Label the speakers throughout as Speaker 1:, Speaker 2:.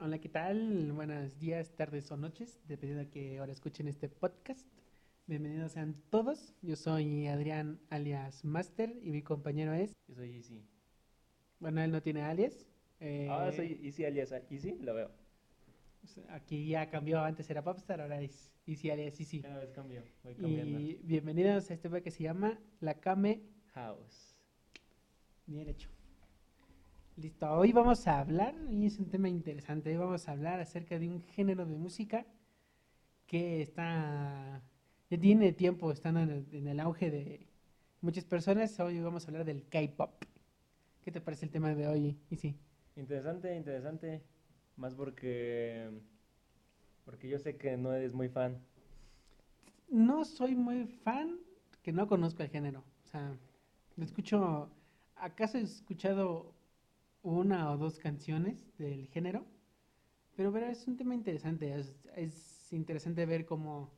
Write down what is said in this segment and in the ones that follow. Speaker 1: Hola, ¿qué tal? Buenos días, tardes o noches, dependiendo de qué hora escuchen este podcast. Bienvenidos sean todos. Yo soy Adrián alias Master y mi compañero es.
Speaker 2: Yo soy Easy.
Speaker 1: Bueno, él no tiene alias. eh,
Speaker 2: Ahora Ah, soy Easy alias Easy, lo veo.
Speaker 1: Aquí ya cambió, antes era Popstar, ahora es Easy alias Easy.
Speaker 2: Cada vez cambio, voy cambiando.
Speaker 1: Y bienvenidos a este podcast que se llama La Came
Speaker 2: House.
Speaker 1: Bien hecho. Listo, hoy vamos a hablar, y es un tema interesante, hoy vamos a hablar acerca de un género de música que está, ya tiene tiempo estando en el, en el auge de muchas personas, hoy vamos a hablar del K-Pop. ¿Qué te parece el tema de hoy? Y sí,
Speaker 2: Interesante, interesante. Más porque. Porque yo sé que no eres muy fan.
Speaker 1: no soy muy fan, que no conozco el género, o sea, lo escucho, acaso he escuchado una o dos canciones del género, pero, pero es un tema interesante. Es, es interesante ver cómo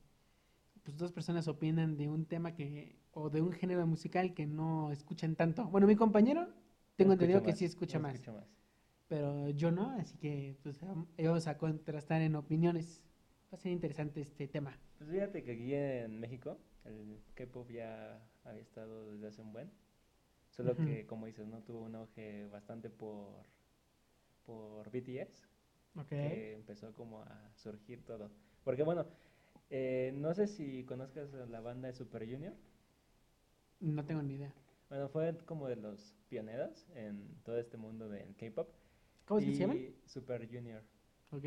Speaker 1: pues, dos personas opinan de un tema que o de un género musical que no escuchan tanto. Bueno, mi compañero tengo
Speaker 2: No
Speaker 1: entendido
Speaker 2: escucho
Speaker 1: que
Speaker 2: más,
Speaker 1: sí escucha
Speaker 2: no
Speaker 1: más,
Speaker 2: escucho más.
Speaker 1: pero yo no, así que pues, am- vamos a contrastar en opiniones. Va a ser interesante este tema.
Speaker 2: Pues fíjate que aquí en México el K-pop ya había estado desde hace un buen. Solo
Speaker 1: Ujú.
Speaker 2: que, como dices, no tuvo un auge bastante por. por BTS.
Speaker 1: Ok.
Speaker 2: que empezó como a surgir todo. Porque bueno, eh, no sé si conozcas a la banda de Super Junior.
Speaker 1: No tengo ni idea.
Speaker 2: Bueno, fue como de los pioneros en todo este mundo del K-pop.
Speaker 1: ¿Cómo es que se llaman?
Speaker 2: y Super Junior.
Speaker 1: Ok.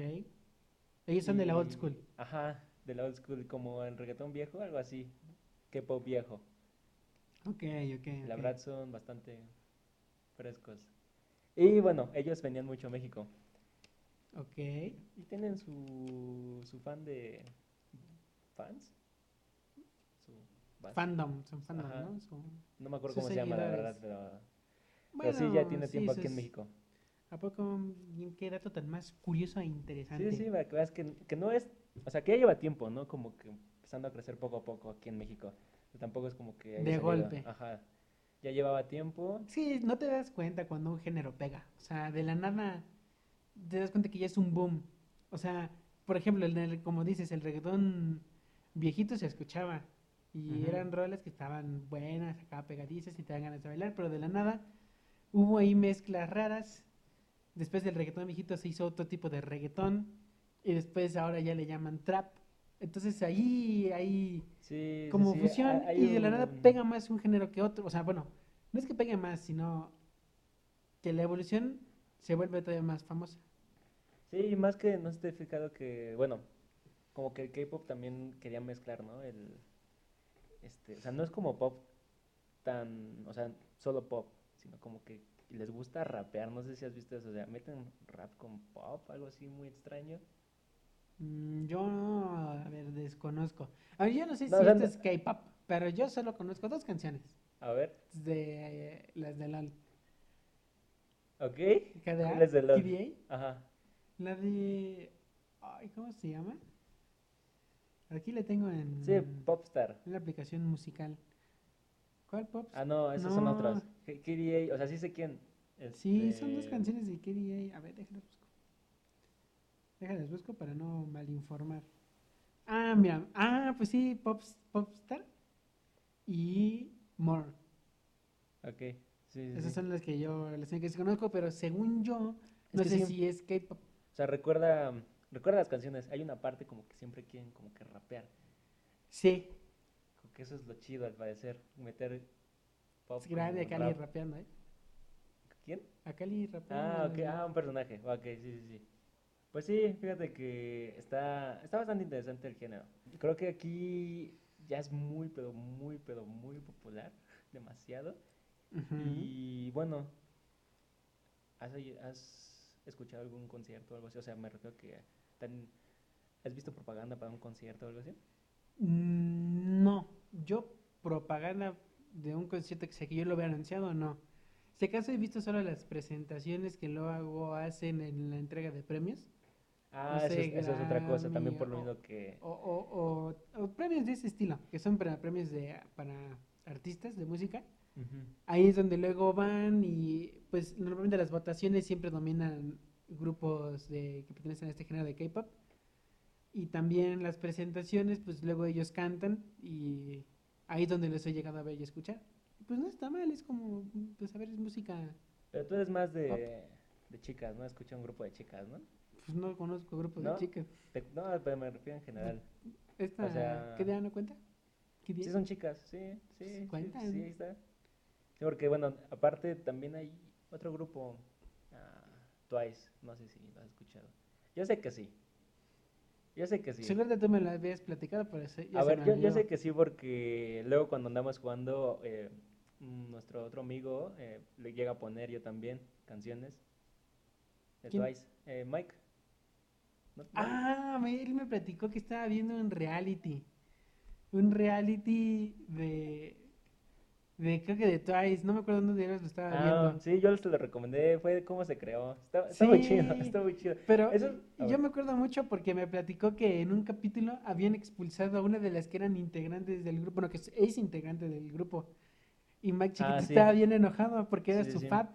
Speaker 1: Ellos son de la old
Speaker 2: Y-
Speaker 1: school.
Speaker 2: Ajá, de la old school, como el reggaetón viejo, algo así. K-pop viejo.
Speaker 1: Ok, ok.
Speaker 2: La
Speaker 1: ok.
Speaker 2: verdad son bastante frescos. Y bueno, ellos venían mucho a México.
Speaker 1: Ok.
Speaker 2: Y tienen su, su fan de. ¿Fans? Su base.
Speaker 1: Fandom, son fandom,
Speaker 2: Ajá.
Speaker 1: ¿no? Su-
Speaker 2: No me acuerdo
Speaker 1: Sus
Speaker 2: cómo se llama, la verdad,
Speaker 1: seguidores.
Speaker 2: pero, pero sí, ya
Speaker 1: Bueno,
Speaker 2: tiene
Speaker 1: sí,
Speaker 2: tiempo
Speaker 1: eso
Speaker 2: aquí en
Speaker 1: es-
Speaker 2: México.
Speaker 1: ¿A poco? mm, ¿Qué dato tan más curioso e interesante?
Speaker 2: Sí, sí, para que veas que, que no es, o sea, que ya lleva tiempo, ¿no? Como que empezando a crecer poco a poco aquí en México. Pero tampoco es como que... haya
Speaker 1: De
Speaker 2: salido,
Speaker 1: golpe.
Speaker 2: Ajá. Ya llevaba tiempo.
Speaker 1: Sí, no te das cuenta cuando un género pega. O sea, de la nada te das cuenta que ya es un boom. O sea, por ejemplo, el del- como dices, el reggaetón viejito se escuchaba. Y
Speaker 2: Ujú.
Speaker 1: eran rolas que estaban buenas, acá pegadizas y te dan ganas de bailar. Pero de la nada hubo ahí mezclas raras. Después del reggaetón viejito se hizo otro tipo de reggaetón. Y después ahora ya le llaman trap. Entonces ahí, ahí
Speaker 2: Sí, sí,
Speaker 1: como
Speaker 2: sí,
Speaker 1: fusión
Speaker 2: hay- hay
Speaker 1: y de la nada
Speaker 2: un-
Speaker 1: pega más un género que otro. O sea, bueno, no es que pegue más, sino que la evolución se vuelve todavía más famosa.
Speaker 2: Sí, más que no esté fijado que, bueno, como que el K-pop también quería mezclar, ¿no? El, este, o sea, no es como pop tan, o sea, solo pop, sino como que les gusta rapear, no sé si has visto eso, o sea, meten rap con pop, algo así muy extraño.
Speaker 1: Mm, yo, a ver, desconozco. A ver, yo no sé
Speaker 2: No,
Speaker 1: si
Speaker 2: o sea,
Speaker 1: esto
Speaker 2: no-
Speaker 1: es K-pop, pero yo solo conozco dos canciones
Speaker 2: A ver,
Speaker 1: de eh, las de la
Speaker 2: ¿ok?
Speaker 1: KDA,
Speaker 2: ¿Cuáles de las?
Speaker 1: TDA,
Speaker 2: Ajá.
Speaker 1: la de... Ay, ¿cómo se llama? Aquí la tengo en,
Speaker 2: Sí, Popstar.
Speaker 1: en la aplicación musical. ¿Cuál pop?
Speaker 2: Ah, no, esos son
Speaker 1: No.
Speaker 2: otros. K- KDA, o sea, sí sé quién.
Speaker 1: Sí, son dos
Speaker 2: este,
Speaker 1: canciones de KDA. A ver, déjales busco. Déjales busco para no malinformar. Ah, mira. Ah, pues sí, Pops- Popstar y More.
Speaker 2: Ok, sí, sí,
Speaker 1: Esas
Speaker 2: sí.
Speaker 1: son las que yo, las que sí conozco, pero según yo,
Speaker 2: Es
Speaker 1: no
Speaker 2: que
Speaker 1: sé
Speaker 2: sí.
Speaker 1: si es K-pop.
Speaker 2: O sea, recuerda, recuerda las canciones. Hay una parte como que siempre quieren como que rapear.
Speaker 1: Sí,
Speaker 2: Como que eso es lo chido al parecer. Meter pop.
Speaker 1: es grande a
Speaker 2: con
Speaker 1: Cali
Speaker 2: rap.
Speaker 1: rapeando, ¿eh?
Speaker 2: ¿Quién?
Speaker 1: A Cali rapeando.
Speaker 2: Ah, ok,
Speaker 1: la-
Speaker 2: ah, un personaje. Ok, sí, sí, sí. Pues sí, fíjate que está, está bastante interesante el género. Creo que aquí ya es muy, pero muy, pero muy popular. Demasiado.
Speaker 1: Ujú.
Speaker 2: Y bueno, ¿has, oí- has escuchado algún concierto o algo así? O sea, me refiero que tan- ¿has visto propaganda para un concierto o algo así?
Speaker 1: Mm, No, yo propaganda de un concierto que sé que yo lo había anunciado, no. Si acaso he visto solo las presentaciones que luego hacen en la entrega de premios,
Speaker 2: Ah, eso, es,
Speaker 1: sé,
Speaker 2: eso es otra cosa, también
Speaker 1: Grammy
Speaker 2: por lo
Speaker 1: o-
Speaker 2: mismo que...
Speaker 1: o, o- o- o premios de ese estilo, que son para premios de, para artistas de música.
Speaker 2: Ujú.
Speaker 1: Ahí es donde luego van y pues normalmente las votaciones siempre dominan grupos de, que pertenecen a este género de K-pop. Y también las presentaciones, pues luego ellos cantan y ahí es donde los he llegado a ver y escuchar. Pues no está mal, es como, pues a ver, es música.
Speaker 2: Pero tú eres más de, de chicas, ¿no? Escucha un grupo de chicas, ¿no?
Speaker 1: Pues no conozco grupos
Speaker 2: ¿No?
Speaker 1: de chicas.
Speaker 2: Te- no, pero me refiero en general.
Speaker 1: Esta,
Speaker 2: O sea-
Speaker 1: ¿qué día no cuenta? ¿Qué
Speaker 2: Sí,
Speaker 1: día?
Speaker 2: son chicas, sí,
Speaker 1: Pues,
Speaker 2: sí, sí,
Speaker 1: cuentan.
Speaker 2: sí, ahí está. Sí, porque bueno, aparte también hay otro grupo, ah, Twice, no sé si lo has escuchado. Yo sé que sí. Yo sé que sí.
Speaker 1: Seguramente tú me lo habías platicado, pero se- ya
Speaker 2: A
Speaker 1: se
Speaker 2: ver,
Speaker 1: me
Speaker 2: yo, yo
Speaker 1: olvidó.
Speaker 2: sé que sí porque luego cuando andamos jugando, eh, mm, nuestro otro amigo eh, le llega a poner yo también canciones de
Speaker 1: ¿Quién?
Speaker 2: Twice. Eh, Mike. ¿No?
Speaker 1: Ah, me- él me platicó que estaba viendo un reality. Un reality de. de creo que de Twice. No me acuerdo dónde era, lo estaba
Speaker 2: Ah,
Speaker 1: viendo.
Speaker 2: sí, yo se lo recomendé, fue de cómo se creó. Está, está muy chido,
Speaker 1: Sí.
Speaker 2: está muy chido.
Speaker 1: Pero
Speaker 2: Eso-
Speaker 1: y-
Speaker 2: a
Speaker 1: y yo
Speaker 2: ver.
Speaker 1: me acuerdo mucho porque me platicó que en un capítulo habían expulsado a una de las que eran integrantes del grupo, bueno, que es, es integrante del grupo. Y Mike Chiquito
Speaker 2: Ah, sí.
Speaker 1: estaba bien enojado porque era
Speaker 2: Sí,
Speaker 1: su
Speaker 2: sí.
Speaker 1: fab.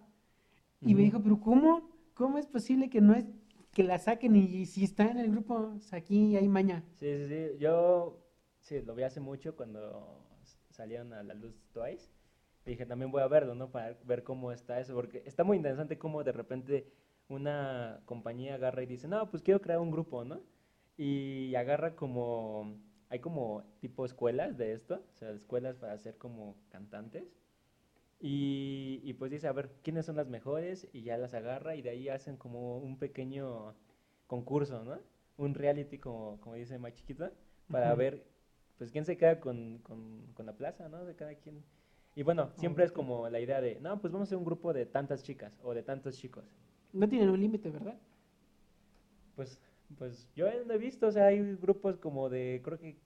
Speaker 1: Y me
Speaker 2: Ujú.
Speaker 1: dijo, pero ¿cómo? ¿Cómo es posible que no es que la saquen y si está en el grupo, o sea, aquí hay maña?
Speaker 2: Sí, sí, sí. Yo sí, lo vi hace mucho cuando s- salieron a la luz Twice. Dije, también voy a verlo, ¿no? Para ver cómo está eso, porque está muy interesante cómo de repente una compañía agarra y dice, no, pues quiero crear un grupo, ¿no? Y agarra como, hay como tipo escuelas de esto, o sea, escuelas para ser como cantantes. Y, y pues dice, a ver, ¿quiénes son las mejores? Y ya las agarra y de ahí hacen como un pequeño concurso, ¿no? Un reality, como, como dice más chiquita, para
Speaker 1: Ujú.
Speaker 2: ver, pues, quién se queda con, con- con la plaza, ¿no? De cada quien. Y
Speaker 1: Ah,
Speaker 2: bueno, siempre es como la idea de, no, pues vamos a hacer un grupo de tantas chicas o de tantos chicos.
Speaker 1: No tienen un límite, ¿verdad?
Speaker 2: Pues, pues yo no he visto, o sea, hay grupos como de, creo que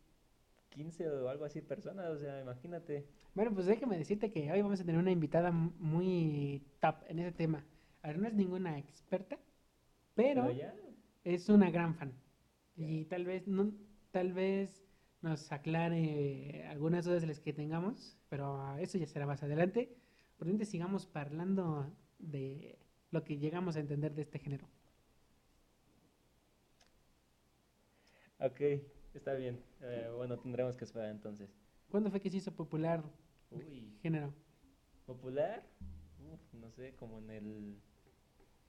Speaker 2: 15 o algo así personas, o sea, imagínate.
Speaker 1: Bueno, pues déjame decirte que hoy vamos a tener una invitada m- muy top en ese tema. A ver, no es ninguna experta, pero
Speaker 2: ya,
Speaker 1: es una gran fan.
Speaker 2: Ya.
Speaker 1: Y tal vez, no, tal vez nos aclare algunas dudas de las que tengamos, pero eso ya será más adelante. Por donde sigamos hablando de lo que llegamos a entender de este género.
Speaker 2: ok, está bien. Eh, bueno, tendremos que esperar entonces.
Speaker 1: ¿Cuándo fue que se hizo popular
Speaker 2: Uy,
Speaker 1: género?
Speaker 2: popular, uf, no sé, como en el,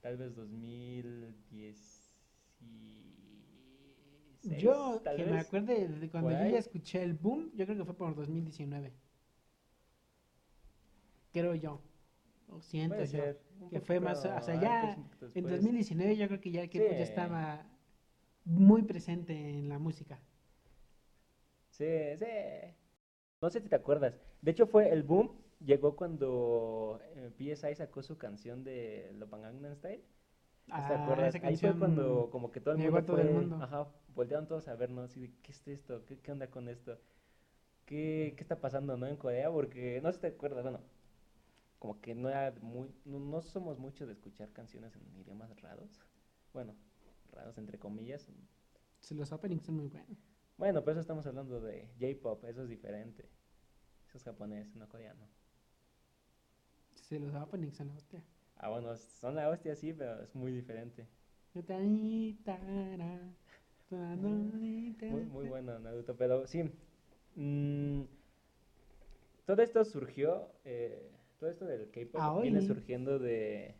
Speaker 2: tal vez 2016,
Speaker 1: Yo,
Speaker 2: tal
Speaker 1: que me
Speaker 2: vez.
Speaker 1: acuerde de cuando
Speaker 2: por
Speaker 1: yo
Speaker 2: ahí.
Speaker 1: ya escuché el boom, yo creo que fue por 2019. Creo yo. O siento
Speaker 2: Puede
Speaker 1: yo.
Speaker 2: ser, un
Speaker 1: que fue más-
Speaker 2: poquito
Speaker 1: o sea, ya
Speaker 2: antes, un poquito
Speaker 1: En
Speaker 2: después.
Speaker 1: 2019 yo creo que ya el K-pop
Speaker 2: Sí.
Speaker 1: ya estaba muy presente en la música.
Speaker 2: Sí, sí. No sé si te acuerdas. De hecho, fue el boom. Llegó cuando eh, PSI sacó su canción de Lopan Gangnam Style. ¿Sí ¿Te
Speaker 1: Ah,
Speaker 2: acuerdas?
Speaker 1: esa
Speaker 2: Ahí fue
Speaker 1: canción,
Speaker 2: cuando como que todo el
Speaker 1: llegó
Speaker 2: mundo
Speaker 1: a todo el
Speaker 2: fue-
Speaker 1: mundo.
Speaker 2: Ajá, voltearon todos a vernos así de, ¿qué es esto? ¿Qué, qué onda con esto? ¿Qué, qué está pasando, no? En Corea, porque no sé si te acuerdas, bueno, como que no era muy, no, no somos mucho de escuchar canciones en idiomas raros. Bueno, raros entre comillas.
Speaker 1: sí, los openings son muy buenos.
Speaker 2: Bueno, pero eso estamos hablando de J-pop, eso es diferente. Eso es japonés, no coreano.
Speaker 1: Sí, los openings son la hostia.
Speaker 2: Ah, bueno, son la hostia, sí, pero es muy diferente.
Speaker 1: Eh.
Speaker 2: Muy, muy bueno, Naruto, pero sí. mm, todo esto surgió, eh, todo esto del K-pop viene
Speaker 1: Aoi.
Speaker 2: surgiendo de,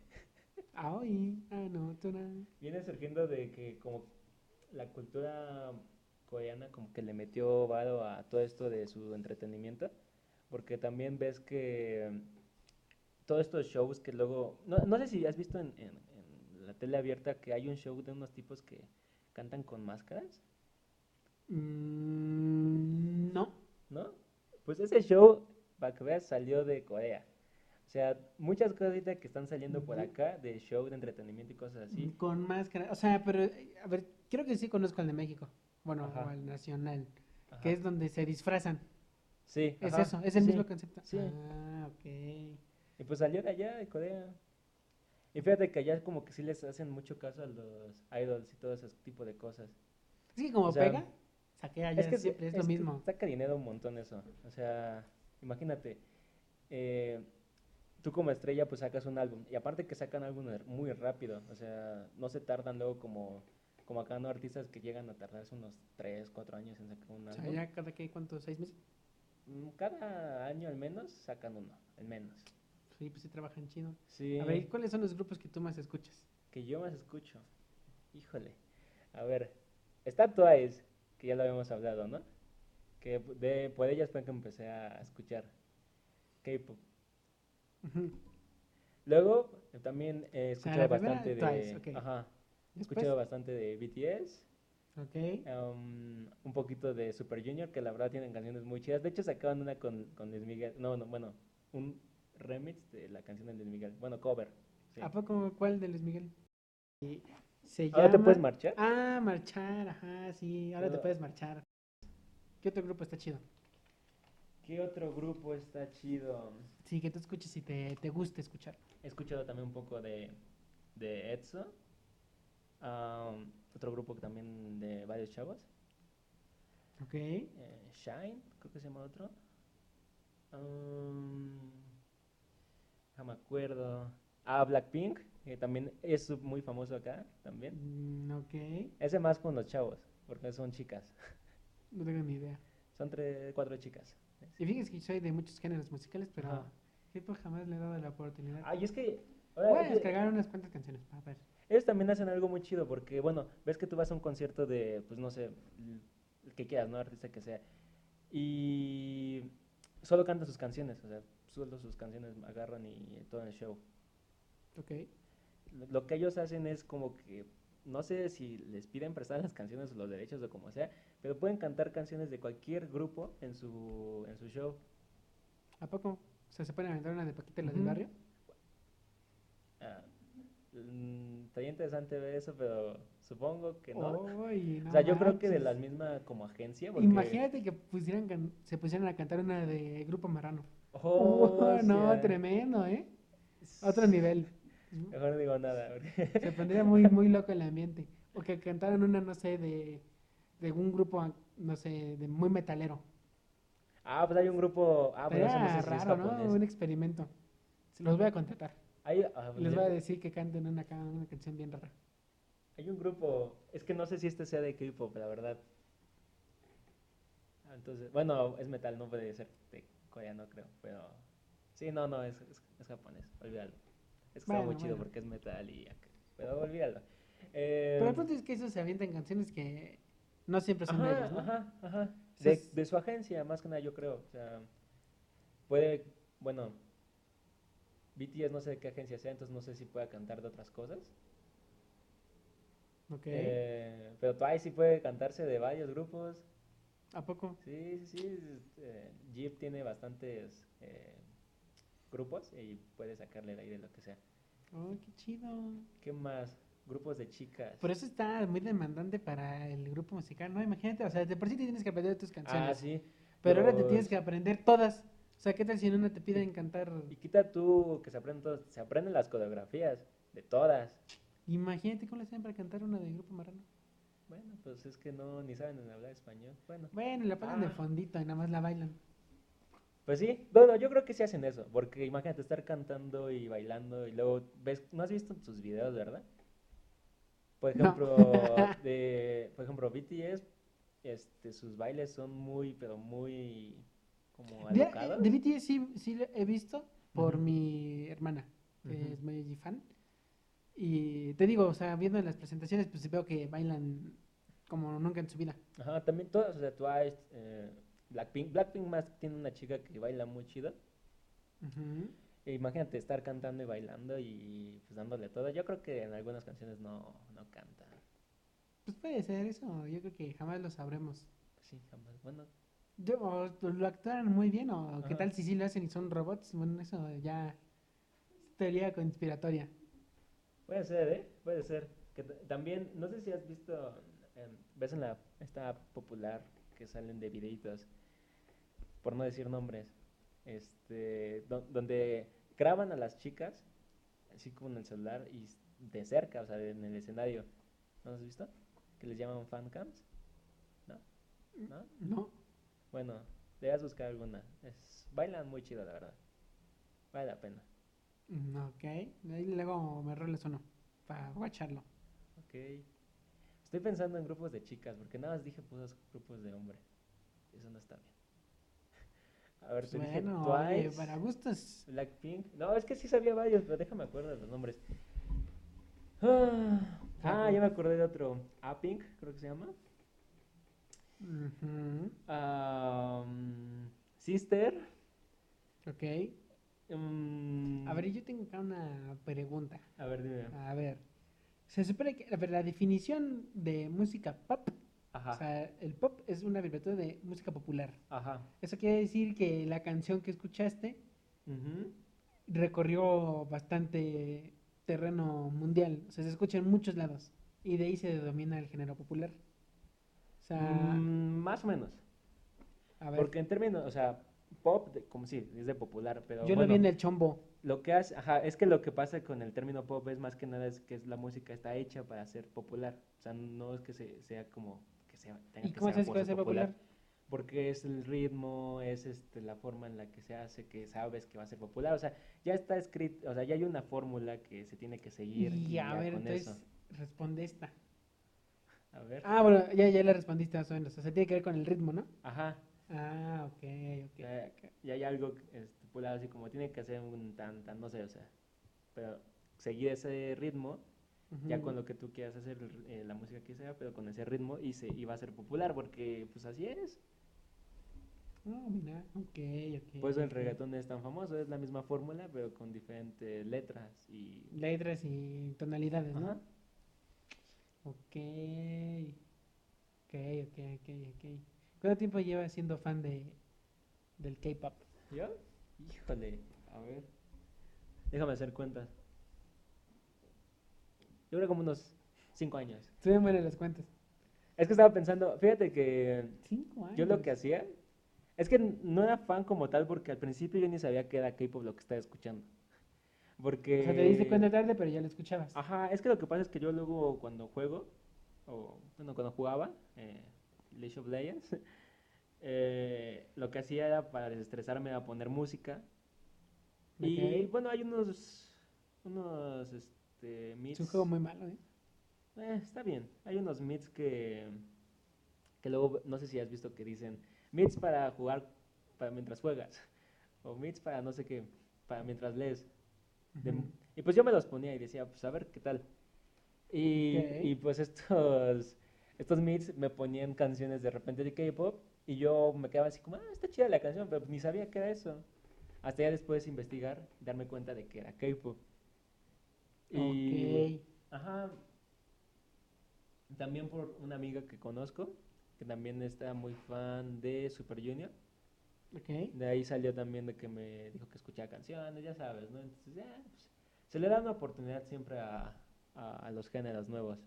Speaker 1: Ah, Aoi, anotona.
Speaker 2: viene surgiendo de que como la cultura coreana como que le metió varo a todo esto de su entretenimiento, porque también ves que mm, todos estos shows que luego, no, no sé si has visto en, en- en la tele abierta que hay un show de unos tipos que cantan con máscaras.
Speaker 1: Mm, no.
Speaker 2: ¿no? Pues ese show, para que veas, salió de Corea. O sea, muchas cosas ahorita que están saliendo por
Speaker 1: Ujú.
Speaker 2: acá de show, de entretenimiento y cosas así.
Speaker 1: Con máscara. O sea, pero, eh, a ver, creo que sí conozco al de México. Bueno,
Speaker 2: Ajá.
Speaker 1: o al nacional.
Speaker 2: Ajá.
Speaker 1: Que es donde se disfrazan.
Speaker 2: Sí,
Speaker 1: Es
Speaker 2: ajá,
Speaker 1: eso, es el
Speaker 2: sí.
Speaker 1: mismo concepto.
Speaker 2: Sí.
Speaker 1: Ah, ok.
Speaker 2: Y pues salió de allá, de Corea. Y fíjate que allá como que sí les hacen mucho caso a los idols y todo ese tipo de cosas.
Speaker 1: Sí, como
Speaker 2: O sea,
Speaker 1: pega, saqué ayer
Speaker 2: que
Speaker 1: siempre, es,
Speaker 2: que
Speaker 1: lo mismo.
Speaker 2: saca dinero un montón eso. O sea, imagínate, eh, tú como estrella pues sacas un álbum. Y aparte que sacan álbumes muy rápido, o sea, no se tardan luego como, como acá, ¿no? Artistas que llegan a tardarse unos 3, 4 años en sacar un
Speaker 1: O
Speaker 2: álbum.
Speaker 1: sea, ya cada que, ¿cuánto? ¿Seis meses?
Speaker 2: Mm, Cada año al menos sacan uno, al menos.
Speaker 1: Sí, pues sí trabajan chido.
Speaker 2: Sí,
Speaker 1: A ver, ¿cuáles son los grupos que tú más escuchas?
Speaker 2: que yo más escucho. Híjole. A ver, está Twice, que ya lo habíamos hablado, ¿no? Que pu- de, por ellas fue que empecé a escuchar K-pop.
Speaker 1: Ujú.
Speaker 2: Luego eh, también he
Speaker 1: sea,
Speaker 2: escuchado
Speaker 1: la primera,
Speaker 2: bastante
Speaker 1: Twice,
Speaker 2: de...
Speaker 1: ok.
Speaker 2: Ajá, he
Speaker 1: Después,
Speaker 2: escuchado bastante de BTS,
Speaker 1: ok.
Speaker 2: em, un poquito de Super Junior, que la verdad tienen canciones muy chidas. De hecho sacaban una con, con Luis Miguel, no, no, bueno, un remix de la canción de Luis Miguel, bueno, cover. sí.
Speaker 1: ¿A poco cuál de Luis Miguel? Y Ah, pues, Se
Speaker 2: Ahora te puedes Ah.
Speaker 1: llama-
Speaker 2: marchar.
Speaker 1: Ah, marchar, ajá, sí, ahora te
Speaker 2: Pero-
Speaker 1: puedes marchar. ¿Qué otro grupo está chido?
Speaker 2: ¿Qué otro grupo está chido?
Speaker 1: Sí, que tú escuches y te, te guste escuchar.
Speaker 2: He escuchado también un poco de, de EXO, am, otro grupo que también de varios chavos,
Speaker 1: Ok.
Speaker 2: eh, Shine, creo que se llama otro. am, no me acuerdo. Ah, Blackpink, que también es su- muy famoso acá, también.
Speaker 1: Mm, ok.
Speaker 2: Ese más con los chavos, porque son chicas,
Speaker 1: No tengo ni idea.
Speaker 2: son tres, cuatro chicas.
Speaker 1: Y fíjense que soy de muchos géneros musicales, pero
Speaker 2: Ajá.
Speaker 1: hip-hop jamás le he dado la oportunidad.
Speaker 2: Ay, Ah, es que... ahora
Speaker 1: Voy a
Speaker 2: es que-
Speaker 1: descargar unas cuantas canciones para ver.
Speaker 2: Ellos también hacen algo muy chido porque, bueno, ves que tú vas a un concierto de, pues no sé, l- el que quieras, ¿no? Artista que sea. Y solo cantan sus canciones, o sea, solo sus canciones agarran y, todo el show.
Speaker 1: Ok.
Speaker 2: Lo- Lo que ellos hacen es como que, no sé si les piden prestar las canciones o los derechos o como sea, pero pueden cantar canciones de cualquier grupo en su, en su show.
Speaker 1: ¿A poco? O sea, se pueden aventar una de Paquita y la del
Speaker 2: Ujú.
Speaker 1: barrio.
Speaker 2: Ah, mm, estaría interesante ver eso, pero supongo que no.
Speaker 1: Uy, Oh, no
Speaker 2: o sea, yo creo que de la
Speaker 1: manches.
Speaker 2: misma como agencia. porque-
Speaker 1: Imagínate que pusieran can- se pusieran a cantar una de Grupo Marrano.
Speaker 2: Oh,
Speaker 1: Uh, no,
Speaker 2: sea,
Speaker 1: tremendo, ¿eh? Otro nivel.
Speaker 2: Mejor no digo nada. porque-
Speaker 1: Se pondría muy, muy loco el ambiente. O que cantaran una, no sé, de, de un grupo, no sé, de muy metalero.
Speaker 2: Ah, pues hay un grupo. Ah, pero eso no
Speaker 1: Era
Speaker 2: sé si es
Speaker 1: raro, ¿no?
Speaker 2: japonés.
Speaker 1: Un experimento. Se Los voy a contratar.
Speaker 2: Hay, ah,
Speaker 1: Les
Speaker 2: yo-
Speaker 1: voy a decir que canten una, ca- una canción bien
Speaker 2: Eh.
Speaker 1: rara.
Speaker 2: hay un grupo. Es que no sé si este sea de K-pop, la verdad. Ah, Entonces, bueno, es metal, no puede ser de coreano, creo. Pero. Sí, no, no, es, es, es japonés, olvídalo. Es que está muy
Speaker 1: Bueno,
Speaker 2: chido
Speaker 1: bueno.
Speaker 2: porque es metal y. ac- Pero olvídalo. Eh,
Speaker 1: Pero pues el punto es que esos se avientan canciones que no siempre son de
Speaker 2: Ajá,
Speaker 1: ellos, ¿no?
Speaker 2: ajá, ajá.
Speaker 1: O sea,
Speaker 2: De,
Speaker 1: es-
Speaker 2: de su agencia, más que nada, yo creo. O sea, puede, bueno, BTS no sé de qué agencia sea, entonces no sé si pueda cantar de otras cosas.
Speaker 1: Ok.
Speaker 2: Eh, pero Twice sí puede cantarse de varios grupos.
Speaker 1: ¿A poco?
Speaker 2: Sí, sí, sí. es- eh, Jeep tiene bastantes eh, grupos y puede sacarle de ahí de lo que sea.
Speaker 1: Oh, qué chido.
Speaker 2: ¿Qué más? Grupos de chicas.
Speaker 1: Por eso está muy demandante para el grupo musical, ¿no? Imagínate, o sea, de por sí te tienes que aprender tus canciones.
Speaker 2: ah, sí.
Speaker 1: Pero ahora te tienes
Speaker 2: los-
Speaker 1: que aprender todas. O sea, ¿qué tal si en una te piden cantar?
Speaker 2: Y quita tú que se aprenden, todos- se aprenden las coreografías de todas.
Speaker 1: Imagínate cómo le hacen para cantar una de Grupo Marrano.
Speaker 2: Bueno, pues es que no, ni saben hablar español. Bueno,
Speaker 1: Bueno, la ponen de
Speaker 2: Ah.
Speaker 1: fondito y nada más la bailan.
Speaker 2: pues sí, bueno, yo creo que sí hacen eso, porque imagínate estar cantando y bailando y luego ves, no has visto sus videos, ¿verdad? Por
Speaker 1: No.
Speaker 2: ejemplo, de, por ejemplo, BTS, este, sus bailes son muy, pero muy como
Speaker 1: De, eh,
Speaker 2: alocados.
Speaker 1: de BTS sí, sí lo he visto por
Speaker 2: Ujú.
Speaker 1: mi hermana, que
Speaker 2: Ujú.
Speaker 1: es muy fan. Y te digo, o sea, viendo las presentaciones, pues veo que bailan como nunca en su vida.
Speaker 2: Ajá, también todas, o sea, Twice, eh, Blackpink, Blackpink más tiene una chica que baila muy chido.
Speaker 1: Ujú.
Speaker 2: E Imagínate estar cantando y bailando y pues dándole todo. Yo creo que en algunas canciones no, no canta.
Speaker 1: Pues puede ser eso, yo creo que jamás lo sabremos.
Speaker 2: Sí, jamás. Bueno,
Speaker 1: Yo- o lo actúan muy bien, o qué
Speaker 2: Ajá.
Speaker 1: tal si sí lo hacen y son robots. Bueno, eso ya es teoría conspiratoria.
Speaker 2: puede ser, ¿eh? Puede ser. Que t- también, no sé si has visto, em, ves en la, esta app popular que salen de videitos, por no decir nombres, este, do- donde graban a las chicas, así como en el celular y s- de cerca, o sea, en el escenario. ¿No has visto? Que les llaman fan cams. ¿No? ¿No?
Speaker 1: No,
Speaker 2: Bueno, debes buscar alguna. Es, bailan muy chido, la verdad. Vale la pena.
Speaker 1: Mm, Ok, ahí luego me roles uno para guacharlo.
Speaker 2: Ok. Estoy pensando en grupos de chicas, porque nada más dije puros grupos de hombres. Eso no está bien. A ver,
Speaker 1: Pues
Speaker 2: te dije
Speaker 1: bueno, oye,
Speaker 2: Twice,
Speaker 1: para gustos.
Speaker 2: Blackpink. No, es que sí sabía varios, pero déjame acuerdo de los nombres. Ah, ah, ya me acordé de otro. A-Pink, creo que se llama.
Speaker 1: Ujú,
Speaker 2: Am, Sister.
Speaker 1: Ok.
Speaker 2: mm,
Speaker 1: A ver, yo Ah, tengo acá una pregunta.
Speaker 2: a ver, dime.
Speaker 1: A ver, se supone que a ver, la definición de música pop,
Speaker 2: Ajá,
Speaker 1: o sea, el pop es una abreviatura de música popular.
Speaker 2: ajá.
Speaker 1: Eso quiere decir que la canción que escuchaste
Speaker 2: ujú,
Speaker 1: recorrió bastante terreno mundial, o sea, se escucha en muchos lados y de ahí se domina el género popular. O sea,
Speaker 2: mm, más o menos.
Speaker 1: a ver,
Speaker 2: Porque en términos, o sea, pop, de- como sí, es de popular, pero
Speaker 1: yo lo vi
Speaker 2: bueno,
Speaker 1: en el chombo.
Speaker 2: lo que hace, ajá, es que lo que pasa con el término pop es más que nada es que es la música está hecha para ser popular, o sea, no es que se- sea como que sea, tenga
Speaker 1: ¿Y
Speaker 2: que
Speaker 1: cómo
Speaker 2: ser
Speaker 1: sabes
Speaker 2: por
Speaker 1: que va a
Speaker 2: ser
Speaker 1: ser popular?
Speaker 2: porque es el ritmo, es este la forma en la que se hace, que sabes que va a ser popular, o sea, ya está escrito, o sea, ya hay una fórmula que se tiene que seguir y,
Speaker 1: Y a
Speaker 2: ya
Speaker 1: ver,
Speaker 2: con
Speaker 1: entonces,
Speaker 2: eso.
Speaker 1: responde esta.
Speaker 2: A ver,
Speaker 1: Ah, bueno, ya, ya le respondiste más o menos. O sea, tiene que ver con el ritmo, ¿no?
Speaker 2: ajá,
Speaker 1: Ah, ok, ok.
Speaker 2: ya, ya hay algo estipulado así como tiene que hacer un tan tan, no sé, o sea, pero seguir ese ritmo ya
Speaker 1: Ujú.
Speaker 2: con lo que tú quieras hacer, el ri- eh, la música que sea, pero con ese ritmo y, se, y va a ser popular, porque pues así es.
Speaker 1: Ah, mira, ok, ok.
Speaker 2: Por eso el
Speaker 1: ok.
Speaker 2: reggaetón es tan famoso, es la misma fórmula, pero con diferentes letras y...
Speaker 1: Letras y tonalidades,
Speaker 2: Ajá.
Speaker 1: ¿no? Ok. Ok, ok, ok, ok. ¿Cuánto tiempo llevas siendo fan de del K-pop?
Speaker 2: ¿Yo? Híjole, a ver. Déjame hacer cuentas. Yo creo como unos 5 años.
Speaker 1: Estoy muy en las cuentas.
Speaker 2: Es que estaba pensando, fíjate que
Speaker 1: Cinco años.
Speaker 2: yo lo que hacía, es que n- no era fan como tal porque al principio yo ni sabía que era K-pop lo que estaba escuchando. Porque...
Speaker 1: O sea, te diste cuenta tarde, pero ya lo escuchabas.
Speaker 2: Ajá, es que lo que pasa es que yo luego cuando juego, o bueno, cuando jugaba eh, League of Legends, eh, lo que hacía era para desestresarme era poner música. Y
Speaker 1: Ok.
Speaker 2: bueno, hay unos, unos, este,
Speaker 1: Es
Speaker 2: mits.
Speaker 1: un juego muy malo, ¿eh?
Speaker 2: eh, está bien, hay unos mits que, que luego, no sé si has visto que dicen mits para jugar para mientras juegas, o mits para no sé qué, para mientras lees. de-
Speaker 1: Ujú.
Speaker 2: y pues yo me los ponía y decía, pues a ver qué tal. Y,
Speaker 1: Ok.
Speaker 2: y pues estos, estos mix me ponían canciones de repente de K-pop y yo me quedaba así como, ah, está chida la canción, pero ni sabía que era eso. Hasta ya después investigar, darme cuenta de que era K-pop. Y,
Speaker 1: Ok.
Speaker 2: ajá, también por una amiga que conozco, que también está muy fan de Super Junior.
Speaker 1: Ok.
Speaker 2: De ahí salió también de que me dijo que escuchaba canciones, ya sabes, ¿no? Entonces, ya, pues, se le da una oportunidad siempre a, a- a los géneros nuevos.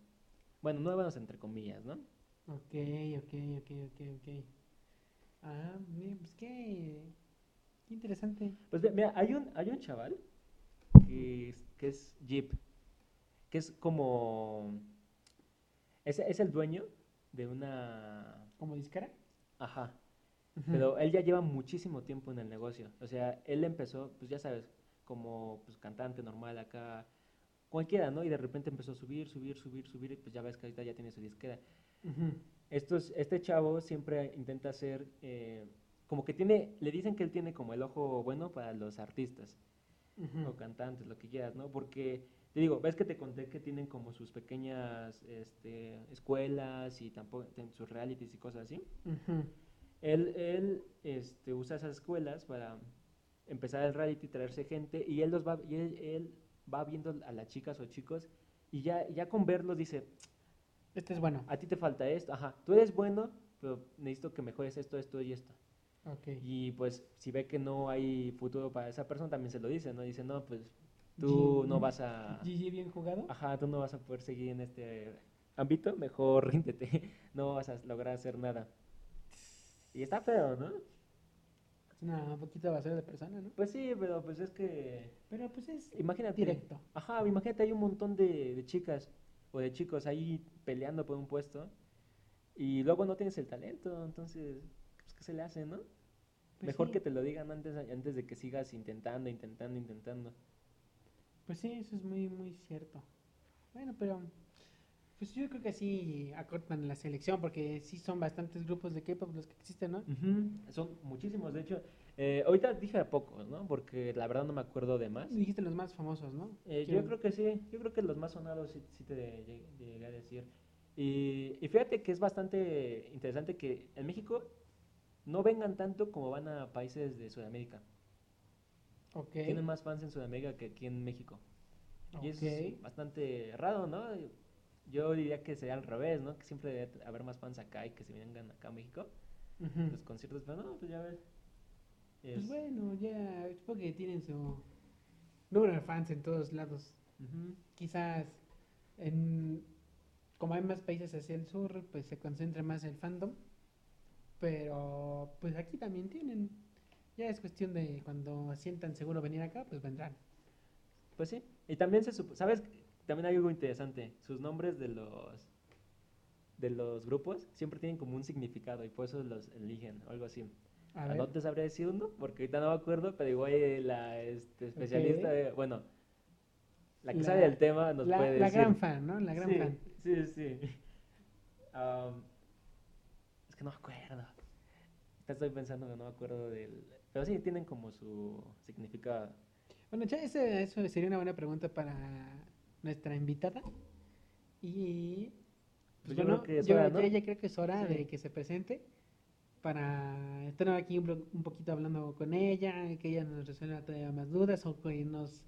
Speaker 2: Bueno, nuevos entre comillas, ¿no?
Speaker 1: Ok, ok, ok, ok, ok. Ah, mira, pues qué, qué interesante.
Speaker 2: Pues ve- mira, hay un, hay un chaval que, es- que es Jeep, que es como... Es, es el dueño de una...
Speaker 1: ¿Como discara?
Speaker 2: Ajá.
Speaker 1: Ujú.
Speaker 2: Pero él ya lleva muchísimo tiempo en el negocio. O sea, él empezó, pues ya sabes, como pues, cantante normal acá, cualquiera, ¿no? Y de repente empezó a subir, subir, subir, subir, y pues ya ves que ahorita ya tiene su disquera.
Speaker 1: Ujú.
Speaker 2: Estos, este chavo siempre intenta ser, eh, como que tiene, le dicen que él tiene como el ojo bueno para los artistas
Speaker 1: Ujú.
Speaker 2: o cantantes, lo que quieras, ¿no? Porque, te digo, ves que te conté que tienen como sus pequeñas este, escuelas y tampoco, tienen sus realities y cosas así.
Speaker 1: Ujú.
Speaker 2: Él, él este, usa esas escuelas para empezar el reality, traerse gente, y él los va, y él, él va viendo a las chicas o chicos, y ya, ya con verlos dice,
Speaker 1: Este es bueno.
Speaker 2: a ti te falta esto, ajá, tú eres bueno, pero necesito que mejores esto, esto y esto.
Speaker 1: Ok.
Speaker 2: Y pues si ve que no hay futuro para esa persona, también se lo dice, ¿no? Dice, no, pues tú no vas a...
Speaker 1: GG bien jugado.
Speaker 2: Ajá, tú no vas a poder seguir en este ámbito, mejor ríndete, no vas a lograr hacer nada. Y está feo, ¿no?
Speaker 1: Es una poquita basura de persona, ¿no?
Speaker 2: Pues sí, pero pues es que.
Speaker 1: Pero pues es
Speaker 2: Imagínate.
Speaker 1: directo.
Speaker 2: Ajá, imagínate, hay un montón de, de chicas o de chicos ahí peleando por un puesto y luego no tienes el talento, entonces, pues, ¿qué se le hace, no?
Speaker 1: Pues
Speaker 2: Mejor
Speaker 1: sí.
Speaker 2: que te lo digan antes, antes de que sigas intentando, intentando, intentando.
Speaker 1: Pues sí, eso es muy, muy cierto. Bueno, pero pues yo creo que sí acortan la selección porque sí son bastantes grupos de K-pop los que existen, ¿no?
Speaker 2: Ujú, Son muchísimos, de hecho. eh, ahorita dije a pocos, ¿no? Porque la verdad no me acuerdo de más.
Speaker 1: Dijiste los más famosos, ¿no?
Speaker 2: Eh, yo creo que sí, yo creo que los más sonados sí, sí te lle- llegué a decir. Y, y fíjate que es bastante interesante que en México no vengan tanto como van a países de Sudamérica.
Speaker 1: Ok.
Speaker 2: Tienen más fans en Sudamérica que aquí en México. Y eso es
Speaker 1: ok.
Speaker 2: bastante raro, ¿no? Yo diría que sería al revés, ¿no? Que siempre debe haber más fans acá y que se vengan acá a México.
Speaker 1: Ujú.
Speaker 2: Los conciertos, pero no, pues ya ves.
Speaker 1: Mm. Pues
Speaker 2: Es-
Speaker 1: bueno, ya supongo que tienen su número de fans en todos lados.
Speaker 2: Ujú.
Speaker 1: Quizás en como hay más países hacia el sur, pues se concentra más el fandom, pero pues aquí también tienen. Ya es cuestión de cuando sientan seguro venir acá, pues vendrán.
Speaker 2: Pues sí. Y también se supo, ¿sabes? También hay algo interesante. Sus nombres de los de los grupos siempre tienen como un significado y por eso los eligen o algo así.
Speaker 1: A
Speaker 2: No
Speaker 1: ver.
Speaker 2: te sabría decir uno porque ahorita no me acuerdo, pero igual eh, la este, especialista,
Speaker 1: Ok.
Speaker 2: de- bueno, la que
Speaker 1: La-
Speaker 2: sabe del tema nos
Speaker 1: La,
Speaker 2: puede
Speaker 1: la
Speaker 2: decir.
Speaker 1: gran fan, ¿no? La gran
Speaker 2: sí,
Speaker 1: fan.
Speaker 2: Sí, sí. Am, es que no me acuerdo. Ahorita Estoy pensando que no me acuerdo del... Pero sí, tienen como su significado.
Speaker 1: Bueno, ya ese- eso sería una buena pregunta para nuestra invitada. Y
Speaker 2: Pues
Speaker 1: pues
Speaker 2: yo
Speaker 1: bueno,
Speaker 2: creo que es
Speaker 1: yo
Speaker 2: hora,
Speaker 1: ya,
Speaker 2: ¿no?
Speaker 1: ya creo que es hora
Speaker 2: Sí.
Speaker 1: de que se presente para estar aquí un, blo- un poquito hablando con ella, que ella nos resuelva todavía más dudas o que nos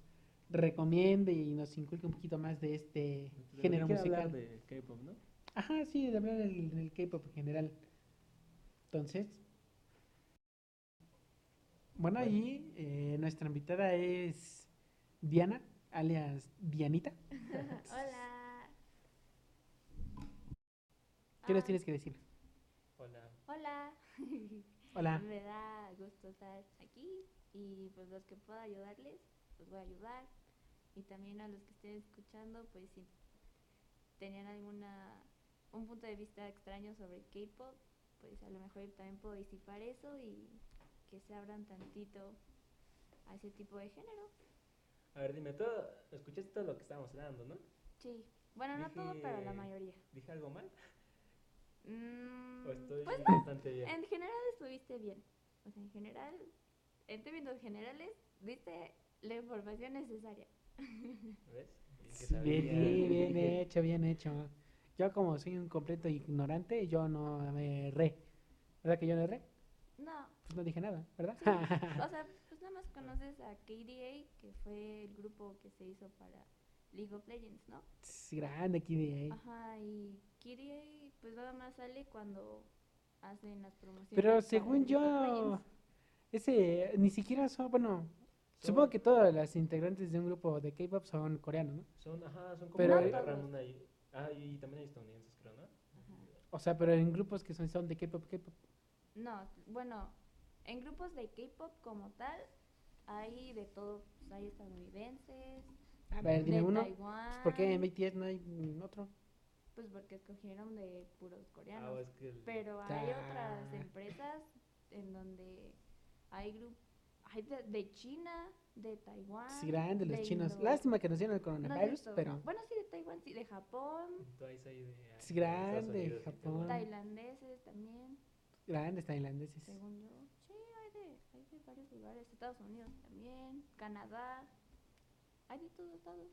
Speaker 1: recomiende y nos inculque un poquito más de este
Speaker 2: Lo que
Speaker 1: género
Speaker 2: quiera
Speaker 1: musical.
Speaker 2: hablar de K-pop, ¿no?
Speaker 1: Ajá, sí, de hablar del, del K-pop en general. Entonces, bueno,
Speaker 2: Bueno.
Speaker 1: y eh, nuestra invitada es Diana, alias Dianita.
Speaker 3: Hola.
Speaker 1: ¿Qué nos
Speaker 3: Ah,
Speaker 1: tienes que decir?
Speaker 2: Hola.
Speaker 3: Hola.
Speaker 1: Hola.
Speaker 3: Me da gusto estar aquí y pues los que pueda ayudarles, los voy a ayudar. Y también a los que estén escuchando, pues si tenían alguna un punto de vista extraño sobre el K-pop, pues a lo mejor yo también puedo disipar eso y que se abran tantito a ese tipo de género.
Speaker 2: A ver, dime, todo, escuchaste todo lo que estábamos hablando, ¿no?
Speaker 3: Sí. Bueno, no todo, pero la
Speaker 2: Dije-
Speaker 3: mayoría.
Speaker 2: ¿Dije algo mal?
Speaker 3: Mm,
Speaker 2: ¿O estoy
Speaker 3: pues
Speaker 2: bastante bien?
Speaker 3: En general estuviste bien. O sea, en general, en términos generales, diste la información necesaria.
Speaker 2: ¿Ves? Dije que
Speaker 1: Sí, Bien,
Speaker 2: sabía,
Speaker 1: bien, bien
Speaker 2: dije-
Speaker 1: hecho, bien hecho. Yo como soy un completo ignorante, yo no me erré. ¿Verdad que yo no erré?
Speaker 3: No,
Speaker 1: Pues no dije nada, ¿verdad?
Speaker 3: sí. o sea, pues nada más conoces a KDA, que fue el grupo que se hizo para League of Legends, ¿no?
Speaker 1: Sí, Grande aquí de ahí.
Speaker 3: Ajá, y KDA, pues nada más sale cuando hacen las promociones.
Speaker 1: Pero
Speaker 3: para
Speaker 1: según
Speaker 3: League of
Speaker 1: yo,
Speaker 3: Legends.
Speaker 1: ese ni siquiera son, bueno, supongo que todas las integrantes de un grupo de K-pop son coreanos, ¿no?
Speaker 2: Son, ajá, son como
Speaker 1: Pero-
Speaker 2: que agarran una y... Ah, y también hay estadounidenses, creo, ¿no?
Speaker 3: Ajá.
Speaker 1: O sea, pero en grupos que son, son de K-pop, K-pop.
Speaker 3: No, bueno, en grupos de K-pop como tal, hay de todo. Pues hay estadounidenses,
Speaker 1: A ver, dime
Speaker 3: Ah, de
Speaker 1: uno.
Speaker 3: Taiwán.
Speaker 1: ¿Por qué en BTS no hay mm, otro?
Speaker 3: Pues porque escogieron de puros
Speaker 2: Ah, o
Speaker 3: coreanos.
Speaker 2: es que... el-
Speaker 3: Pero hay otras
Speaker 1: Ta.
Speaker 3: empresas en donde hay grupos. Hay de, de China, de Taiwán.
Speaker 1: Sí, grande, los
Speaker 3: Ah, de
Speaker 1: chinos.
Speaker 3: Indo-
Speaker 1: Lástima que nos dieron el
Speaker 3: No es
Speaker 1: coronavirus,
Speaker 3: cierto.
Speaker 1: pero
Speaker 3: Bueno, sí, de Taiwán, sí, de Japón,
Speaker 2: Twice ahí de- de Estados
Speaker 1: grande,
Speaker 2: Unidos y
Speaker 1: Japón.
Speaker 2: Taiwán.
Speaker 3: tailandeses también,
Speaker 1: grandes tailandeses.
Speaker 3: según yo. Sí, hay de, hay de varios lugares. Estados Unidos también, Canadá. Hay de todos lados.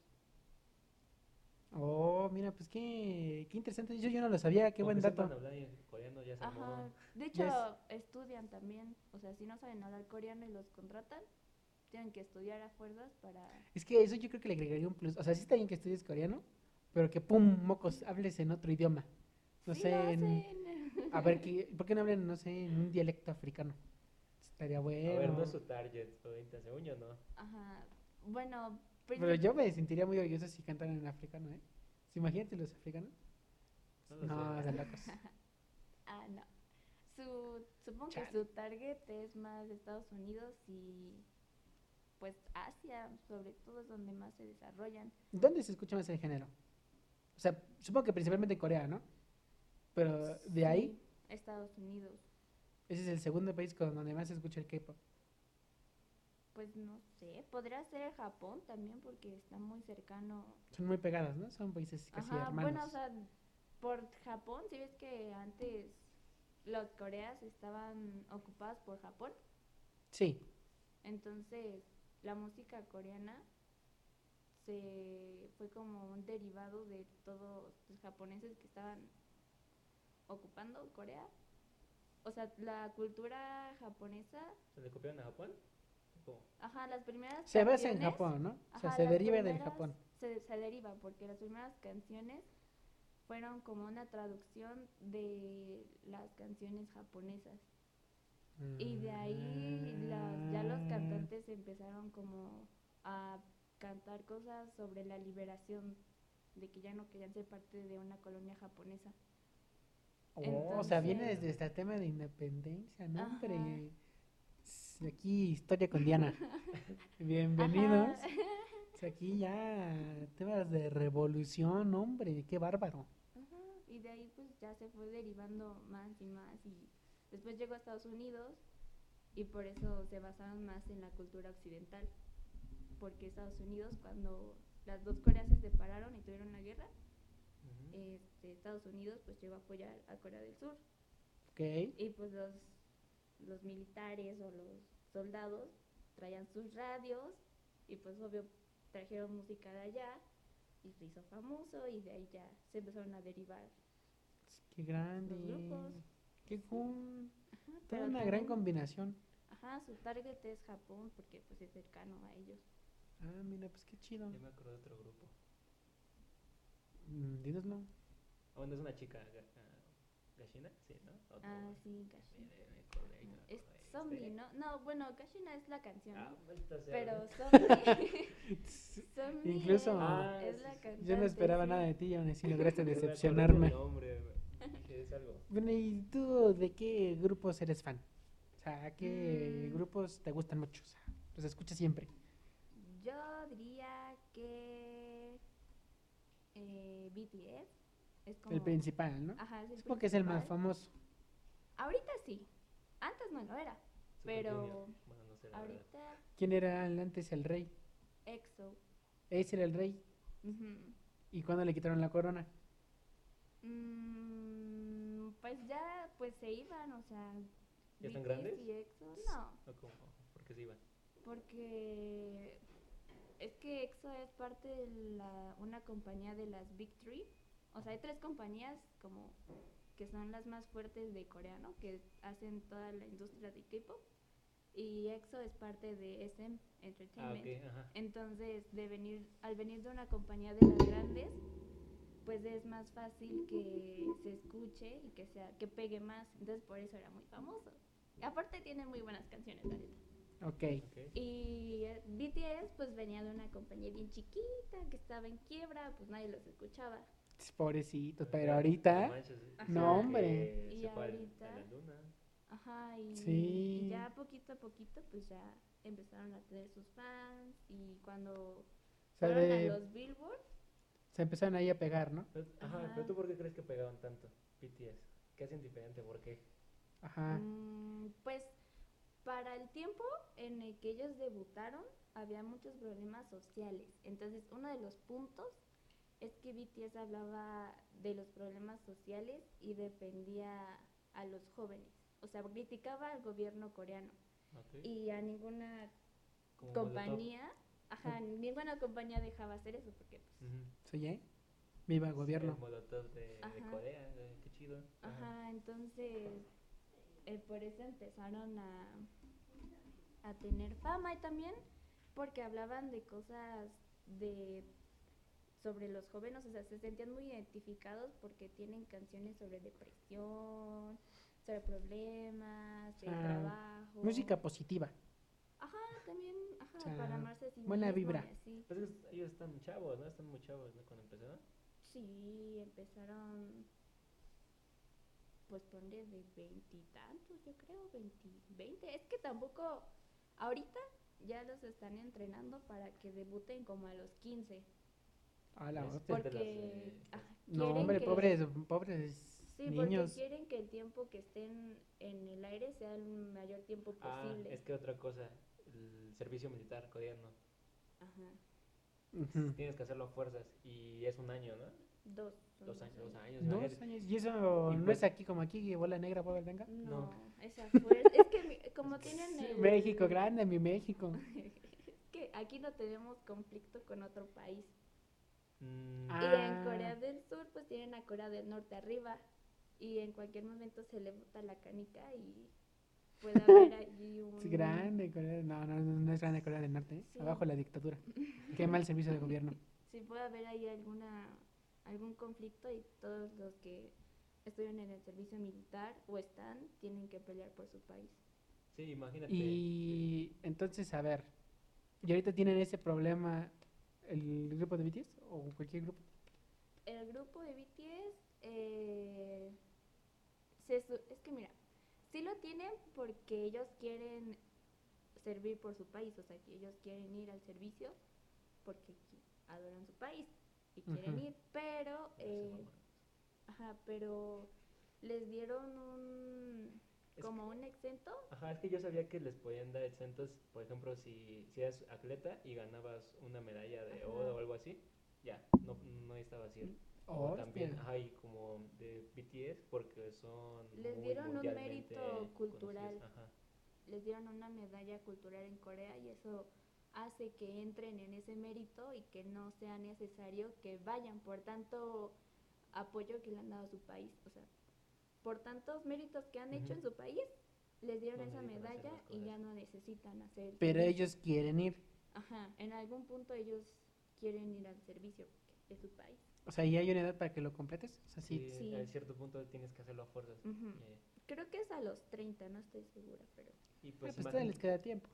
Speaker 1: Oh, mira, pues qué, qué interesante. Yo, yo no lo sabía, qué
Speaker 2: Como
Speaker 1: buen
Speaker 2: que sepan
Speaker 1: dato.
Speaker 2: hablar en coreano ya se
Speaker 3: Ajá.
Speaker 2: armó.
Speaker 3: De hecho,
Speaker 1: Ya
Speaker 3: estudian también. O sea, si no saben hablar coreano y los contratan, tienen que estudiar a fuerzas para.
Speaker 1: Es que eso yo creo que le agregaría un plus. O sea, sí está bien que estudies coreano, pero que pum, mocos, hables en otro idioma. No
Speaker 3: Sí,
Speaker 1: sé,
Speaker 3: lo
Speaker 1: en-
Speaker 3: hacen.
Speaker 1: a ver, ¿qué- ¿por qué no hablan, no sé, en un dialecto africano? Estaría bueno.
Speaker 2: A ver, no es su target, ahorita, según yo no.
Speaker 3: Ajá. Bueno,
Speaker 1: Pero yo me sentiría muy orgulloso si cantaran en africano, ¿eh? Sí, Imagínate los africanos.
Speaker 2: No lo
Speaker 1: No,
Speaker 2: sé.
Speaker 1: están locos.
Speaker 3: Ah, no. Su, supongo
Speaker 1: Chale.
Speaker 3: que su target es más de Estados Unidos y. Pues Asia, sobre todo, es donde más se desarrollan.
Speaker 1: ¿Dónde se escucha más el género? O sea, supongo que principalmente en Corea, ¿no? Pero Ah, de ahí,
Speaker 3: Sí, Estados Unidos.
Speaker 1: ese es el segundo país con donde más se escucha el K-pop.
Speaker 3: Pues no sé, podría ser el Japón también porque está muy cercano.
Speaker 1: Son muy pegadas, ¿no? Son países casi
Speaker 3: Ajá,
Speaker 1: hermanos.
Speaker 3: bueno, o sea, por Japón, si ves que antes los Coreas estaban ocupadas por Japón,
Speaker 1: Sí,
Speaker 3: entonces la música coreana se fue como un derivado de todos los japoneses que estaban ocupando Corea. O sea, la cultura japonesa,
Speaker 2: ¿Se le copiaron a Japón? ¿Cómo?
Speaker 3: ajá, las primeras
Speaker 1: se basa en
Speaker 3: canciones-
Speaker 1: Japón, ¿no? O sea,
Speaker 3: Ajá,
Speaker 1: se
Speaker 3: las
Speaker 1: deriva del
Speaker 3: primeras-
Speaker 1: Japón.
Speaker 3: Se, se deriva, porque las primeras canciones fueron como una traducción de las canciones japonesas. Y de ahí las- ya los
Speaker 1: Ah.
Speaker 3: cantantes empezaron como a cantar cosas sobre la liberación, de que ya no querían ser parte de una colonia japonesa.
Speaker 1: Oh, o sea, viene
Speaker 3: entonces-
Speaker 1: desde este tema de independencia, ¿no?
Speaker 3: Ajá.
Speaker 1: Hombre, S- aquí historia con Diana. Bienvenidos.
Speaker 3: Ajá.
Speaker 1: O sea, Aquí ya temas de revolución, hombre, qué bárbaro.
Speaker 3: Ajá, Y de ahí pues ya se fue derivando más y más y después llegó a Estados Unidos y por eso se basaron más en la cultura occidental. Porque Estados Unidos cuando las dos Coreas se separaron y tuvieron la guerra, este, Estados Unidos pues llegó a apoyar a Corea del Sur.
Speaker 1: Ok.
Speaker 3: Y pues los, los militares o los soldados traían sus radios y pues obvio trajeron música de allá y se hizo famoso y de ahí ya se empezaron a derivar
Speaker 1: Qué grande.
Speaker 3: grupos.
Speaker 1: Qué cool. Toda
Speaker 3: Ah, pero
Speaker 1: una gran
Speaker 3: también-
Speaker 1: combinación.
Speaker 3: Ajá, su target es Japón porque pues es cercano a ellos.
Speaker 1: Ah, mira, pues qué
Speaker 3: Eh,
Speaker 1: chido.
Speaker 2: Ya me acuerdo de otro grupo.
Speaker 1: Mm, Dínoslo.
Speaker 2: Ah, bueno, es una chica. ga- ah, ¿Gashina? Sí, ¿no? O no,
Speaker 3: Ah,
Speaker 2: bueno.
Speaker 3: sí,
Speaker 2: Me-
Speaker 3: Gashina.
Speaker 2: me- me acordé, me acordé,
Speaker 3: Es
Speaker 2: este.
Speaker 3: Zombie, ¿no? No, bueno, Gashina es la canción,
Speaker 2: Ah,
Speaker 3: ¿no?
Speaker 2: maldita sea,
Speaker 3: pero
Speaker 2: ¿verdad?
Speaker 3: Zombie, Zombie
Speaker 1: Incluso-
Speaker 3: es,
Speaker 2: Ah,
Speaker 3: es
Speaker 2: sí,
Speaker 3: la
Speaker 2: sí, sí.
Speaker 3: cantante.
Speaker 1: Yo no esperaba
Speaker 3: sí.
Speaker 1: nada de ti y aún así lograste
Speaker 2: Me acordé del
Speaker 1: decepcionarme.
Speaker 2: nombre, güey. Dije, es algo.
Speaker 1: Bueno, ¿y tú de qué grupos eres fan? O sea, ¿a qué
Speaker 3: Mm.
Speaker 1: grupos te gustan mucho? O sea, los escuchas siempre.
Speaker 3: Yo diría que eh, BTS es como...
Speaker 1: El principal, ¿no?
Speaker 3: Ajá, es Ah, el
Speaker 1: Supongo que es el más
Speaker 3: principal.
Speaker 1: famoso.
Speaker 3: Ahorita sí, antes no lo era.
Speaker 2: Super
Speaker 3: Pero-
Speaker 2: Junior. Bueno, no sé la verdad.
Speaker 3: Ahorita
Speaker 1: ¿Quién era el- antes el rey?
Speaker 3: EXO.
Speaker 1: Ese era el rey.
Speaker 3: Ujú.
Speaker 1: ¿Y cuándo le quitaron la corona?
Speaker 3: Mm, pues ya, pues se iban, o sea.
Speaker 2: ¿Ya están
Speaker 3: BTS
Speaker 2: grandes?
Speaker 3: y EXO, no,
Speaker 2: No, como, porque se iban.
Speaker 3: porque es que EXO es parte de la, una compañía de las Big Three. O sea, hay tres compañías como que son las más fuertes de Corea, ¿no? Que hacen toda la industria de K-pop. Y EXO es parte de SM
Speaker 2: Ah,
Speaker 3: Entertainment.
Speaker 2: ok, ajá.
Speaker 3: Entonces, de venir, al venir de una compañía de las grandes, pues es más fácil que se escuche y que sea que pegue más. Entonces, por eso era muy famoso. Y aparte tiene muy buenas canciones, la neta.
Speaker 1: Ok.
Speaker 2: ok.
Speaker 3: Y eh, BTS pues venía de una compañía bien chiquita que estaba en quiebra, pues nadie los escuchaba.
Speaker 1: Tss, Pobrecitos, pero
Speaker 2: Ya, no
Speaker 1: ahorita...
Speaker 2: manches, es
Speaker 3: Ajá.
Speaker 2: como
Speaker 1: No, hombre.
Speaker 2: que
Speaker 3: Y
Speaker 2: se fue al-
Speaker 3: ahorita-
Speaker 2: a la luna.
Speaker 3: Ajá, y,
Speaker 1: Sí.
Speaker 3: y ya poquito a poquito pues ya empezaron a tener sus fans y cuando
Speaker 1: O sea,
Speaker 3: fueron
Speaker 1: de-
Speaker 3: a los Billboard,
Speaker 1: se empezaron ahí a pegar, ¿no?
Speaker 2: Pero- Ajá,
Speaker 3: Ajá.
Speaker 2: pero tú por qué crees que pegaban tanto BTS? ¿Qué hacen diferente? ¿Por qué?
Speaker 1: Ajá.
Speaker 3: Mm, Pues para el tiempo en el que ellos debutaron había muchos problemas sociales. Entonces uno de los puntos es que BTS hablaba de los problemas sociales y defendía a los jóvenes. O sea, criticaba al gobierno coreano
Speaker 2: Ok.
Speaker 3: y a ninguna
Speaker 2: Como
Speaker 3: compañía, ajá, ninguna compañía dejaba hacer eso porque pues,
Speaker 2: Molotov. Ujú.
Speaker 1: Soy ¿eh? Viva
Speaker 2: El
Speaker 1: gobierno.
Speaker 2: Molotov de, de
Speaker 3: Ajá.
Speaker 2: Corea, eh, qué chido. Ajá.
Speaker 3: Ajá, entonces eh, por eso empezaron a, a tener fama y también porque hablaban de cosas de sobre los jóvenes, o sea, se sentían muy identificados porque tienen canciones sobre depresión, sobre problemas, de
Speaker 1: Ah,
Speaker 3: trabajo.
Speaker 1: Música positiva.
Speaker 3: Ajá, también, ajá,
Speaker 1: sea,
Speaker 3: para amarse a sí
Speaker 1: buena
Speaker 3: mismo y
Speaker 1: vibra.
Speaker 3: así.
Speaker 2: Pues es que ellos están chavos, ¿no? Están muy chavos, ¿no? Cuando empezaron.
Speaker 3: Sí, empezaron pues ponle de veintitantos, yo creo, veinti, veinte. Es que tampoco, ahorita ya los están entrenando para que debuten como a los quince.
Speaker 1: A la
Speaker 2: Es-
Speaker 1: hostia.
Speaker 2: Desde los,
Speaker 3: Porque,
Speaker 2: eh,
Speaker 3: ah,
Speaker 1: pues, No,
Speaker 3: quieren
Speaker 1: hombre,
Speaker 3: que-
Speaker 1: pobres, pobres
Speaker 3: Sí, porque
Speaker 1: niños.
Speaker 3: quieren que el tiempo que estén en el aire sea el mayor tiempo
Speaker 2: Ah,
Speaker 3: posible.
Speaker 2: es que otra cosa, el servicio militar coreano.
Speaker 3: Ajá.
Speaker 1: Ujú.
Speaker 2: Tienes que hacerlo a fuerzas y es un año, ¿no?
Speaker 3: Dos. son
Speaker 2: Dos años, dos años.
Speaker 1: Dos
Speaker 2: imagínate.
Speaker 1: años. Y eso
Speaker 2: Y
Speaker 1: no
Speaker 2: pues-
Speaker 1: es aquí como aquí, bola negra, bola blanca.
Speaker 3: No,
Speaker 2: No.
Speaker 3: esa fuerza. es que mi- como tienen el...
Speaker 1: México, grande, mi México.
Speaker 3: Es que aquí no tenemos conflicto con otro país.
Speaker 2: Mm,
Speaker 1: Ah.
Speaker 3: Y en Corea del Sur, pues tienen a Corea del Norte arriba. Y en cualquier momento se le bota la canica y puede haber allí un.
Speaker 1: Es grande Corea. No, no, no no es grande Corea del Norte. ¿eh?
Speaker 3: Sí.
Speaker 1: Abajo la dictadura. Qué mal servicio de gobierno.
Speaker 3: Sí, puede haber ahí alguna, algún conflicto y todos los que estuvieron en el servicio militar o están tienen que pelear por su país.
Speaker 2: Sí, imagínate.
Speaker 1: Y entonces, a ver. ¿Y ahorita tienen ese problema el grupo de BTS o cualquier grupo?
Speaker 3: El grupo de BTS, eh, se su- es que mira, sí lo tienen porque ellos quieren servir por su país, o sea, que ellos quieren ir al servicio porque qui- adoran su país y quieren
Speaker 1: Ujú.
Speaker 3: ir, pero,
Speaker 2: Gracias,
Speaker 3: eh,
Speaker 2: mamá.
Speaker 3: ajá, pero les dieron un,
Speaker 2: Es
Speaker 3: como un exento,
Speaker 2: Ajá, es que yo sabía que les podían dar exentos, por ejemplo, si, si eras atleta y ganabas una medalla de
Speaker 3: Ajá.
Speaker 2: oro o algo así, ya, no, no estaba así. O
Speaker 1: Hostia.
Speaker 2: también, ajá, y como de BTS, porque son.
Speaker 3: Les
Speaker 2: muy
Speaker 3: dieron un
Speaker 2: mundialmente
Speaker 3: mérito cultural.
Speaker 2: conocidos, Ajá.
Speaker 3: les dieron una medalla cultural en Corea y eso hace que entren en ese mérito y que no sea necesario que vayan por tanto apoyo que le han dado a su país, o sea, por tantos méritos que han hecho
Speaker 2: Ujú.
Speaker 3: en su país, les dieron
Speaker 2: No
Speaker 3: esa
Speaker 2: necesitan hacer
Speaker 3: medalla
Speaker 2: las
Speaker 3: y ya
Speaker 2: cosas.
Speaker 3: no necesitan hacer. el
Speaker 1: Pero
Speaker 3: servicio.
Speaker 1: ellos quieren ir.
Speaker 3: Ajá, en algún punto ellos quieren ir al servicio porque es su país.
Speaker 1: O sea, ¿y hay una edad para que lo completes? O sea, sí.
Speaker 2: Sí,
Speaker 3: Sí. Mm.
Speaker 2: a cierto punto tienes que hacerlo a fuerzas.
Speaker 3: Ujú.
Speaker 2: eh,
Speaker 3: Creo que es a los 30, no estoy segura, pero...
Speaker 2: y
Speaker 1: Ah, Pues,
Speaker 2: pues,
Speaker 1: todavía
Speaker 2: imagín-
Speaker 1: les queda tiempo.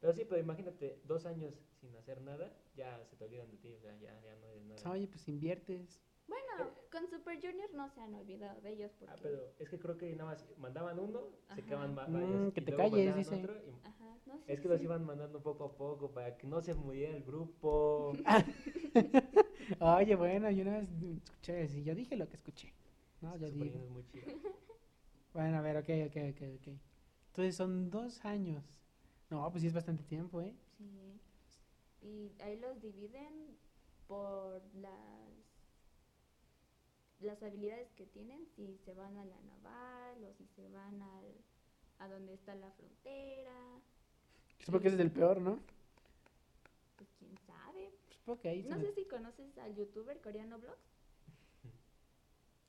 Speaker 2: Pero sí, pero imagínate, dos años sin hacer nada, ya se te olvidan de ti, o sea, ya, ya no eres nada.
Speaker 1: Oye, pues inviertes.
Speaker 3: Bueno, con Super Junior no se han olvidado de ellos porque...
Speaker 2: Ah, pero es que creo que nada más mandaban uno, se
Speaker 3: Ajá. Ah,
Speaker 2: quedaban va-
Speaker 1: Mm,
Speaker 2: varios.
Speaker 1: que
Speaker 2: y
Speaker 1: te
Speaker 2: luego
Speaker 1: calles,
Speaker 2: mandaban
Speaker 1: dice.
Speaker 2: otro y-
Speaker 3: Ajá, no sé.
Speaker 2: Es que los iban mandando poco a poco para que no se muriera el grupo.
Speaker 1: Ah, Oye, bueno, yo una vez escuché eso y yo dije lo que escuché. No,
Speaker 2: Es
Speaker 1: yo
Speaker 2: que Super
Speaker 1: digo.
Speaker 2: Junior es muy chido.
Speaker 1: Bueno, a ver, ok, ok, ok, ok. Entonces son dos años. No, pues sí es bastante tiempo, ¿eh?
Speaker 3: Sí. Y ahí los dividen por las las habilidades que tienen, si se van a la naval o si se van al, a donde está la frontera,
Speaker 1: Supongo que ese es el peor, ¿no?
Speaker 3: pues quién sabe.
Speaker 1: Supongo que ahí se
Speaker 3: No
Speaker 1: me-
Speaker 3: sé si conoces al youtuber coreano Vlogs.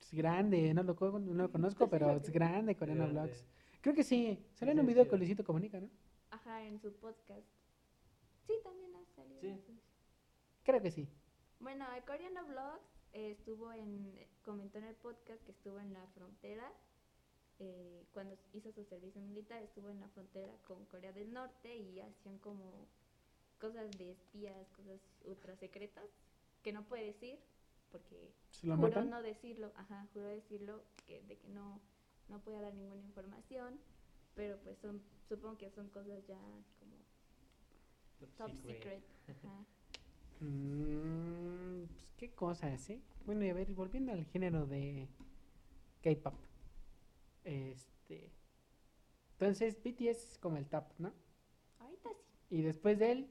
Speaker 1: es grande, no lo, co- no lo conozco, pero es grande Coreano
Speaker 2: Grande.
Speaker 1: Vlogs. Creo que sí, salió en
Speaker 2: sí,
Speaker 1: un video
Speaker 2: sí.
Speaker 1: con Luisito Comunica, ¿no?
Speaker 3: Ajá, en su podcast. Sí, también ha salido.
Speaker 2: Sí.
Speaker 3: en sus-
Speaker 1: Creo que sí.
Speaker 3: Bueno, el coreano Vlogs eh, estuvo en, comentó en el podcast que estuvo en la frontera, eh, cuando hizo su servicio militar, estuvo en la frontera con Corea del Norte y hacían como cosas de espías, cosas ultra secretas que no puede decir porque
Speaker 1: ¿Se lo
Speaker 3: juró
Speaker 1: matan?
Speaker 3: no decirlo, ajá, juró decirlo que, de que no, no podía dar ninguna información, pero pues son, supongo que son cosas ya como top secret. ajá.
Speaker 1: Mm, pues qué cosas, ¿eh? Bueno, y a ver, volviendo al género de K-pop. Este. Entonces, BTS es como el top, ¿no?
Speaker 3: Ahorita sí.
Speaker 1: Y después de él,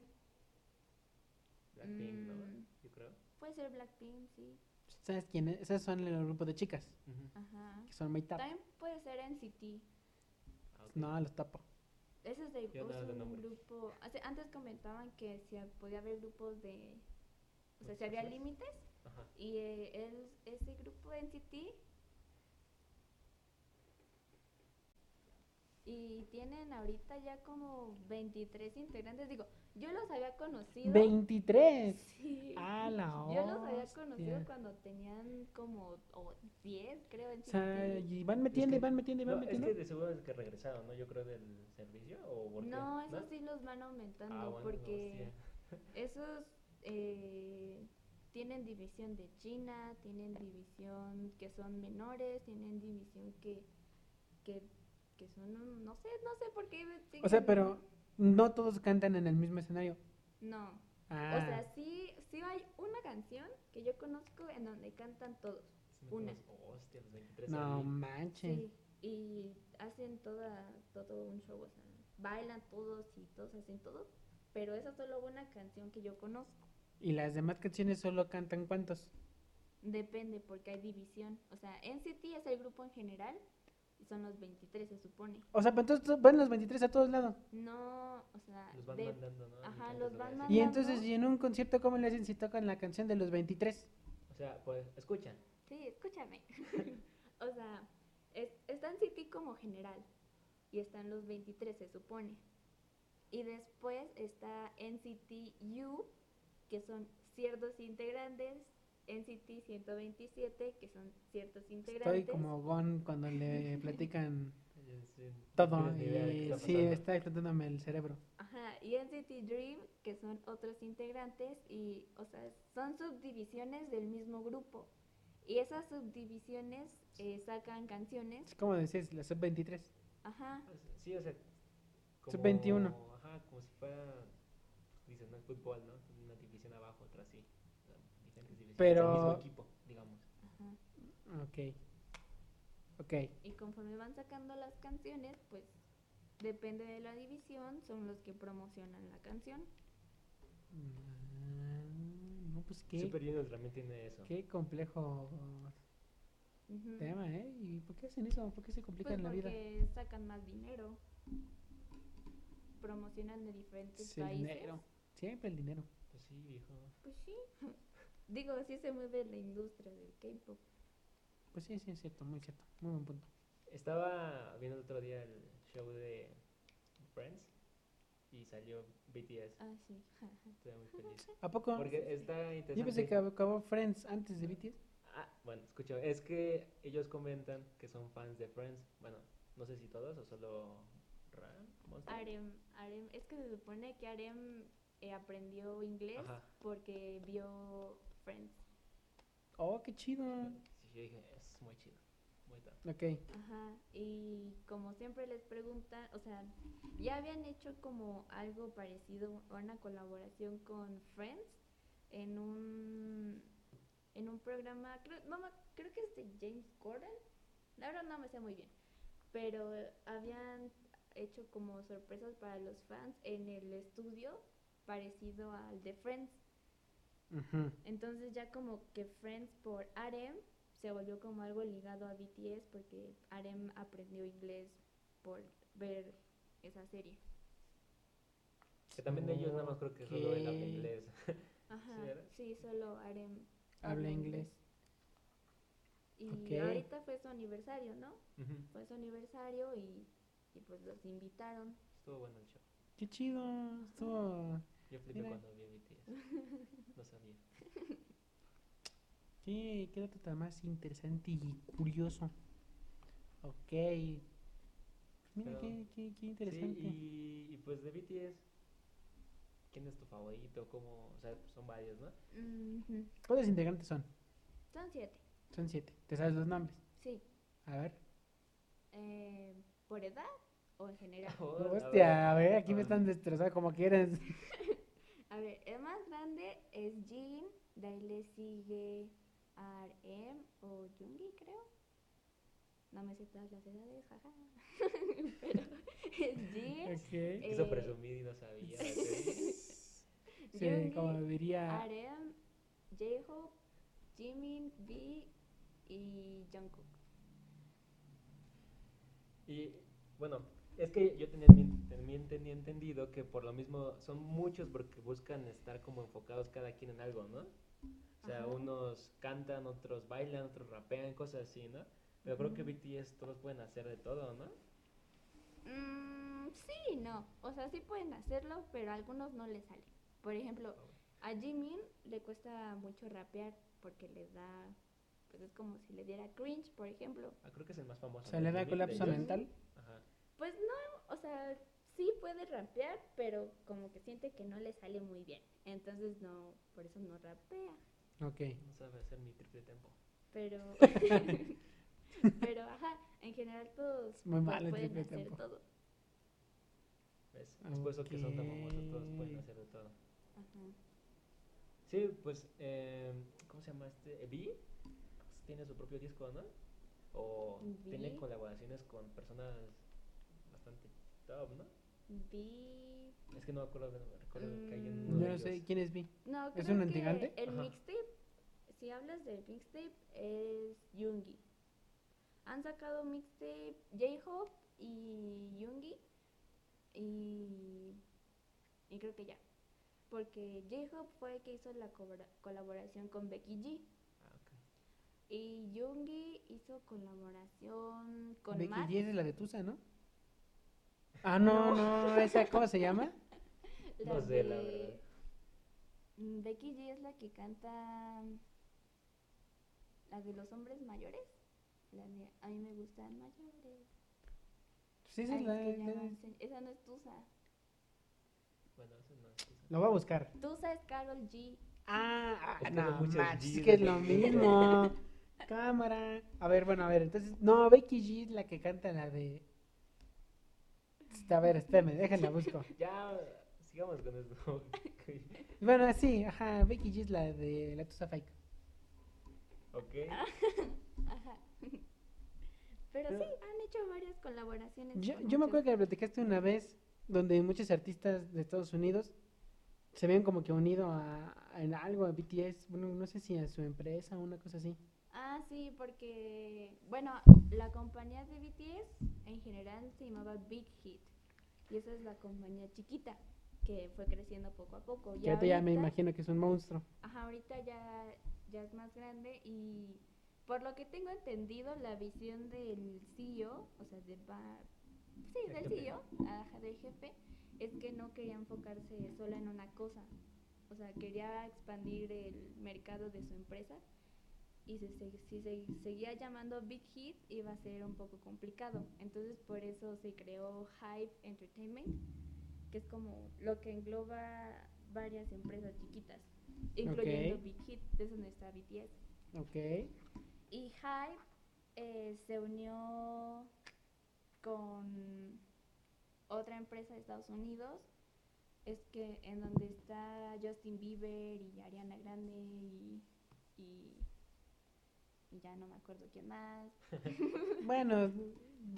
Speaker 2: Blackpink, ¿no?
Speaker 3: Mm.
Speaker 2: Yo creo.
Speaker 3: Puede ser Blackpink, sí.
Speaker 1: ¿sabes quién es? Esos son el grupo de chicas,
Speaker 2: Ujú.
Speaker 3: Ajá.
Speaker 1: que son muy top.
Speaker 3: También puede ser NCT.
Speaker 2: Ah, ok.
Speaker 1: No, los tapo.
Speaker 3: Ese es, de,
Speaker 2: Yo no
Speaker 3: es
Speaker 2: hablo
Speaker 3: un
Speaker 2: nombres.
Speaker 3: grupo. hace- antes comentaban que si ha- podía haber grupos de. O sea, si había
Speaker 2: Muchas.
Speaker 3: límites.
Speaker 2: Ajá.
Speaker 3: Y eh, el- ese grupo de NCT. Y tienen ahorita ya como 23 integrantes. Digo, yo los había conocido.
Speaker 1: ¡23!
Speaker 3: Sí.
Speaker 1: ¡A la hora!
Speaker 3: Yo los había conocido cuando tenían como o 10, creo, en
Speaker 1: O sea,
Speaker 3: NCT.
Speaker 1: y van metiendo, y
Speaker 2: que-
Speaker 1: van metiendo, y van
Speaker 2: No, es
Speaker 1: metiendo.
Speaker 2: que de seguro es que regresaron, ¿no? Yo creo del servicio o por qué,
Speaker 3: No, eso
Speaker 2: ¿no?
Speaker 3: sí los van aumentando
Speaker 2: Ah, bueno,
Speaker 3: porque.
Speaker 2: hostia.
Speaker 3: Esos eh, tienen división de China, tienen división que son menores, tienen división que, que, que son, un- no sé, no sé por qué.
Speaker 1: O sea,
Speaker 3: siguen-
Speaker 1: pero no todos cantan en el mismo escenario.
Speaker 3: No,
Speaker 1: Ah,
Speaker 3: o sea, sí, sí hay una canción que yo conozco en donde cantan todos.
Speaker 2: Sí me
Speaker 3: una.
Speaker 2: acuerdo, Hostia, los 23
Speaker 1: no
Speaker 2: ahí.
Speaker 1: manches.
Speaker 3: Sí. Y hacen toda, todo un show, o sea, bailan todos y todos hacen todo, pero esa es solo una canción que yo conozco.
Speaker 1: Y las demás canciones solo cantan cuántos.
Speaker 3: Depende porque hay división. O sea, NCT es el grupo en general y son los 23 se supone.
Speaker 1: O sea, pero entonces to- van los 23 a todos lados.
Speaker 3: No, o sea,
Speaker 2: Ah, Los van
Speaker 3: de-
Speaker 2: mandando, ¿no? En
Speaker 3: ajá,
Speaker 2: diferentes
Speaker 3: los van
Speaker 2: lugares.
Speaker 1: Y
Speaker 3: Ajá,
Speaker 1: entonces,
Speaker 3: ¿no?
Speaker 1: ¿y en un concierto cómo le hacen si tocan la canción de los 23?
Speaker 2: O sea, pues, escucha.
Speaker 3: sí, escúchame. o sea, es, está NCT como general y están los 23 se supone. Y después está NCT U, que son ciertos integrantes, NCT 127, que son ciertos integrantes.
Speaker 1: Estoy como Gon cuando le platican
Speaker 2: yo sí, no
Speaker 1: todo.
Speaker 2: tengo ni idea de qué
Speaker 1: Y
Speaker 2: está
Speaker 1: sí,
Speaker 2: pasando.
Speaker 1: está explotándome el cerebro.
Speaker 3: Ajá, y NCT Dream, que son otros integrantes, y, o sea, son subdivisiones del mismo grupo. Y esas subdivisiones eh, sacan canciones.
Speaker 1: Es como decías, la sub-23.
Speaker 3: Ajá,
Speaker 2: Pues, Sí, o sea,
Speaker 1: Sub 21.
Speaker 2: Ajá, como si fuera, dicen, no es fútbol, ¿no? Una división abajo, otra así. o sea, diferentes divisiones,
Speaker 1: Pero-
Speaker 2: El mismo equipo, digamos.
Speaker 3: ajá.
Speaker 1: Ok. Ok.
Speaker 3: Y conforme van sacando las canciones, pues depende de la división, son los que promocionan la canción.
Speaker 1: Mm, No, pues qué,
Speaker 2: Super Junior también tiene eso.
Speaker 1: qué complejo
Speaker 3: Ujú.
Speaker 1: tema, ¿eh? ¿Y por qué hacen eso? ¿Por qué se
Speaker 3: Pues
Speaker 1: complican la vida?
Speaker 3: porque sacan más dinero, promocionan de diferentes
Speaker 1: Es el
Speaker 3: pues, países.
Speaker 1: dinero. Siempre el dinero.
Speaker 2: Pues sí, viejo.
Speaker 3: Pues sí. Digo, sí se mueve la industria del K-pop.
Speaker 1: Pues sí, sí, es cierto, muy cierto. Muy buen punto.
Speaker 2: Estaba viendo el otro día el show de Friends y salió BTS.
Speaker 3: Ah, sí.
Speaker 2: Estoy muy feliz.
Speaker 1: ¿A poco?
Speaker 2: Porque está interesante.
Speaker 1: Yo pensé que acabó Friends antes de BTS.
Speaker 2: Ah, bueno, escucha, es que ellos comentan que son fans de Friends. Bueno, no sé si todos o solo Ram. Monster.
Speaker 3: Arem, Arem, es que se supone que Arem eh, aprendió inglés
Speaker 2: Ajá.
Speaker 3: porque vio Friends.
Speaker 1: Oh, qué chido.
Speaker 2: Sí, yo dije, es muy chido. Muy top.
Speaker 1: Ok.
Speaker 3: Ajá. Y como siempre les preguntan, o sea, ya habían hecho como algo parecido a una colaboración con Friends en un en un programa, creo, no me- creo que es de James Corden. La verdad no me sé muy bien, pero habían hecho como sorpresas para los fans en el estudio parecido al de Friends.
Speaker 1: Ujú.
Speaker 3: Entonces ya como que Friends por Arem se volvió como algo ligado a BTS porque Arem aprendió inglés por ver esa serie.
Speaker 2: Que también ellos nada más creo que solo ven habla
Speaker 1: Ok.
Speaker 2: inglés.
Speaker 3: Ajá.
Speaker 2: ¿Sí era?
Speaker 3: Sí, solo Arem
Speaker 1: Habla inglés.
Speaker 3: Y
Speaker 1: Ok.
Speaker 3: ahorita fue su aniversario, ¿no? Fue su aniversario y, y pues los invitaron.
Speaker 2: Estuvo bueno el show.
Speaker 1: Qué chido. Estuvo.
Speaker 2: Yo flipé
Speaker 1: Mira.
Speaker 2: cuando vi BTS. No sabía.
Speaker 1: Qué, qué dato tan más interesante y curioso. Ok. Pues Mira,
Speaker 2: Pero-
Speaker 1: qué, qué, qué interesante.
Speaker 2: Sí, y, y pues de BTS, ¿quién es tu favorito? ¿Cómo? O sea, son varios, ¿no?
Speaker 3: Ujú.
Speaker 1: ¿Cuántos integrantes son?
Speaker 3: Son siete.
Speaker 1: Son siete. ¿Te sabes los nombres?
Speaker 3: Sí.
Speaker 1: A ver.
Speaker 3: Eh, ¿Por edad o en general?
Speaker 2: Oh, la
Speaker 1: Hostia,
Speaker 2: verdad.
Speaker 1: a ver, aquí
Speaker 2: Ah,
Speaker 1: me están destrozando como quieras.
Speaker 3: A ver, el más grande es Jin, de ahí le sigue RM o Jungi, creo. No me sé todas las edades, jaja. Pero es
Speaker 1: Ok.
Speaker 3: Jin,
Speaker 2: Quiso
Speaker 3: eh,
Speaker 2: presumir y no sabía. ¿sí?
Speaker 1: Sí, como
Speaker 3: Yoongi,
Speaker 1: diría.
Speaker 3: RM, J-Hope, Jimin, V y Jungkook.
Speaker 2: Y bueno, es que yo tenía, en mi- también tenía entendido que por lo mismo son muchos porque buscan estar como enfocados cada quien en algo, ¿no? O sea,
Speaker 3: Ajá.
Speaker 2: unos cantan, otros bailan, otros rapean, cosas así, ¿no? Pero creo que
Speaker 3: Ujú.
Speaker 2: BTS todos pueden hacer de todo, ¿no?
Speaker 3: Mm, sí, y no. O sea, sí pueden hacerlo, pero a algunos no les sale. Por ejemplo, a Jimin le cuesta mucho rapear porque le da. Pues es como si le diera cringe, por ejemplo.
Speaker 2: Ah, creo que es el más famoso.
Speaker 1: O sea,
Speaker 2: ¿no?
Speaker 1: le da
Speaker 2: Jimin, de
Speaker 1: colapso
Speaker 2: ellos.
Speaker 1: mental.
Speaker 2: Ajá.
Speaker 3: Pues no, o sea, sí puede rapear, pero como que siente que no le sale muy bien. Entonces no, por eso no rapea.
Speaker 1: Ok.
Speaker 2: No sabe hacer mi triple tempo.
Speaker 3: Pero, pero ajá, en general todos
Speaker 1: muy
Speaker 3: pu-
Speaker 1: malo el
Speaker 3: pueden
Speaker 1: triple
Speaker 3: hacer
Speaker 1: tempo.
Speaker 3: todo.
Speaker 2: ¿Ves? Es por eso que son tan famosos, todos pueden
Speaker 1: Ok.
Speaker 2: hacer de todo.
Speaker 3: Ajá.
Speaker 2: Sí, pues, eh,
Speaker 4: em,
Speaker 2: ¿cómo se llama este? Eh, ¿Vi?
Speaker 4: pues,
Speaker 2: Tiene su propio disco, ¿no? O tiene
Speaker 3: Vi.
Speaker 2: colaboraciones con personas bastante top, ¿no?
Speaker 3: Vi.
Speaker 4: Es que no me acuerdo de nombre, recuerdo que hay
Speaker 3: Mm,
Speaker 4: en uno
Speaker 1: Yo
Speaker 4: de
Speaker 1: no
Speaker 4: ellos.
Speaker 1: sé quién es Vi.
Speaker 3: No,
Speaker 1: ¿Es
Speaker 3: creo
Speaker 1: un
Speaker 3: que
Speaker 1: antigante?
Speaker 3: El
Speaker 4: Ajá.
Speaker 3: mixtape, si hablas del mixtape, es Yungi. Han sacado mixtape J-Hope y Yungi. Y, y creo que ya. Porque J-Hope fue el que hizo la cobra- colaboración con Becky G.
Speaker 4: Ah, ok.
Speaker 3: Y Yungi hizo colaboración con
Speaker 1: Becky
Speaker 3: Matt.
Speaker 1: G es la de Tusa, ¿no? Ah, no, no, esa, ¿cómo se llama?
Speaker 4: No sé, la verdad.
Speaker 3: Mm, Becky G es la que canta la de los hombres mayores. La de a mí me gustan mayores.
Speaker 1: Sí, esa
Speaker 3: Ay,
Speaker 1: es
Speaker 3: es
Speaker 1: la,
Speaker 3: que ya
Speaker 1: la-
Speaker 3: van se- esa no es Tusa.
Speaker 4: Bueno, eso no es cosa.
Speaker 1: Lo voy a buscar.
Speaker 3: Tusa es Carol G.
Speaker 1: Ah,
Speaker 4: Es que son
Speaker 1: no,
Speaker 4: muchas
Speaker 1: manches,
Speaker 4: Gs
Speaker 1: es que es
Speaker 4: de
Speaker 1: lo
Speaker 4: Becky G.
Speaker 1: mismo. Cámara. A ver, bueno, a ver, entonces, no, Becky G es la que canta la de... A ver, espérame, déjenla, busco.
Speaker 4: Ya, sigamos con esto. ok.
Speaker 1: Bueno, sí, ajá, Becky G es la de la Tusa Fake.
Speaker 4: Ok.
Speaker 3: Ajá. Pero
Speaker 4: Pero-
Speaker 3: sí, han hecho varias colaboraciones.
Speaker 1: Yo,
Speaker 3: con
Speaker 1: yo me
Speaker 3: muchos-
Speaker 1: acuerdo que platicaste una vez donde muchos artistas de Estados Unidos se habían como que unido a, a- en algo, a BTS, bueno, no sé si a su empresa o una cosa así.
Speaker 3: Ah, sí, porque, bueno, la compañía de BTS en general se llamaba Big Hit. Y esa es la compañía chiquita que fue creciendo poco a poco.
Speaker 1: Que ahorita ya me
Speaker 3: ahorita-
Speaker 1: imagino que es un monstruo.
Speaker 3: Ajá, ahorita ya, ya es más grande y por lo que tengo entendido, la visión del CEO, o sea, de Ba- sí,
Speaker 4: El
Speaker 3: del
Speaker 4: jefe.
Speaker 3: CEO, ajá, del jefe, es que no quería enfocarse solo en una cosa. O sea, quería expandir el mercado de su empresa y se- se- si se seguía llamando Big Hit iba a ser un poco complicado. Entonces por eso se creó Hype Entertainment, que es como lo que engloba varias empresas chiquitas, incluyendo
Speaker 1: Ok.
Speaker 3: Big Hit, de eso no está BTS.
Speaker 1: Ok.
Speaker 3: Y Hype eh, se unió con otra empresa de Estados Unidos, es que en donde está Justin Bieber y Ariana Grande y, y, y ya no me acuerdo quién más.
Speaker 1: Bueno, son,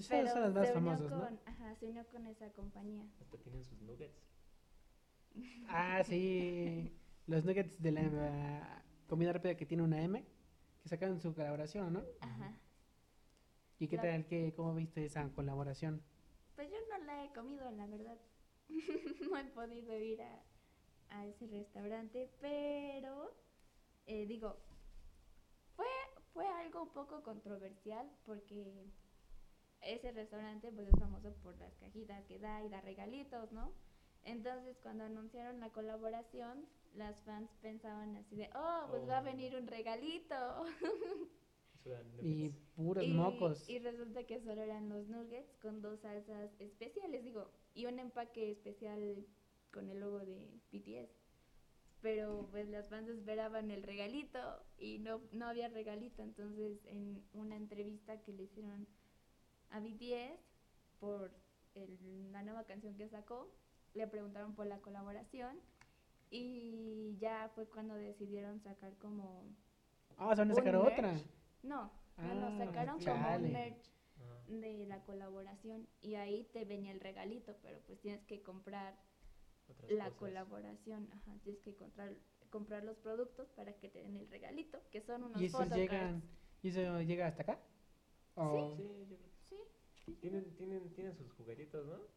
Speaker 3: pero
Speaker 1: son los más
Speaker 3: se unió
Speaker 1: famosos,
Speaker 3: con,
Speaker 1: ¿no?
Speaker 3: ajá, se unió con esa compañía.
Speaker 4: Hasta tienen sus nuggets.
Speaker 1: Ah, sí. Los nuggets de la ah, comida rápida que tiene una M, que sacaron su colaboración, ¿no?
Speaker 3: Ajá.
Speaker 1: ¿Y qué
Speaker 3: Claro.
Speaker 1: tal? Qué, ¿Cómo viste esa colaboración?
Speaker 3: Pues yo no la he comido, la verdad. no he podido ir a, a ese restaurante, pero eh, digo, fue, fue algo un poco controversial porque ese restaurante pues es famoso por las cajitas que da y da regalitos, ¿no? Entonces cuando anunciaron la colaboración, las fans pensaban así de, oh, pues va a
Speaker 4: Oh.
Speaker 3: venir un regalito.
Speaker 4: Sudan
Speaker 1: Y
Speaker 4: nuggets.
Speaker 1: puros mocos.
Speaker 3: y resulta que solo eran los nuggets con dos salsas especiales, digo, y un empaque especial con el logo de BTS. Pero pues las fans esperaban el regalito y no, no había regalito. Entonces en una entrevista que le hicieron a BTS por el- la nueva canción que sacó, le preguntaron por la colaboración y ya fue cuando decidieron sacar como...
Speaker 1: Ah, se van a
Speaker 3: un
Speaker 1: sacar
Speaker 3: merch.
Speaker 1: otra.
Speaker 3: No, no, no,
Speaker 1: Ah,
Speaker 3: sacaron como
Speaker 1: chale.
Speaker 3: un merch
Speaker 4: Ah,
Speaker 3: de la colaboración y ahí te venía el regalito, pero pues tienes que comprar
Speaker 4: otras
Speaker 3: la
Speaker 4: cosas.
Speaker 3: colaboración, ajá, tienes que comprar, comprar los productos para que te den el regalito, que son unos
Speaker 1: ¿Y eso
Speaker 3: photocards.
Speaker 1: llegan, y eso llega hasta acá? Oh. ¿O-
Speaker 4: Sí, yo creo que
Speaker 3: Sí,
Speaker 4: sí. Tienen, tienen, tienen sus juguetitos, ¿no? O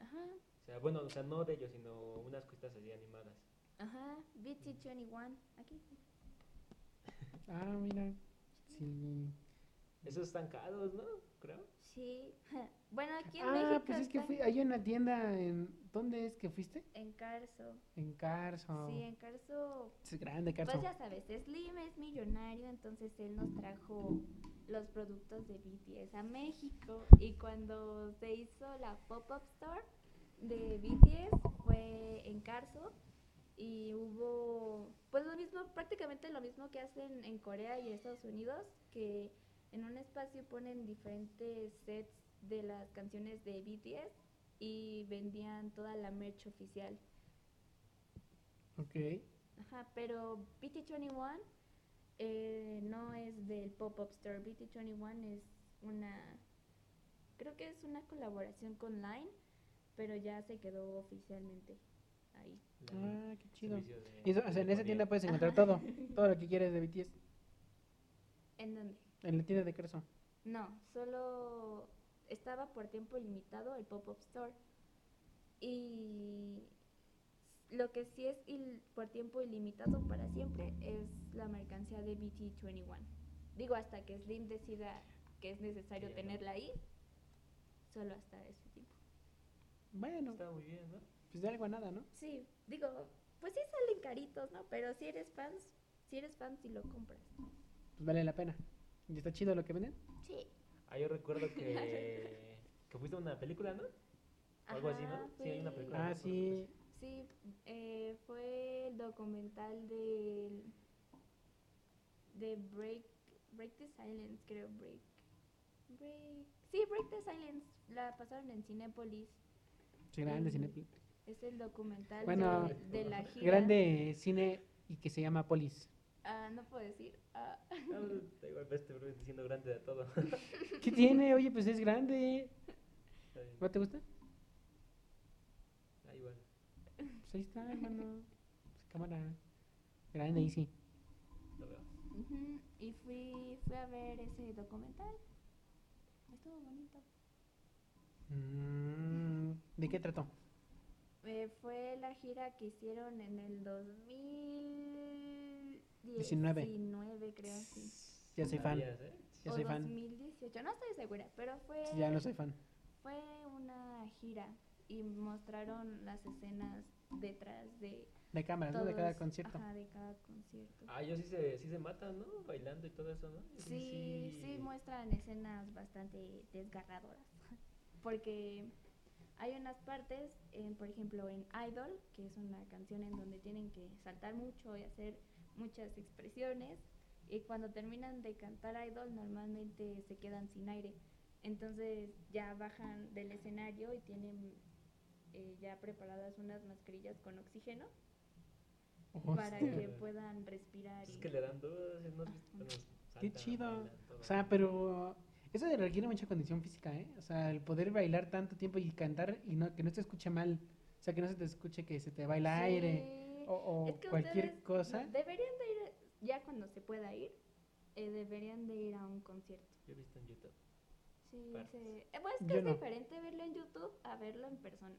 Speaker 3: ajá,
Speaker 4: sea, bueno, o sea, no de ellos, sino unas cositas así animadas.
Speaker 3: ajá, BT21, aquí.
Speaker 1: Ah, mira. Sí. Mm.
Speaker 4: Esos están caros, ¿no? Creo.
Speaker 3: Sí, bueno, aquí en
Speaker 1: Ah,
Speaker 3: México
Speaker 1: pues es que
Speaker 3: están
Speaker 1: fui, hay una tienda en ¿dónde es que fuiste?
Speaker 3: en Carso.
Speaker 1: En Carso.
Speaker 3: Sí, en Carso
Speaker 1: Es grande Carso.
Speaker 3: Pues ya sabes, Slim es millonario, entonces él nos trajo los productos de BTS a México. Y cuando se hizo la pop-up store de BTS fue en Carso y hubo, pues lo mismo, prácticamente lo mismo que hacen en Corea y Estados Unidos, que en un espacio ponen diferentes sets de las canciones de BTS y vendían toda la merch oficial.
Speaker 1: Ok.
Speaker 3: Ajá, pero BT21 eh, no es del pop-up store. BT21 es una. Creo que es una colaboración con Line, pero ya se quedó oficialmente ahí.
Speaker 2: La-
Speaker 1: Ah, qué chido.
Speaker 2: servicio de
Speaker 1: Y eso- o sea, en esa
Speaker 2: telefonía.
Speaker 1: tienda puedes encontrar todo, todo lo que quieres de BTS.
Speaker 3: ¿En dónde?
Speaker 1: En la tienda de Creso.
Speaker 3: No, solo estaba por tiempo limitado el pop-up store. Y lo que sí es il- por tiempo ilimitado para siempre es la mercancía de BT21. Digo, hasta que Slim decida que es necesario
Speaker 2: Ya no.
Speaker 3: tenerla ahí, solo hasta ese tiempo.
Speaker 1: Bueno,
Speaker 2: Está muy bien, ¿no?
Speaker 1: pues de algo a nada, ¿no?
Speaker 3: Sí, digo, pues sí salen caritos, ¿no? Pero si eres fans, si eres fan, si lo compras.
Speaker 1: Pues vale la pena. Y está chido lo que venden.
Speaker 3: Sí.
Speaker 2: Ah, yo recuerdo que, que fuiste a una película, ¿no? Algo así, ¿no?
Speaker 3: Ajá,
Speaker 2: Sí, hay una
Speaker 3: fui-
Speaker 2: película.
Speaker 1: Ah,
Speaker 2: Claro,
Speaker 1: sí.
Speaker 3: Sí, eh, fue el documental del de Break Break the Silence, creo Break Break sí Break the Silence la pasaron en Cinépolis.
Speaker 1: Sí, grande
Speaker 3: Mm.
Speaker 1: cine.
Speaker 3: Es el documental
Speaker 1: Bueno,
Speaker 3: de, de la gira.
Speaker 1: Grande cine y que se llama Polis.
Speaker 3: Ah, no puedo decir. Ah,
Speaker 2: Ah, pues, da igual, ves, te voy diciendo grande de todo.
Speaker 1: ¿Qué tiene? Oye, pues es grande.
Speaker 2: Está bien.
Speaker 1: ¿No te gusta?
Speaker 2: Ah, igual.
Speaker 1: Pues ahí está, hermano. Pues cámara. Grande y sí.
Speaker 2: Lo veo.
Speaker 3: ujú, y fui fui a ver ese documental. Estuvo bonito.
Speaker 1: Mm, ¿De qué trató?
Speaker 3: Eh, fue la gira que hicieron en el 2019,
Speaker 1: 19.
Speaker 3: creo, sí.
Speaker 1: Ya soy fan.
Speaker 2: Sabías, ¿eh?
Speaker 1: Ya
Speaker 3: o
Speaker 1: soy fan.
Speaker 3: 2018, no estoy segura, pero fue,
Speaker 1: Ya no soy fan.
Speaker 3: fue una gira y mostraron las escenas detrás de
Speaker 1: De cámara, ¿no? De cada
Speaker 3: todos-
Speaker 1: concierto.
Speaker 3: Ajá, de cada concierto.
Speaker 2: Ah, yo sí se, sí se matan, ¿no? Bailando y todo eso, ¿no?
Speaker 3: Sí, sí, muestran escenas bastante desgarradoras. Porque hay unas partes, en, por ejemplo, en Idol, que es una canción en donde tienen que saltar mucho y hacer muchas expresiones. Y cuando terminan de cantar Idol, normalmente se quedan sin aire. Entonces ya bajan del escenario y tienen eh, ya preparadas unas mascarillas con oxígeno para
Speaker 1: Hostia.
Speaker 3: que puedan respirar.
Speaker 2: Pues Es
Speaker 3: y-
Speaker 2: que le dan dos, ¿no? Bueno, saltan,
Speaker 1: chido.
Speaker 2: bailan, todo.
Speaker 1: O sea, pero eso de- requiere mucha condición física, ¿eh? O sea, el poder bailar tanto tiempo y cantar y no que no te escuche mal. O sea, que no se te escuche que se te va el aire
Speaker 3: Sí.
Speaker 1: o, o
Speaker 3: Es que
Speaker 1: cualquier
Speaker 3: ustedes
Speaker 1: cosa.
Speaker 3: Deberían de ir, ya cuando se pueda ir, eh, deberían de ir a un concierto.
Speaker 2: Yo he visto en YouTube.
Speaker 3: Sí,
Speaker 2: Partes.
Speaker 3: se- eh, bueno, es que
Speaker 1: Yo
Speaker 3: es
Speaker 1: no.
Speaker 3: diferente verlo en YouTube a verlo en persona.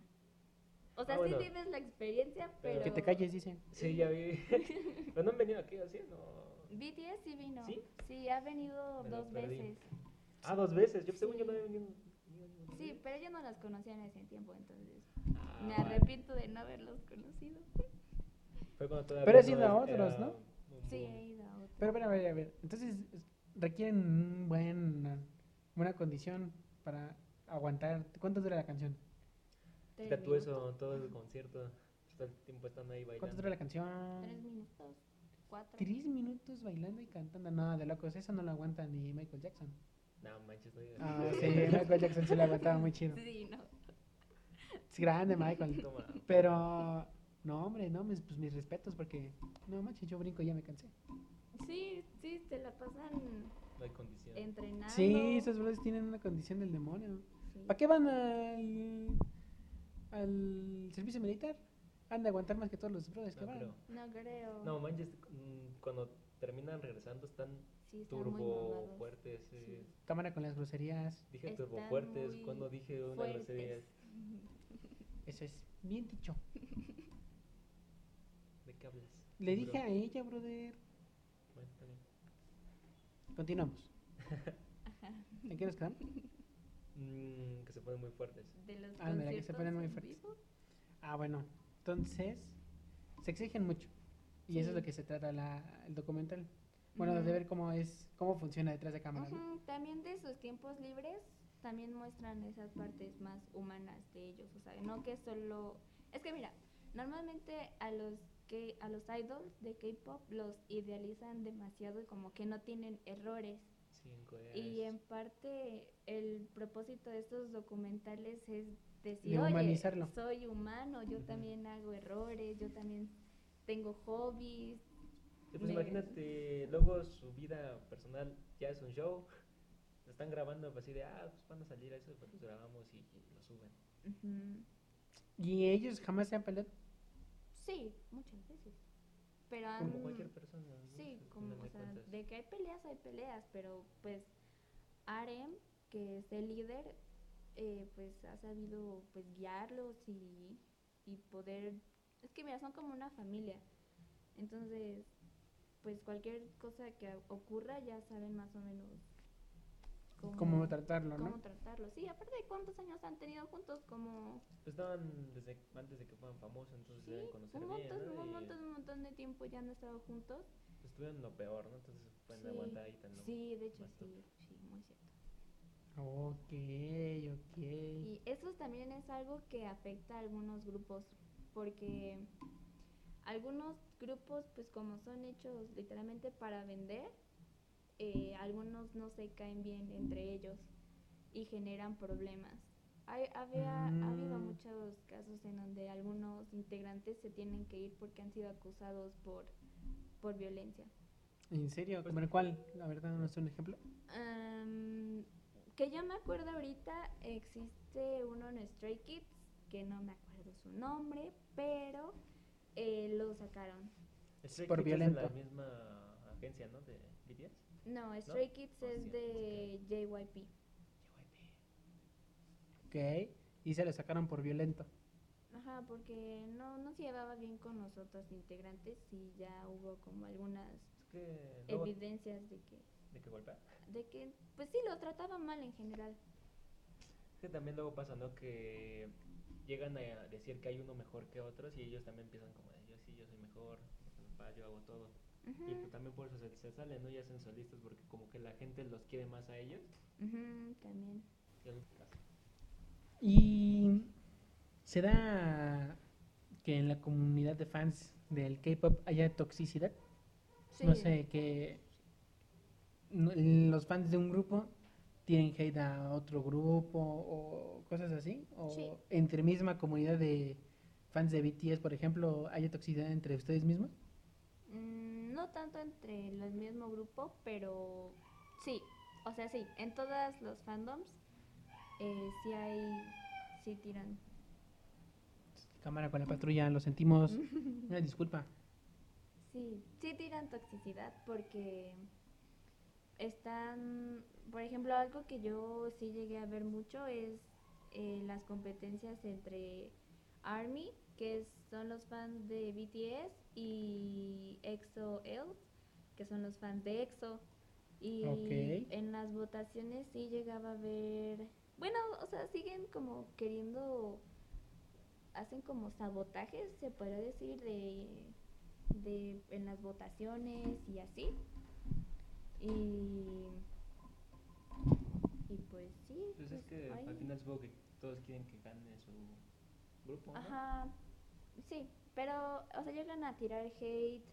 Speaker 3: O sea,
Speaker 2: Ah, bueno.
Speaker 3: sí vives la experiencia, pero...
Speaker 2: Pero-
Speaker 1: Que te calles, dicen.
Speaker 2: Sí, ya vi. pero no han venido aquí, ¿así? No.
Speaker 3: BTS sí vino.
Speaker 2: ¿Sí?
Speaker 3: ha venido
Speaker 2: Me lo
Speaker 3: dos
Speaker 2: perdí.
Speaker 3: veces.
Speaker 2: Ah, dos veces. Yo según
Speaker 3: Sí.
Speaker 2: yo no había venido. venido ninguna
Speaker 3: Sí,
Speaker 2: vez.
Speaker 3: pero yo no las conocía en ese tiempo, entonces
Speaker 2: Ah,
Speaker 3: me
Speaker 2: vale.
Speaker 3: arrepiento de no haberlos conocido.
Speaker 2: Fue cuando todavía
Speaker 1: Pero has
Speaker 2: no
Speaker 1: ido a
Speaker 2: era
Speaker 1: otros, ¿no?
Speaker 2: un
Speaker 3: Sí,
Speaker 2: boom.
Speaker 3: he ido a otro.
Speaker 1: Pero, pero, a ver, a ver. Entonces, es- requieren un buen, buena condición para aguantar. ¿Cuánto dura la canción?
Speaker 3: Tres
Speaker 2: Deja tú
Speaker 3: minutos.
Speaker 2: eso, todo el concierto. Todo el tiempo están ahí
Speaker 1: ¿Cuánto
Speaker 2: bailando.
Speaker 1: dura la
Speaker 3: Tres
Speaker 1: canción?
Speaker 3: minutos, cuatro.
Speaker 1: Tres minutos bailando y cantando. No, de locos. Eso no lo aguanta ni Michael Jackson.
Speaker 2: No, manches, no digas.
Speaker 1: Ah, sí, Michael Jackson sí lo aguantaba muy chido.
Speaker 3: Sí, no.
Speaker 1: Es grande, Michael.
Speaker 2: Toma.
Speaker 1: Pero, no, hombre, no, mis, pues mis respetos, porque, no manches, yo brinco y ya me cansé.
Speaker 3: Sí, sí, te la pasan
Speaker 2: No hay condición.
Speaker 1: Ah,
Speaker 3: entrenando.
Speaker 1: Sí, esos brothers tienen una condición del demonio.
Speaker 3: Sí.
Speaker 1: ¿Para qué van al, al servicio militar? Han de aguantar más que todos los brothers que
Speaker 2: No,
Speaker 1: van.
Speaker 2: creo.
Speaker 3: No creo.
Speaker 2: No, manches, mm, cuando terminan regresando están
Speaker 3: sí, están muy
Speaker 2: turbo
Speaker 3: mamados.
Speaker 2: fuertes. sí.
Speaker 3: Sí.
Speaker 1: Cámara con las groserías,
Speaker 2: Dije
Speaker 3: Están
Speaker 2: turbo fuertes.
Speaker 3: muy
Speaker 2: Cuando dije una
Speaker 3: fuertes.
Speaker 2: grosería
Speaker 1: eso es bien dicho.
Speaker 2: ¿De qué hablas?
Speaker 1: Le
Speaker 2: Bro.
Speaker 1: dije a ella, brother.
Speaker 2: Bueno, está bien.
Speaker 1: Continuamos. ¿En qué nos quedamos?
Speaker 2: Mm, que se ponen muy fuertes.
Speaker 3: De los
Speaker 1: Ah, mira, que se
Speaker 3: conciertos
Speaker 1: ponen muy
Speaker 3: en
Speaker 1: fuertes.
Speaker 3: vivo.
Speaker 1: Ah, bueno. Entonces, se exigen mucho. Y eso es lo
Speaker 3: Sí.
Speaker 1: que se trata la, el documental. Bueno, de
Speaker 3: Ujú.
Speaker 1: ver cómo es, cómo funciona detrás de cámara, ¿no?
Speaker 3: Ujú, También de sus tiempos libres, también muestran esas partes más humanas de ellos, o sea, no que solo... Es que mira, normalmente a los que a los idols de K-pop los idealizan demasiado y como que no tienen errores.
Speaker 2: Cinco
Speaker 3: Y en
Speaker 2: es-
Speaker 3: parte el propósito de estos documentales es decir,
Speaker 1: De
Speaker 3: oye,
Speaker 1: humanizarlo".
Speaker 3: soy humano, yo
Speaker 2: Ujú.
Speaker 3: también hago errores, yo también tengo hobbies.
Speaker 2: Y pues
Speaker 3: me-
Speaker 2: imagínate, luego su vida personal ya es un show. Lo están grabando pues, así de, ah, pues van a salir a eso, pues los grabamos y, y lo suben.
Speaker 3: Ujú.
Speaker 1: Y ellos jamás se han peleado.
Speaker 3: Sí, muchas veces. Pero
Speaker 4: Como
Speaker 3: han-
Speaker 4: cualquier persona. ¿no?
Speaker 3: Ah, mm. Sí,
Speaker 4: Al
Speaker 3: como,
Speaker 4: final
Speaker 3: o
Speaker 4: de
Speaker 3: sea,
Speaker 4: cuentas.
Speaker 3: de que hay peleas, hay peleas, pero pues Arem, que es el líder, eh, pues ha sabido pues guiarlos y, y poder, es que mira, son como una familia, entonces pues cualquier cosa que ocurra ya saben más o menos cómo,
Speaker 1: ¿Cómo tratarlo,
Speaker 3: cómo
Speaker 1: no?
Speaker 3: tratarlo. Sí, aparte de cuántos años han tenido juntos, como
Speaker 4: Pues estaban desde antes de que fueran famosos, entonces se
Speaker 3: Sí,
Speaker 4: Pues deben conocer
Speaker 3: un
Speaker 4: bien.
Speaker 3: montón,
Speaker 4: ¿no?
Speaker 3: un
Speaker 4: Y,
Speaker 3: montón, un montón de tiempo ya han estado juntos.
Speaker 4: pues, estuvieron en lo peor, ¿no? Entonces se pueden
Speaker 3: Sí,
Speaker 4: aguantar ahí tan
Speaker 3: Sí, de hecho
Speaker 4: más
Speaker 3: sí,
Speaker 4: tiempo.
Speaker 3: sí, muy cierto.
Speaker 1: Ok, ok.
Speaker 3: Y eso también es algo que afecta a algunos grupos, porque algunos grupos, pues como son hechos literalmente para vender, eh, algunos no se caen bien entre ellos y generan problemas. Hay, había, Ha habido
Speaker 1: Mm.
Speaker 3: muchos casos en donde algunos integrantes se tienen que ir porque han sido acusados por, por violencia.
Speaker 1: ¿En serio? ¿Como en cuál? La verdad, no sé un ejemplo.
Speaker 3: Am, que yo me acuerdo ahorita, existe uno en Stray Kids, que no me acuerdo su nombre, pero eh, lo sacaron.
Speaker 4: Stray
Speaker 1: Por
Speaker 4: Kids es de
Speaker 1: violento.
Speaker 4: la misma agencia, ¿no? De BTS.
Speaker 3: No, Stray Kids
Speaker 4: Oh, sí,
Speaker 3: es
Speaker 4: sí,
Speaker 3: de JYP.
Speaker 1: Ok. Y se le sacaron por violento.
Speaker 3: Ajá, porque no, no se llevaba bien con los otros integrantes y ya hubo como algunas
Speaker 4: Es que luego
Speaker 3: evidencias de que,
Speaker 4: de que golpea.
Speaker 3: de que, pues sí, lo trataba mal en general.
Speaker 4: Es que también luego pasa, ¿no? Que llegan a decir que hay uno mejor que otros y ellos también empiezan como de yo sí, yo soy mejor, papá, yo hago todo. Y
Speaker 3: Ujú,
Speaker 4: pues también por eso se, se salen, ¿no? Y hacen solistas porque como que la gente los quiere más a ellos.
Speaker 3: ujú, también.
Speaker 4: que a los demás.
Speaker 1: Y se da que en la comunidad de fans del K-pop haya toxicidad. No
Speaker 3: Sí.
Speaker 1: sé, que no- los fans de un grupo tienen hate a otro grupo o cosas así. O
Speaker 3: Sí.
Speaker 1: entre misma comunidad de fans de BTS, por ejemplo, haya toxicidad entre ustedes mismos.
Speaker 3: Mm, No tanto entre el mismo grupo, pero sí, o sea, sí, en todas los fandoms eh, sí hay, sí tiran.
Speaker 1: Cámara con la patrulla, lo sentimos. Una disculpa.
Speaker 3: Sí, sí tiran toxicidad porque están, por ejemplo, algo que yo sí llegué a ver mucho es eh, las competencias entre ARMY, que es- son los fans de BTS, y EXO-L, que son los fans de EXO. Y
Speaker 1: Ok.
Speaker 3: en las votaciones sí llegaba a ver, bueno, o sea, siguen como queriendo, hacen como sabotajes, se podría decir, de de en las votaciones y así. Y, y pues sí.
Speaker 4: Pues es
Speaker 3: pues,
Speaker 4: que
Speaker 3: ahí.
Speaker 4: al final supongo que todos quieren que gane su grupo, ¿no?
Speaker 3: Ajá. Sí, pero o sea, llegan a tirar hate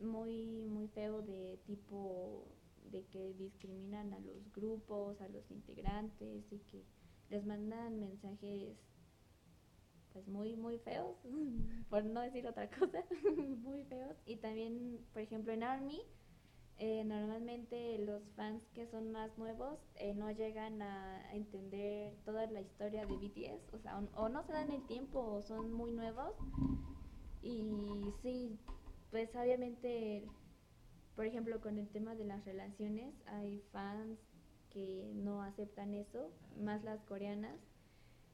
Speaker 3: muy muy feo de tipo de que discriminan a los grupos, a los integrantes y que les mandan mensajes pues muy muy feos, por no decir otra cosa, muy feos y también, por ejemplo, en Army eh, normalmente los fans que son más nuevos eh, no llegan a entender toda la historia de BTS, o sea, o, o no se dan el tiempo o son muy nuevos. Y sí, pues obviamente, por ejemplo, con el tema de las relaciones, hay fans que no aceptan eso, más las coreanas.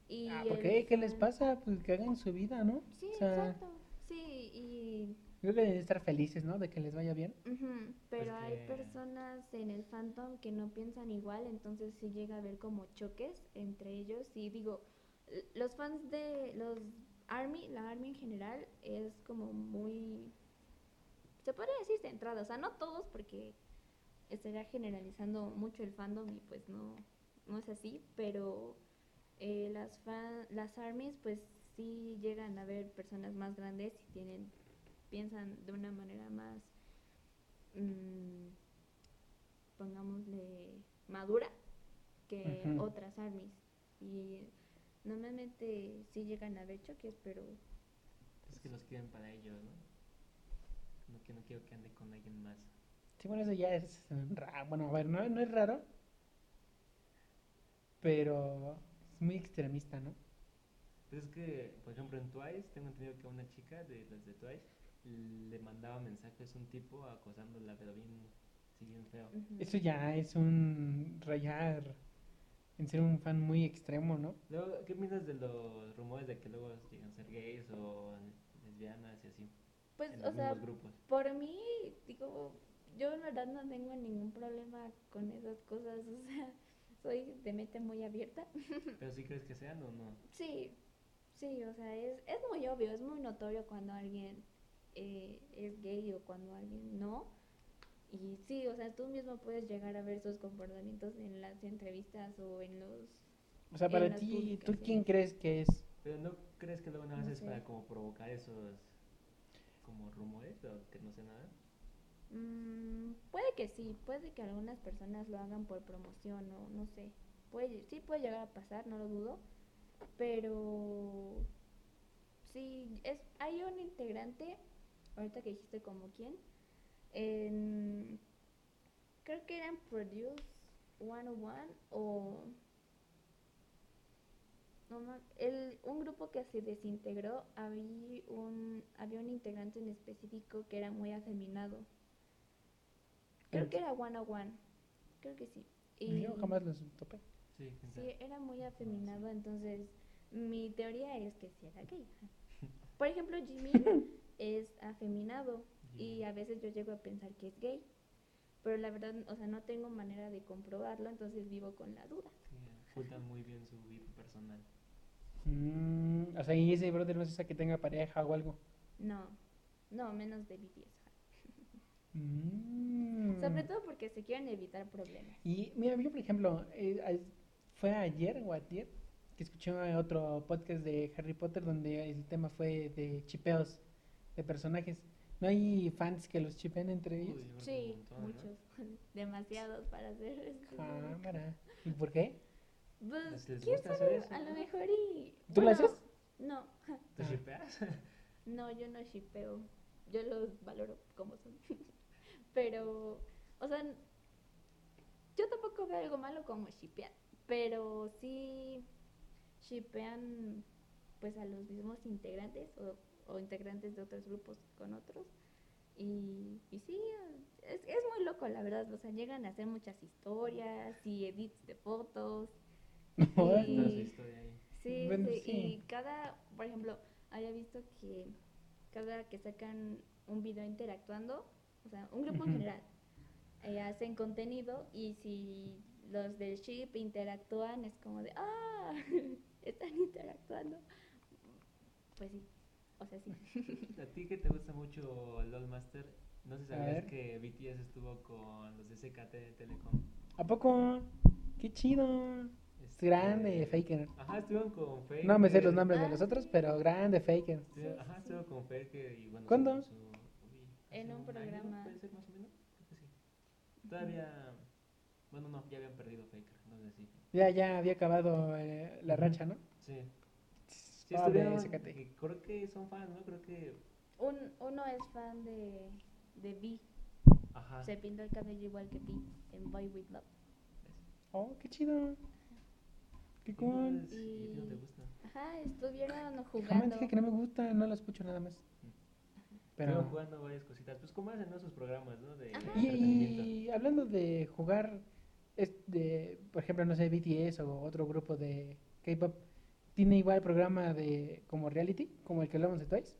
Speaker 3: Y
Speaker 1: Ah, ¿Por
Speaker 3: el
Speaker 1: qué? ¿Qué les
Speaker 3: fan-
Speaker 1: pasa? Pues que hagan su vida, ¿no?
Speaker 3: Sí,
Speaker 1: O sea,
Speaker 3: exacto. Sí, y
Speaker 1: Creo que deben estar felices, ¿no? De que les vaya bien.
Speaker 3: Ujú, Pero hay
Speaker 4: que-
Speaker 3: personas en el fandom que no piensan igual, entonces sí llega a haber como choques entre ellos. Y digo, l- los fans de los Army, la Army en general, es como muy, se podría decir centrada, o sea, no todos porque estaría generalizando mucho el fandom y pues no, no es así, pero eh, las, fan, las armies pues sí llegan a ver personas más grandes y tienen, piensan de una manera más mm, pongámosle, madura que
Speaker 1: Ujú.
Speaker 3: otras armies. Y normalmente sí llegan a haber choques, pero
Speaker 4: Es que los quieren para ellos, ¿no? No, que no quiero que ande con alguien más.
Speaker 1: Sí, bueno, eso ya es raro. Bueno, a ver, no, no es raro. Pero es muy extremista, ¿no?
Speaker 2: Pues es que, por ejemplo, en Twice, tengo entendido que una chica de las de Twice le mandaba mensajes a un tipo acosándola, pero bien, sí, bien feo.
Speaker 1: Eso ya es un rayar en ser un fan muy extremo, ¿no?
Speaker 2: Luego, ¿qué piensas de los rumores de que luego llegan a ser gays o lesbianas y así?
Speaker 3: Pues,
Speaker 2: En
Speaker 3: o
Speaker 2: los
Speaker 3: sea,
Speaker 2: mismos grupos.
Speaker 3: por mí, digo, yo en verdad no tengo ningún problema con esas cosas, o sea, soy de mente muy abierta.
Speaker 2: ¿Pero sí crees que sean o no?
Speaker 3: Sí, sí, o sea, es, es muy obvio, es muy notorio cuando alguien eh, es gay o cuando alguien no. Y sí, o sea, tú mismo puedes llegar a ver sus comportamientos en las entrevistas o en los...
Speaker 1: O sea,
Speaker 3: En
Speaker 1: para
Speaker 3: las
Speaker 1: ti, ¿tú quién
Speaker 3: publicaciones.
Speaker 1: crees que es?
Speaker 2: ¿Pero no crees que luego nada más
Speaker 3: No
Speaker 2: es
Speaker 3: sé.
Speaker 2: para como provocar esos como rumores o que no sé nada?
Speaker 3: Mm, puede que sí, puede que algunas personas lo hagan por promoción o no sé. Puede, sí puede llegar a pasar, no lo dudo. Pero sí, es, hay un integrante, ahorita que dijiste como quién, en- creo que eran Produce 101 o... No, ma- el, un grupo que se desintegró, había un, había un integrante en específico que era muy afeminado. Creo
Speaker 1: Mm.
Speaker 3: que era 101, creo que sí. Y-
Speaker 1: Yo jamás los topé.
Speaker 2: Sí, quién
Speaker 3: Sí,
Speaker 2: sabe.
Speaker 3: era muy afeminado, entonces mi teoría es que sí era gay. ajá. Por ejemplo, Jimmy es afeminado y a veces yo llego a pensar que es gay, pero la verdad, o sea, no tengo manera de comprobarlo, entonces vivo con la duda.
Speaker 2: Sí, ocultan muy bien su vida personal.
Speaker 1: Mm, o sea, y ese brother no es esa que tenga pareja o algo.
Speaker 3: No, no, menos de BTS. ajá.
Speaker 1: Mm.
Speaker 3: Sobre todo porque se quieren evitar problemas.
Speaker 1: Y mira, yo por ejemplo, eh, a- fue ayer o ayer que escuché otro podcast de Harry Potter donde el tema fue de chipeos de personajes. ¿No hay fans que los chipen entre
Speaker 2: Uy,
Speaker 1: ellos?
Speaker 2: yo creo que
Speaker 3: Sí,
Speaker 2: un montón, ¿no?
Speaker 3: muchos, demasiados para hacer esto.
Speaker 1: Cámara. ¿Y por qué?
Speaker 3: Pues,
Speaker 2: ¿Les- les
Speaker 3: ¿quién
Speaker 2: gusta hacer
Speaker 3: sabe?
Speaker 2: eso,
Speaker 3: A lo
Speaker 2: no?
Speaker 3: mejor y...
Speaker 1: ¿Tú lo
Speaker 3: bueno,
Speaker 1: haces?
Speaker 3: No.
Speaker 2: ¿Te
Speaker 1: Ah.
Speaker 2: shipeas?
Speaker 3: No, yo no shipeo. Yo los valoro como son. pero, o sea, n- yo tampoco veo algo malo como shipear. Pero sí shipean pues a los mismos integrantes o, o integrantes de otros grupos con otros. Y, y sí, es, es muy loco, la verdad. O sea, llegan a hacer muchas historias y edits de fotos.
Speaker 2: Cuéntanos
Speaker 3: Sí.
Speaker 2: la historia ahí.
Speaker 3: Sí,
Speaker 1: Bueno,
Speaker 3: sí,
Speaker 1: sí.
Speaker 3: y cada, por ejemplo, había visto que cada que sacan un video interactuando, o sea, un grupo en
Speaker 1: Ujú.
Speaker 3: general, eh, hacen contenido y si los del ship interactúan es como de, ah, están interactuando. Pues sí, o sea, sí.
Speaker 2: A ti que te gusta mucho LOL Master, no sé si
Speaker 1: A
Speaker 2: sabías
Speaker 1: ver.
Speaker 2: que BTS estuvo con los de SKT de Telecom.
Speaker 1: ¿A poco? ¡Qué chido! Es
Speaker 2: Este,
Speaker 1: grande, Faker.
Speaker 2: Ajá, estuvieron con Faker.
Speaker 1: No me sé los nombres de
Speaker 3: Ah,
Speaker 1: los otros,
Speaker 3: sí.
Speaker 1: pero grande, Faker.
Speaker 2: Estuvieron- ajá, estuvieron con Faker y bueno.
Speaker 1: ¿Cuándo?
Speaker 2: su- su- uy, hace
Speaker 3: En un
Speaker 2: año,
Speaker 3: programa.
Speaker 2: ¿Puede ser más o menos? Creo que sí. Todavía. Bueno, no, ya habían perdido Faker, entonces sí.
Speaker 1: Ya, ya había acabado eh, la
Speaker 2: Ujú.
Speaker 1: racha, ¿no? Ah,
Speaker 2: Sí, sí
Speaker 1: Pobre
Speaker 2: estuvieron.
Speaker 1: SKT.
Speaker 2: y Creo que son fans, ¿no? Creo que.
Speaker 3: Un, uno es fan de, de B,
Speaker 1: Ah.
Speaker 2: Ajá.
Speaker 3: se pintó el cabello igual que B en Boy With Love.
Speaker 1: Oh, qué chido. Qué
Speaker 2: ¿Y no
Speaker 1: cool.
Speaker 2: les- y a ti no te
Speaker 3: Y-
Speaker 2: gusta?
Speaker 3: Ajá, estuvieron
Speaker 1: Jamás
Speaker 3: jugando.
Speaker 1: dije que no me gusta, no la escucho nada más.
Speaker 2: Estuvieron
Speaker 1: Pero.
Speaker 2: jugando varias cositas. Pues como hacen, ¿no? Sus programas, ¿no? De
Speaker 3: Ajá.
Speaker 1: Y,
Speaker 2: entretenimiento.
Speaker 1: y hablando de jugar, este, por ejemplo, no sé, BTS o otro grupo de K-pop, ¿tiene igual programa de como reality, como el que hablamos de Twice?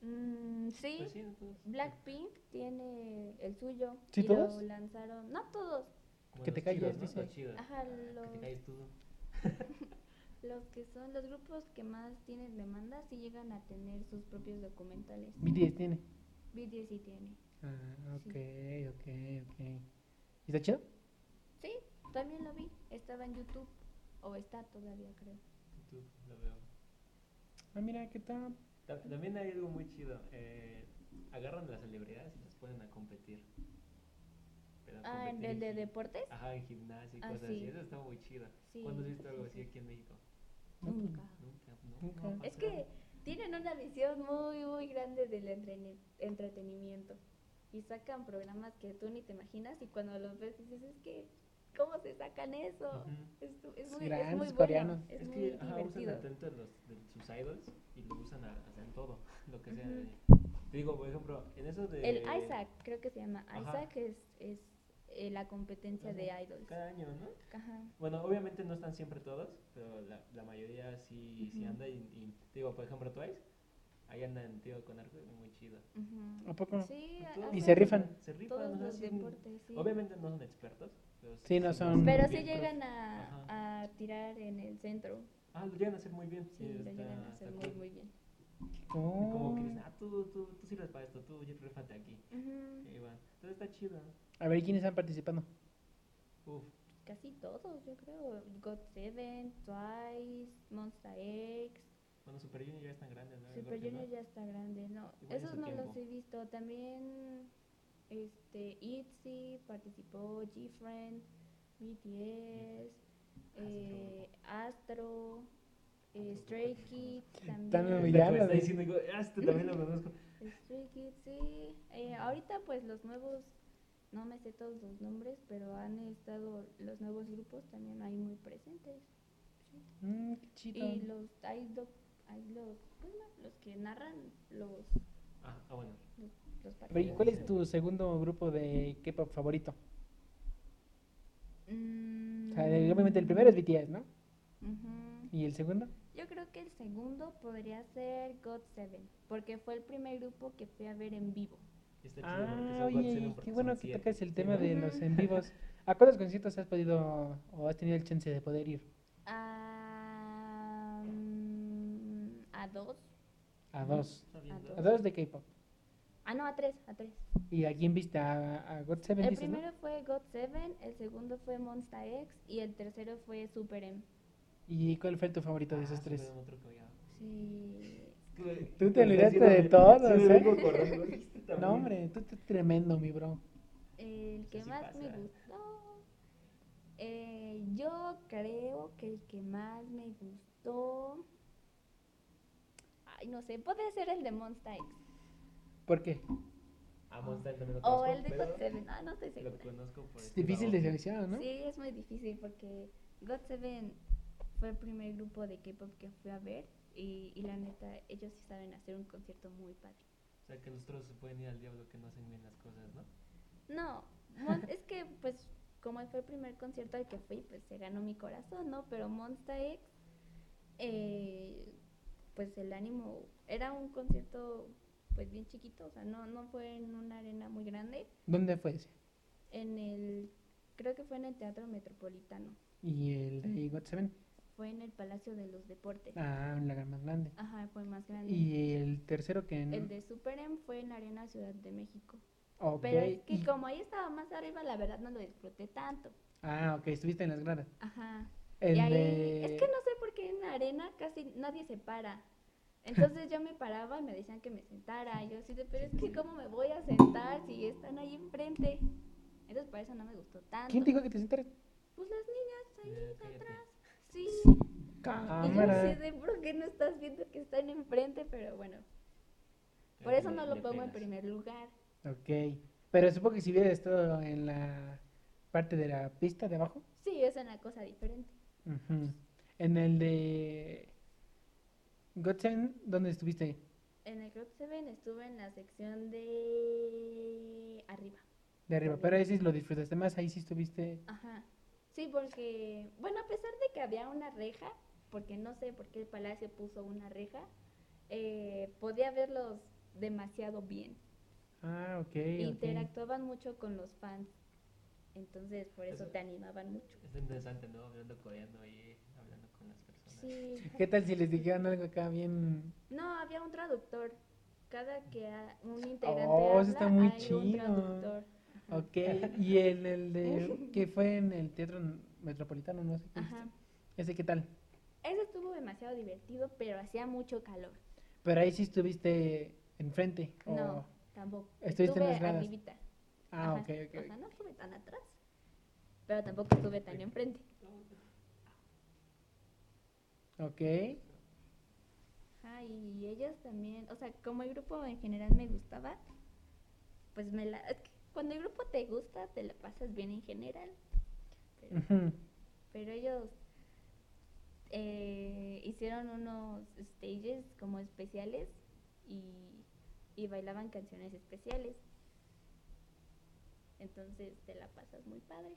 Speaker 3: Mm, sí.
Speaker 2: Pues sí, ¿no? Todos.
Speaker 3: Blackpink tiene el suyo.
Speaker 1: ¿Sí,
Speaker 3: y
Speaker 1: todos?
Speaker 3: Lo lanzaron, no todos,
Speaker 2: Como
Speaker 1: Que te
Speaker 2: los chidos,
Speaker 1: calles,
Speaker 2: ¿no?
Speaker 1: dice.
Speaker 2: Los chidos.
Speaker 3: Ajá,
Speaker 2: Que te
Speaker 3: los-
Speaker 2: calles tú.
Speaker 3: los que son los grupos que más tienen demanda, sí llegan a tener sus propios documentales.
Speaker 1: BTS tiene.
Speaker 3: BTS sí tiene.
Speaker 1: Ah, ok,
Speaker 3: Sí.
Speaker 1: ok, ok. ¿Y está chido?
Speaker 3: Sí, también lo vi, estaba en YouTube, o está todavía creo.
Speaker 2: Tú, lo veo.
Speaker 1: Ah, mira, ¿qué tal?
Speaker 2: Ta- También hay algo muy chido. Eh, agarran a las celebridades y las ponen a competir. Pero a
Speaker 3: Ah, en
Speaker 2: competir
Speaker 3: el de
Speaker 2: gi-
Speaker 3: deportes,
Speaker 2: Ajá, en gimnasia y
Speaker 3: Ah,
Speaker 2: cosas
Speaker 3: sí.
Speaker 2: así. Eso está muy chido.
Speaker 3: Sí,
Speaker 2: ¿Cuándo has visto algo
Speaker 3: sí,
Speaker 2: así
Speaker 3: sí.
Speaker 2: aquí en México?
Speaker 1: pues,
Speaker 3: nunca.
Speaker 2: Nunca, no,
Speaker 1: Nunca.
Speaker 2: no ha
Speaker 3: Es
Speaker 2: pasado.
Speaker 3: que tienen una visión muy, muy grande del entrene- entretenimiento. Y sacan programas que tú ni te imaginas y cuando los ves dices, es que, ¿cómo se sacan eso.
Speaker 2: Ujú.
Speaker 3: Es, tu- es
Speaker 1: Sí,
Speaker 3: muy, es
Speaker 1: grandes
Speaker 3: muy bueno,
Speaker 1: coreanos.
Speaker 3: Es,
Speaker 2: Es
Speaker 3: muy
Speaker 2: que ajá, usan
Speaker 3: divertido.
Speaker 2: el talento de, los, de sus idols y lo usan a, hasta en todo, lo que sea.
Speaker 3: Ujú.
Speaker 2: Te digo, por ejemplo, en eso de...
Speaker 3: El Isaac, creo que se llama
Speaker 2: Ajá.
Speaker 3: Isaac, es, es eh, la competencia
Speaker 2: Ajá.
Speaker 3: de idols.
Speaker 2: Cada año, ¿no?
Speaker 3: Ajá.
Speaker 2: Bueno, obviamente no están siempre todos, pero la, la mayoría sí, sí
Speaker 3: Ujú.
Speaker 2: anda. Y, y te digo, por ejemplo, Twice, ahí andan, tío, con arco muy chido.
Speaker 3: ujú.
Speaker 1: ¿A poco?
Speaker 3: Sí,
Speaker 2: Todos-
Speaker 1: Y se
Speaker 3: hacen
Speaker 1: rifan.
Speaker 2: Se rifan,
Speaker 3: Todos
Speaker 2: ajá,
Speaker 3: los
Speaker 2: sí.
Speaker 3: deportes, sí.
Speaker 2: Obviamente no son expertos, pero sí,
Speaker 1: Sí, no
Speaker 2: lo
Speaker 1: son-
Speaker 2: hacen
Speaker 3: Pero
Speaker 2: muy
Speaker 3: sí
Speaker 2: bien.
Speaker 3: llegan a,
Speaker 2: Ajá.
Speaker 3: a tirar en el centro.
Speaker 2: Ah, lo llegan a hacer muy bien.
Speaker 3: Sí, lo
Speaker 2: está-
Speaker 3: llegan a
Speaker 2: está
Speaker 3: hacer
Speaker 2: cool.
Speaker 3: muy, muy bien.
Speaker 2: Y Como que
Speaker 1: Oh.
Speaker 2: dicen, ah, tú, tú, tú sirves para esto, tú oye, rífate aquí.
Speaker 3: Ujú,
Speaker 2: Y ahí van. Entonces está chido.
Speaker 1: A ver, ¿quiénes están participando?
Speaker 2: Uf,
Speaker 3: Casi todos, yo creo. God Seven, Twice, Monster X.
Speaker 2: bueno, Super Junior ya es tan grande, ¿no? Yo
Speaker 3: Super
Speaker 2: creo que no.
Speaker 3: Junior ya está grande, no.
Speaker 2: Igual en
Speaker 3: Esos
Speaker 2: su
Speaker 3: no los
Speaker 2: tiempo.
Speaker 3: he visto. También este ITZY participó, G-Friend,
Speaker 2: Ah, sí,
Speaker 3: BTS,
Speaker 2: otro
Speaker 3: eh, Astro, eh,
Speaker 2: Otro
Speaker 3: Stray
Speaker 2: grupo que
Speaker 3: Kids
Speaker 1: Tan
Speaker 2: Es lo que
Speaker 3: también.
Speaker 1: humillado. Ya
Speaker 2: me
Speaker 1: lo
Speaker 2: está
Speaker 1: vi.
Speaker 2: diciendo, digo, ah, este también lo conozco.
Speaker 3: Stray Kids, sí. Eh, ahorita pues los nuevos, no me sé todos los nombres, pero han estado los nuevos grupos también ahí muy presentes.
Speaker 1: Mm, qué chido.
Speaker 3: Y los, hay, doc- hay los, ¿cómo se llama? los que narran los,
Speaker 2: Ah, ah, bueno.
Speaker 3: los
Speaker 1: A ver, ¿y
Speaker 3: partidos.
Speaker 1: ¿Cuál es tu segundo grupo de K-pop favorito? O
Speaker 3: Mm,
Speaker 1: sea, eh, obviamente el primero es BTS, ¿no?
Speaker 3: ujú.
Speaker 1: ¿Y el segundo?
Speaker 3: Yo creo que el segundo podría ser God Seven, porque fue el primer grupo que fui a ver en vivo.
Speaker 2: Está chido porque
Speaker 1: Ah,
Speaker 2: son Godzilla,
Speaker 1: oye,
Speaker 2: porque
Speaker 1: qué
Speaker 2: son
Speaker 1: bueno que
Speaker 2: siete,
Speaker 1: tocas el
Speaker 2: ¿sí,
Speaker 1: tema
Speaker 2: no?
Speaker 1: de
Speaker 3: Ujú.
Speaker 1: los en vivos. ¿A cuántos conciertos has podido o has tenido el chance de poder ir?
Speaker 3: Ah, mm, a dos.
Speaker 2: Mm.
Speaker 1: A dos.
Speaker 2: Está bien,
Speaker 3: A
Speaker 2: ¿no?
Speaker 3: dos.
Speaker 1: A dos de K-pop.
Speaker 3: Ah, no, a tres, a tres.
Speaker 1: ¿Y a quién viste? ¿A, a God Seven
Speaker 3: El
Speaker 1: dices, no?
Speaker 3: primero fue God Seven, el segundo fue Monsta X y el tercero fue Super M.
Speaker 1: ¿Y cuál fue tu favorito de esos
Speaker 2: Ah,
Speaker 1: tres?
Speaker 2: supieron otro que odiaba.
Speaker 3: Sí.
Speaker 1: Tú te
Speaker 2: O sea, sí
Speaker 1: olvidaste
Speaker 2: lo-
Speaker 1: de
Speaker 2: sí
Speaker 1: todos,
Speaker 2: lo
Speaker 1: ¿eh?
Speaker 2: vengo acordando, dijiste también.
Speaker 1: No, hombre, tú eres tremendo, mi bro.
Speaker 3: El que
Speaker 2: sí
Speaker 3: más me
Speaker 2: pasa.
Speaker 3: gustó. eh, yo creo que el que más me gustó. Ay, no sé, puede ser el de Monsta X.
Speaker 1: ¿Por qué?
Speaker 2: A Monster también lo
Speaker 3: O
Speaker 2: conozco.
Speaker 3: el de
Speaker 2: pero
Speaker 3: God Seven. Ah, no estoy
Speaker 2: Lo
Speaker 3: segura.
Speaker 2: conozco por
Speaker 1: Es
Speaker 2: este
Speaker 1: difícil de
Speaker 2: vago.
Speaker 1: seleccionar, ¿no?
Speaker 3: Sí, es muy difícil porque God Seven fue el primer grupo de K-pop que fui a ver. Y, y la neta, ellos sí saben hacer un concierto muy padre.
Speaker 2: O sea, que los otros se pueden ir al diablo que no hacen bien las cosas, ¿no?
Speaker 3: No, Mon- es que pues como fue el primer concierto al que fui, pues se ganó mi corazón, ¿no? Pero Monsta X, eh, pues el ánimo, era un concierto pues bien chiquito, o sea, no, no fue en una arena muy grande,
Speaker 1: ¿Dónde fue ese?
Speaker 3: en el, creo que fue en el Teatro Metropolitano,
Speaker 1: ¿Y el de God Seven?
Speaker 3: fue en el Palacio de los Deportes.
Speaker 1: Ah, un lagar más grande.
Speaker 3: Ajá, fue más grande.
Speaker 1: ¿Y el tercero que...? no?
Speaker 3: El de Super M fue en Arena Ciudad de México.
Speaker 1: Ok,
Speaker 3: Pero es que
Speaker 1: y-
Speaker 3: como ahí estaba más arriba, la verdad no lo disfruté tanto.
Speaker 1: Ah, ok, estuviste en las gradas.
Speaker 3: Ajá.
Speaker 1: El
Speaker 3: y ahí,
Speaker 1: de...
Speaker 3: es que no sé por qué en la arena casi nadie se para. Entonces yo me paraba y me decían que me sentara. Y yo así de, pero es que cómo me voy a sentar si están ahí enfrente. Entonces por eso no me gustó tanto.
Speaker 1: ¿Quién te dijo que te sentaras?
Speaker 3: Pues las niñas
Speaker 2: Ya,
Speaker 3: ahí
Speaker 2: Eh, cállate.
Speaker 3: atrás. Sí. Y yo
Speaker 1: Cámara.
Speaker 3: así de, ¿por qué no estás viendo que están enfrente? Pero bueno,
Speaker 2: Te-
Speaker 3: por eso
Speaker 2: Eh, le-
Speaker 3: no lo
Speaker 2: le
Speaker 3: pongo en
Speaker 2: pegas.
Speaker 3: primer lugar.
Speaker 1: Ok. Pero supongo que si hubieras estado en la parte de la pista de abajo.
Speaker 3: Sí, es una cosa diferente.
Speaker 1: Ujú. En el de... God Seven, ¿dónde estuviste?
Speaker 3: En el Club Seven estuve en la sección de arriba.
Speaker 1: De arriba. Pero ahí sí lo disfrutaste más, ahí sí estuviste...
Speaker 3: Ajá. Sí, porque, bueno, a pesar de que había una reja, porque no sé por qué el palacio puso una reja, eh, podía verlos demasiado bien.
Speaker 1: Ah, ok. ok.
Speaker 3: Interactuaban mucho con los fans. Entonces, por eso
Speaker 2: Eso-
Speaker 3: te animaban mucho.
Speaker 2: Está interesante, ¿no? Hablando coreano y hablando con las personas.
Speaker 3: Sí.
Speaker 1: ¿Qué tal si les dijeran algo acá bien?
Speaker 3: No, había un traductor. Cada que ha- un integrante
Speaker 1: Oh, eso
Speaker 3: habla,
Speaker 1: está muy
Speaker 3: hay un
Speaker 1: chido.
Speaker 3: traductor.
Speaker 1: Ok, y en el de... que fue en el Teatro Metropolitano, no sé qué. dijiste.
Speaker 3: Ajá.
Speaker 1: ¿Ese qué tal?
Speaker 3: Eso estuvo demasiado divertido, pero hacía mucho calor.
Speaker 1: Pero ahí sí estuviste enfrente. o-
Speaker 3: No, tampoco.
Speaker 1: Oh. Estuviste en
Speaker 3: Estuve
Speaker 1: las gradas.
Speaker 3: arribita.
Speaker 1: Ah,
Speaker 3: Ajá,
Speaker 1: ok, ok.
Speaker 3: O
Speaker 1: ok.
Speaker 3: sea, no estuve tan atrás, pero tampoco estuve tan enfrente.
Speaker 1: Ok.
Speaker 3: Ajá, Ah, y ellas también, o sea, como el grupo en general me gustaba, pues me la... es que cuando el grupo te gusta, te la pasas bien en general. Pero
Speaker 1: Ujú.
Speaker 3: Pero ellos eh, hicieron unos stages como especiales y, y bailaban canciones especiales. Entonces te la pasas muy padre.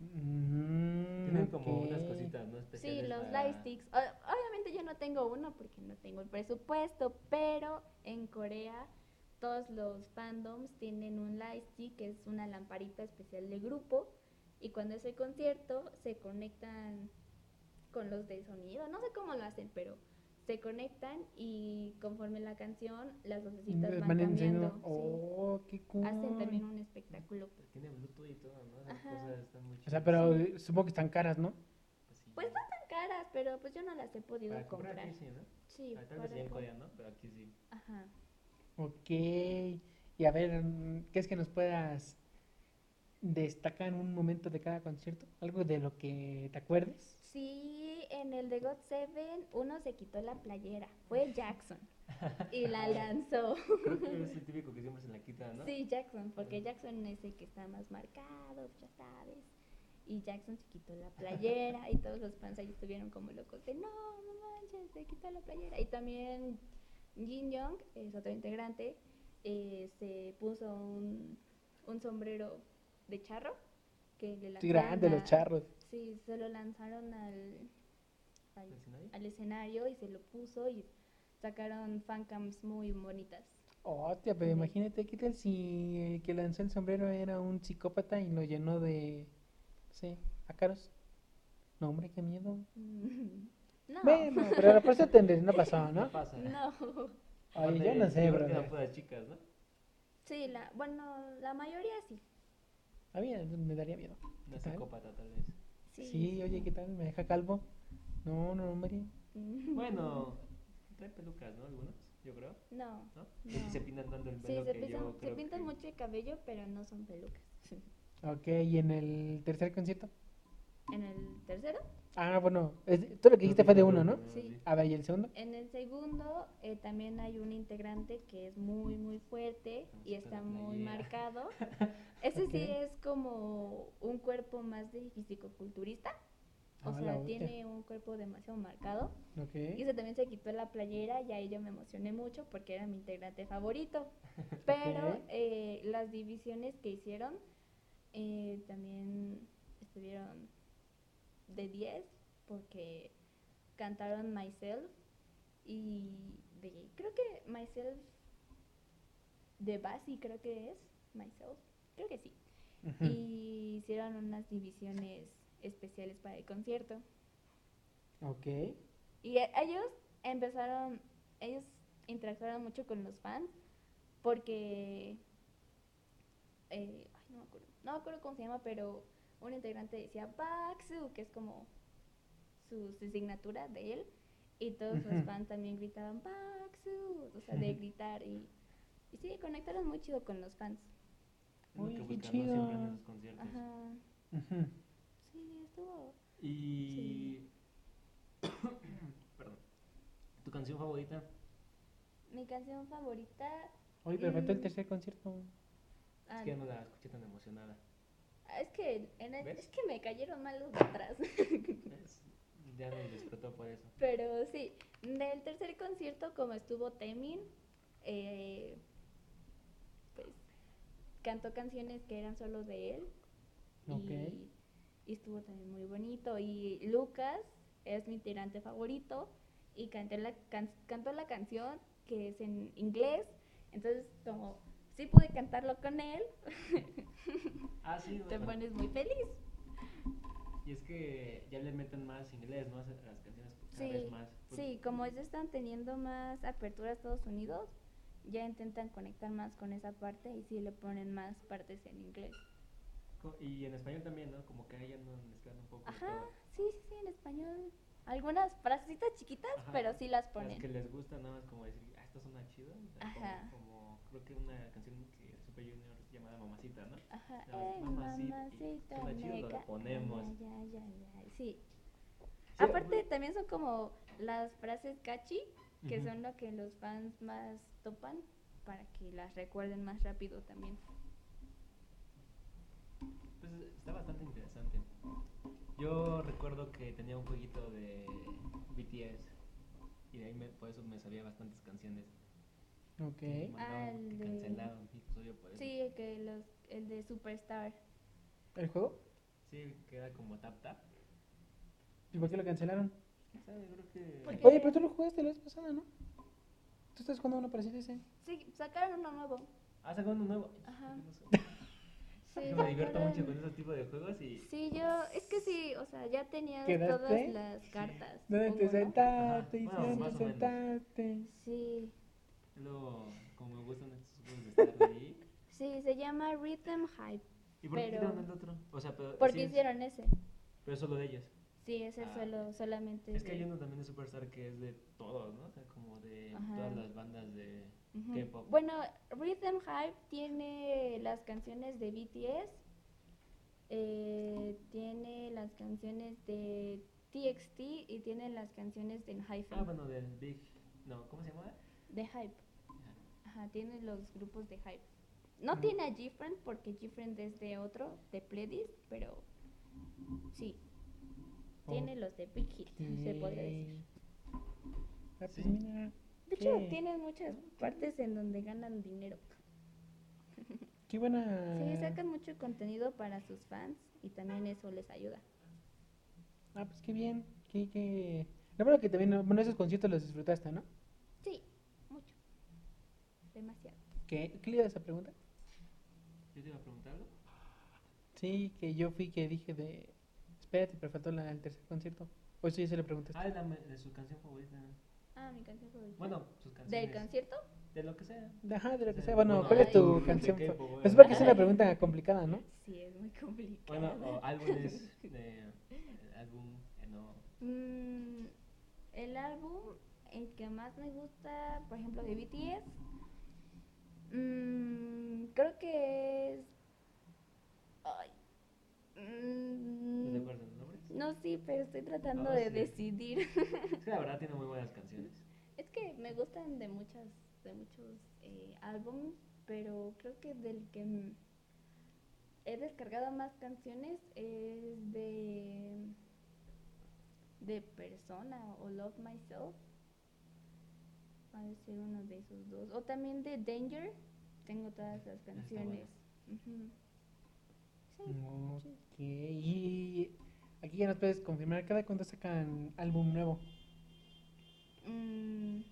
Speaker 1: Mm,
Speaker 2: Tienen como unas
Speaker 1: ok.
Speaker 2: cositas, pues, ¿no?
Speaker 3: Sí,
Speaker 2: Especiales
Speaker 3: los
Speaker 2: para-
Speaker 3: lightsticks. O- Obviamente yo no tengo uno porque no tengo el presupuesto, pero en Corea todos los fandoms tienen un lightstick, que es una lamparita especial de grupo, y cuando es el concierto se conectan con los de sonido, no sé cómo lo hacen, pero se conectan y conforme la canción las lucecitas
Speaker 1: Van
Speaker 3: van,
Speaker 1: enseñando-
Speaker 3: cambiando. sí.
Speaker 1: Oh, qué cool.
Speaker 3: Hacen también un espectáculo.
Speaker 2: Tiene Bluetooth y todo, ¿no? Esas
Speaker 3: Ajá.
Speaker 2: cosas están muy
Speaker 1: O sea,
Speaker 2: chidas.
Speaker 1: pero eh, supongo que están caras, ¿no?
Speaker 2: Pues sí.
Speaker 3: Pues no tan caras, pero pues yo no las he podido
Speaker 2: Para comprar
Speaker 3: comprar.
Speaker 2: aquí sí, ¿no?
Speaker 3: Sí,
Speaker 2: Ah, Tal vez
Speaker 3: para
Speaker 2: ya en
Speaker 3: comp-
Speaker 2: Corea, ¿no? Pero aquí sí.
Speaker 3: Ajá.
Speaker 1: Ok. Y a ver, mm, ¿qué es que nos puedas destacar un momento de cada concierto? ¿Algo de lo que te acuerdes?
Speaker 3: Sí, en el de God Seven uno se quitó la playera, fue Jackson y la lanzó.
Speaker 2: Creo que es el típico que siempre se la quita, ¿no?
Speaker 3: Sí, Jackson, porque Jackson es el que está más marcado, ya sabes. Y Jackson se quitó la playera y todos los fans ahí estuvieron como locos de no, no manches, se quitó la playera. Y también Jin Young, es otro integrante, eh, se puso un, un sombrero de charro que le
Speaker 1: Sí,
Speaker 3: lanzaron
Speaker 1: grande, los
Speaker 3: a-
Speaker 1: charros.
Speaker 3: Sí, se lo lanzaron al- al
Speaker 2: ¿Ves nadie?
Speaker 3: al escenario y se lo puso y sacaron fancams muy bonitas.
Speaker 1: Hostia, pero
Speaker 3: Ujú.
Speaker 1: imagínate, ¿qué tal si el que lanzó el sombrero era un psicópata y lo llenó de, no sé, ácaros? No, hombre, qué miedo.
Speaker 3: Mm, No,
Speaker 1: Bueno, pero la persona tendría, no pasó, ¿no?
Speaker 2: ¿Qué pasa?
Speaker 3: no.
Speaker 1: Oye, yo
Speaker 2: Aparte,
Speaker 1: no sé,
Speaker 2: yo creo
Speaker 1: bro.
Speaker 2: que eran puras chicas, ¿no?
Speaker 3: Sí, la, bueno, la mayoría sí.
Speaker 1: A mí me daría miedo.
Speaker 2: Una
Speaker 1: tal?
Speaker 2: psicópata, tal vez.
Speaker 3: Sí.
Speaker 1: Sí, oye, ¿qué tal? ¿Me deja calvo? No, no, hombre.
Speaker 3: Mm,
Speaker 2: Bueno, trae pelucas, ¿no? Algunos, yo creo,
Speaker 3: No.
Speaker 2: ¿no?
Speaker 3: No.
Speaker 2: Y si se pintan tanto el
Speaker 3: Sí,
Speaker 2: pelo
Speaker 3: se
Speaker 2: que
Speaker 3: pintan,
Speaker 2: yo
Speaker 3: se
Speaker 2: creo
Speaker 3: pintan
Speaker 2: que-
Speaker 3: mucho el cabello, pero no son pelucas.
Speaker 1: Ok, ¿y en el tercer concierto?
Speaker 3: En el tercero,
Speaker 1: Ah, bueno, es- todo lo que dijiste fue de uno, ¿no?
Speaker 3: Sí.
Speaker 1: A ver, ¿y el segundo?
Speaker 3: en el segundo eh, también hay un integrante que es muy, muy fuerte y
Speaker 2: Está
Speaker 3: está
Speaker 2: la
Speaker 3: muy
Speaker 2: playera.
Speaker 3: marcado. Ese sí
Speaker 1: Ok.
Speaker 3: es como un cuerpo más de fisicoculturista. O
Speaker 1: Ah, la
Speaker 3: sea,
Speaker 1: hostia.
Speaker 3: tiene un cuerpo demasiado marcado.
Speaker 1: Ok.
Speaker 3: Y ese también se quitó la playera y ahí yo me emocioné mucho porque era mi integrante favorito. Pero
Speaker 1: Ok.
Speaker 3: eh, las divisiones que hicieron eh, también estuvieron de 10 porque cantaron Myself y de, creo que Myself de Basi creo que es Myself, creo que sí.
Speaker 1: Ujú.
Speaker 3: Y hicieron unas divisiones especiales para el concierto.
Speaker 1: Ok.
Speaker 3: Y e- ellos empezaron, ellos interactuaron mucho con los fans porque, eh, ay, no me acuerdo, no me acuerdo cómo se llama, pero un integrante decía Baxu, que es como su, su signatura de él, y todos los
Speaker 1: Ujú.
Speaker 3: fans también gritaban Baxu, o sea, de
Speaker 1: Ujú.
Speaker 3: gritar, y, y sí, conectaron muy chido con los fans.
Speaker 2: Es lo pues
Speaker 1: Uy,
Speaker 2: que
Speaker 1: qué
Speaker 2: buscan, ¿no? Siempre
Speaker 1: chido.
Speaker 2: en esos conciertos.
Speaker 3: Ajá,
Speaker 1: Ujú.
Speaker 3: sí, estuvo.
Speaker 2: Y... Perdón. ¿Tu canción favorita?
Speaker 3: Mi canción favorita,
Speaker 1: Oye, pero faltó el
Speaker 3: Mm.
Speaker 1: tercer concierto.
Speaker 3: ah,
Speaker 2: Es que ya no la escuché tan emocionada.
Speaker 3: Ah, Es que, en el-
Speaker 2: ¿Ves?
Speaker 3: es que me cayeron mal los de atrás.
Speaker 2: Es- Ya me despertó por eso.
Speaker 3: Pero sí, del tercer concierto, como estuvo Temin, eh, pues cantó canciones que eran solo de él.
Speaker 1: Ok.
Speaker 3: Y, y estuvo también muy bonito. Y Lucas es mi tirante favorito y canté la can- cantó la canción que es en inglés. Entonces, como sí pude cantarlo con él,
Speaker 2: Ah, sí.
Speaker 3: te
Speaker 2: bueno.
Speaker 3: pones muy feliz.
Speaker 2: Y es que ya le meten más inglés, ¿no? A las canciones cada vez
Speaker 3: Sí,
Speaker 2: más. Pues,
Speaker 3: Sí, como ellos están teniendo más apertura a Estados Unidos, ya intentan conectar más con esa parte y sí le ponen más partes en inglés.
Speaker 2: co- Y en español también, ¿no? Como que ahí ya no mezclan un poco de
Speaker 3: Ajá,
Speaker 2: todo.
Speaker 3: Sí, sí, sí, en español. Algunas frasecitas chiquitas,
Speaker 2: Ajá.
Speaker 3: pero sí las
Speaker 2: Las que
Speaker 3: ponen.
Speaker 2: les gusta nada más como decir, ah, esta suena chida. o sea, como-
Speaker 3: Ajá.
Speaker 2: Como, creo que una canción que Super Junior llamada Mamacita, ¿no?
Speaker 3: Ajá,
Speaker 2: las
Speaker 3: eh,
Speaker 2: mamaci- y
Speaker 3: mamacita,
Speaker 2: suena chido, lo
Speaker 3: mega.
Speaker 2: ponemos.
Speaker 3: Ay, ay, ay, ay, Sí.
Speaker 2: Sí,
Speaker 3: Aparte,
Speaker 2: pues-
Speaker 3: también son como las frases catchy, que
Speaker 2: Ujú.
Speaker 3: son lo que los fans más topan para que las recuerden más rápido también.
Speaker 2: Pues está bastante interesante. Yo recuerdo que tenía un jueguito de BTS y de ahí me- por eso me sabía bastantes canciones. Me
Speaker 1: Ok.
Speaker 2: mandaban que
Speaker 3: Al Ah, de-
Speaker 2: cancelaban episodio por eso.
Speaker 3: Sí, el que los, el de Superstar.
Speaker 1: ¿El juego?
Speaker 2: Sí, queda como tap tap.
Speaker 1: ¿Y por qué lo cancelaron?
Speaker 2: O sea, yo creo que-
Speaker 3: Porque-
Speaker 1: Oye, pero tú lo jugaste la vez pasada, ¿no? Tú estás jugando uno parecido a ese.
Speaker 3: Sí, sacaron uno nuevo.
Speaker 2: Ah, sacó uno nuevo.
Speaker 3: Ajá.
Speaker 2: Yo no sé.
Speaker 3: Sí,
Speaker 2: Yo me divierto
Speaker 3: sacaron-
Speaker 2: mucho con ese tipo de juegos y
Speaker 3: Sí, yo, es que sí, o sea, ya tenía
Speaker 1: ¿Quedaste?
Speaker 3: todas las cartas.
Speaker 1: ¿Dónde te
Speaker 3: supongo, ¿no?
Speaker 1: sentaste? ¿Y
Speaker 2: Ajá,
Speaker 3: bueno,
Speaker 1: dónde
Speaker 2: más o
Speaker 1: te
Speaker 2: menos.
Speaker 1: sentaste?
Speaker 3: Sí,
Speaker 2: luego, como me gustan estos juegos de estar ahí.
Speaker 3: sí, se llama Rhythm Hype.
Speaker 2: ¿Y por qué
Speaker 3: Pero-
Speaker 2: quitaron el otro? O sea, pero.
Speaker 3: Porque
Speaker 2: sí es-
Speaker 3: hicieron ese.
Speaker 2: Pero es solo de ellos.
Speaker 3: Sí, ese
Speaker 2: Ah.
Speaker 3: solo, solamente.
Speaker 2: Es que
Speaker 3: de-
Speaker 2: hay uno también de Superstar que es de todos, ¿no? O sea, como de
Speaker 3: Ajá.
Speaker 2: todas las bandas de
Speaker 3: Ujú.
Speaker 2: K-pop.
Speaker 3: Bueno, Rhythm Hype tiene las canciones de BTS, eh, tiene las canciones de TXT y tiene las canciones de Hype.
Speaker 2: Ah, bueno, del Big. No, ¿cómo se llama?
Speaker 3: De Hype.
Speaker 2: Ajá.
Speaker 3: Ajá, tiene los grupos de Hype. No tiene a Different porque Different es de otro, de Pledis, pero sí.
Speaker 2: Oh.
Speaker 3: Tiene los de Big Hit, se podría decir.
Speaker 1: Ah, pues
Speaker 2: Sí.
Speaker 1: mira.
Speaker 3: De hecho,
Speaker 1: Ok.
Speaker 3: tienen muchas partes en donde ganan dinero.
Speaker 1: Qué buena.
Speaker 2: Ah.
Speaker 3: Sí, sacan mucho contenido para sus fans y también eso les ayuda.
Speaker 1: Ah, pues qué bien. Qué, qué... Lo bueno que también, bueno, esos conciertos los disfrutaste, ¿no?
Speaker 3: Sí, mucho. Demasiado.
Speaker 1: ¿Qué, ¿Qué le ibas a preguntar?
Speaker 2: Yo te iba a preguntar algo.
Speaker 1: Sí, que yo fui que dije de. Espérate, pero faltó la, el tercer concierto. O eso ya se lo preguntaste.
Speaker 2: Ah, de, la, de su canción favorita.
Speaker 3: Ah, mi canción favorita.
Speaker 2: Bueno, sus canciones.
Speaker 3: ¿Del concierto?
Speaker 2: De lo que sea.
Speaker 1: Ah, Ajá, de lo que
Speaker 2: Sí,
Speaker 1: sea. Bueno,
Speaker 2: bueno,
Speaker 1: ¿cuál es
Speaker 3: ahí
Speaker 1: tu
Speaker 3: de
Speaker 1: canción?
Speaker 2: K-pop,
Speaker 1: fa-
Speaker 2: bueno.
Speaker 1: Es porque es una pregunta complicada, ¿no?
Speaker 3: Sí, es muy complicado.
Speaker 2: Bueno, o álbumes de. el álbum. eh, no.
Speaker 3: Mm, el álbum, el que más me gusta, por ejemplo, de BTS, mm, creo que es... Ay.
Speaker 2: ¿No te
Speaker 3: mm,
Speaker 2: acuerdas los nombres?
Speaker 3: no, sí, pero estoy tratando
Speaker 2: No,
Speaker 3: de
Speaker 2: sí.
Speaker 3: decidir.
Speaker 2: Es que la verdad tiene muy buenas canciones.
Speaker 3: Es que me gustan de muchas, de muchos eh, álbumes, pero creo que del que m- he descargado más canciones es de de Persona o Love Myself. Va a ser uno de esos dos. O también de Danger. Tengo todas las
Speaker 2: buena.
Speaker 3: canciones. Ujú. Sí.
Speaker 1: Ok. Y aquí ya nos puedes confirmar cada cuándo sacan álbum nuevo.
Speaker 3: Mm,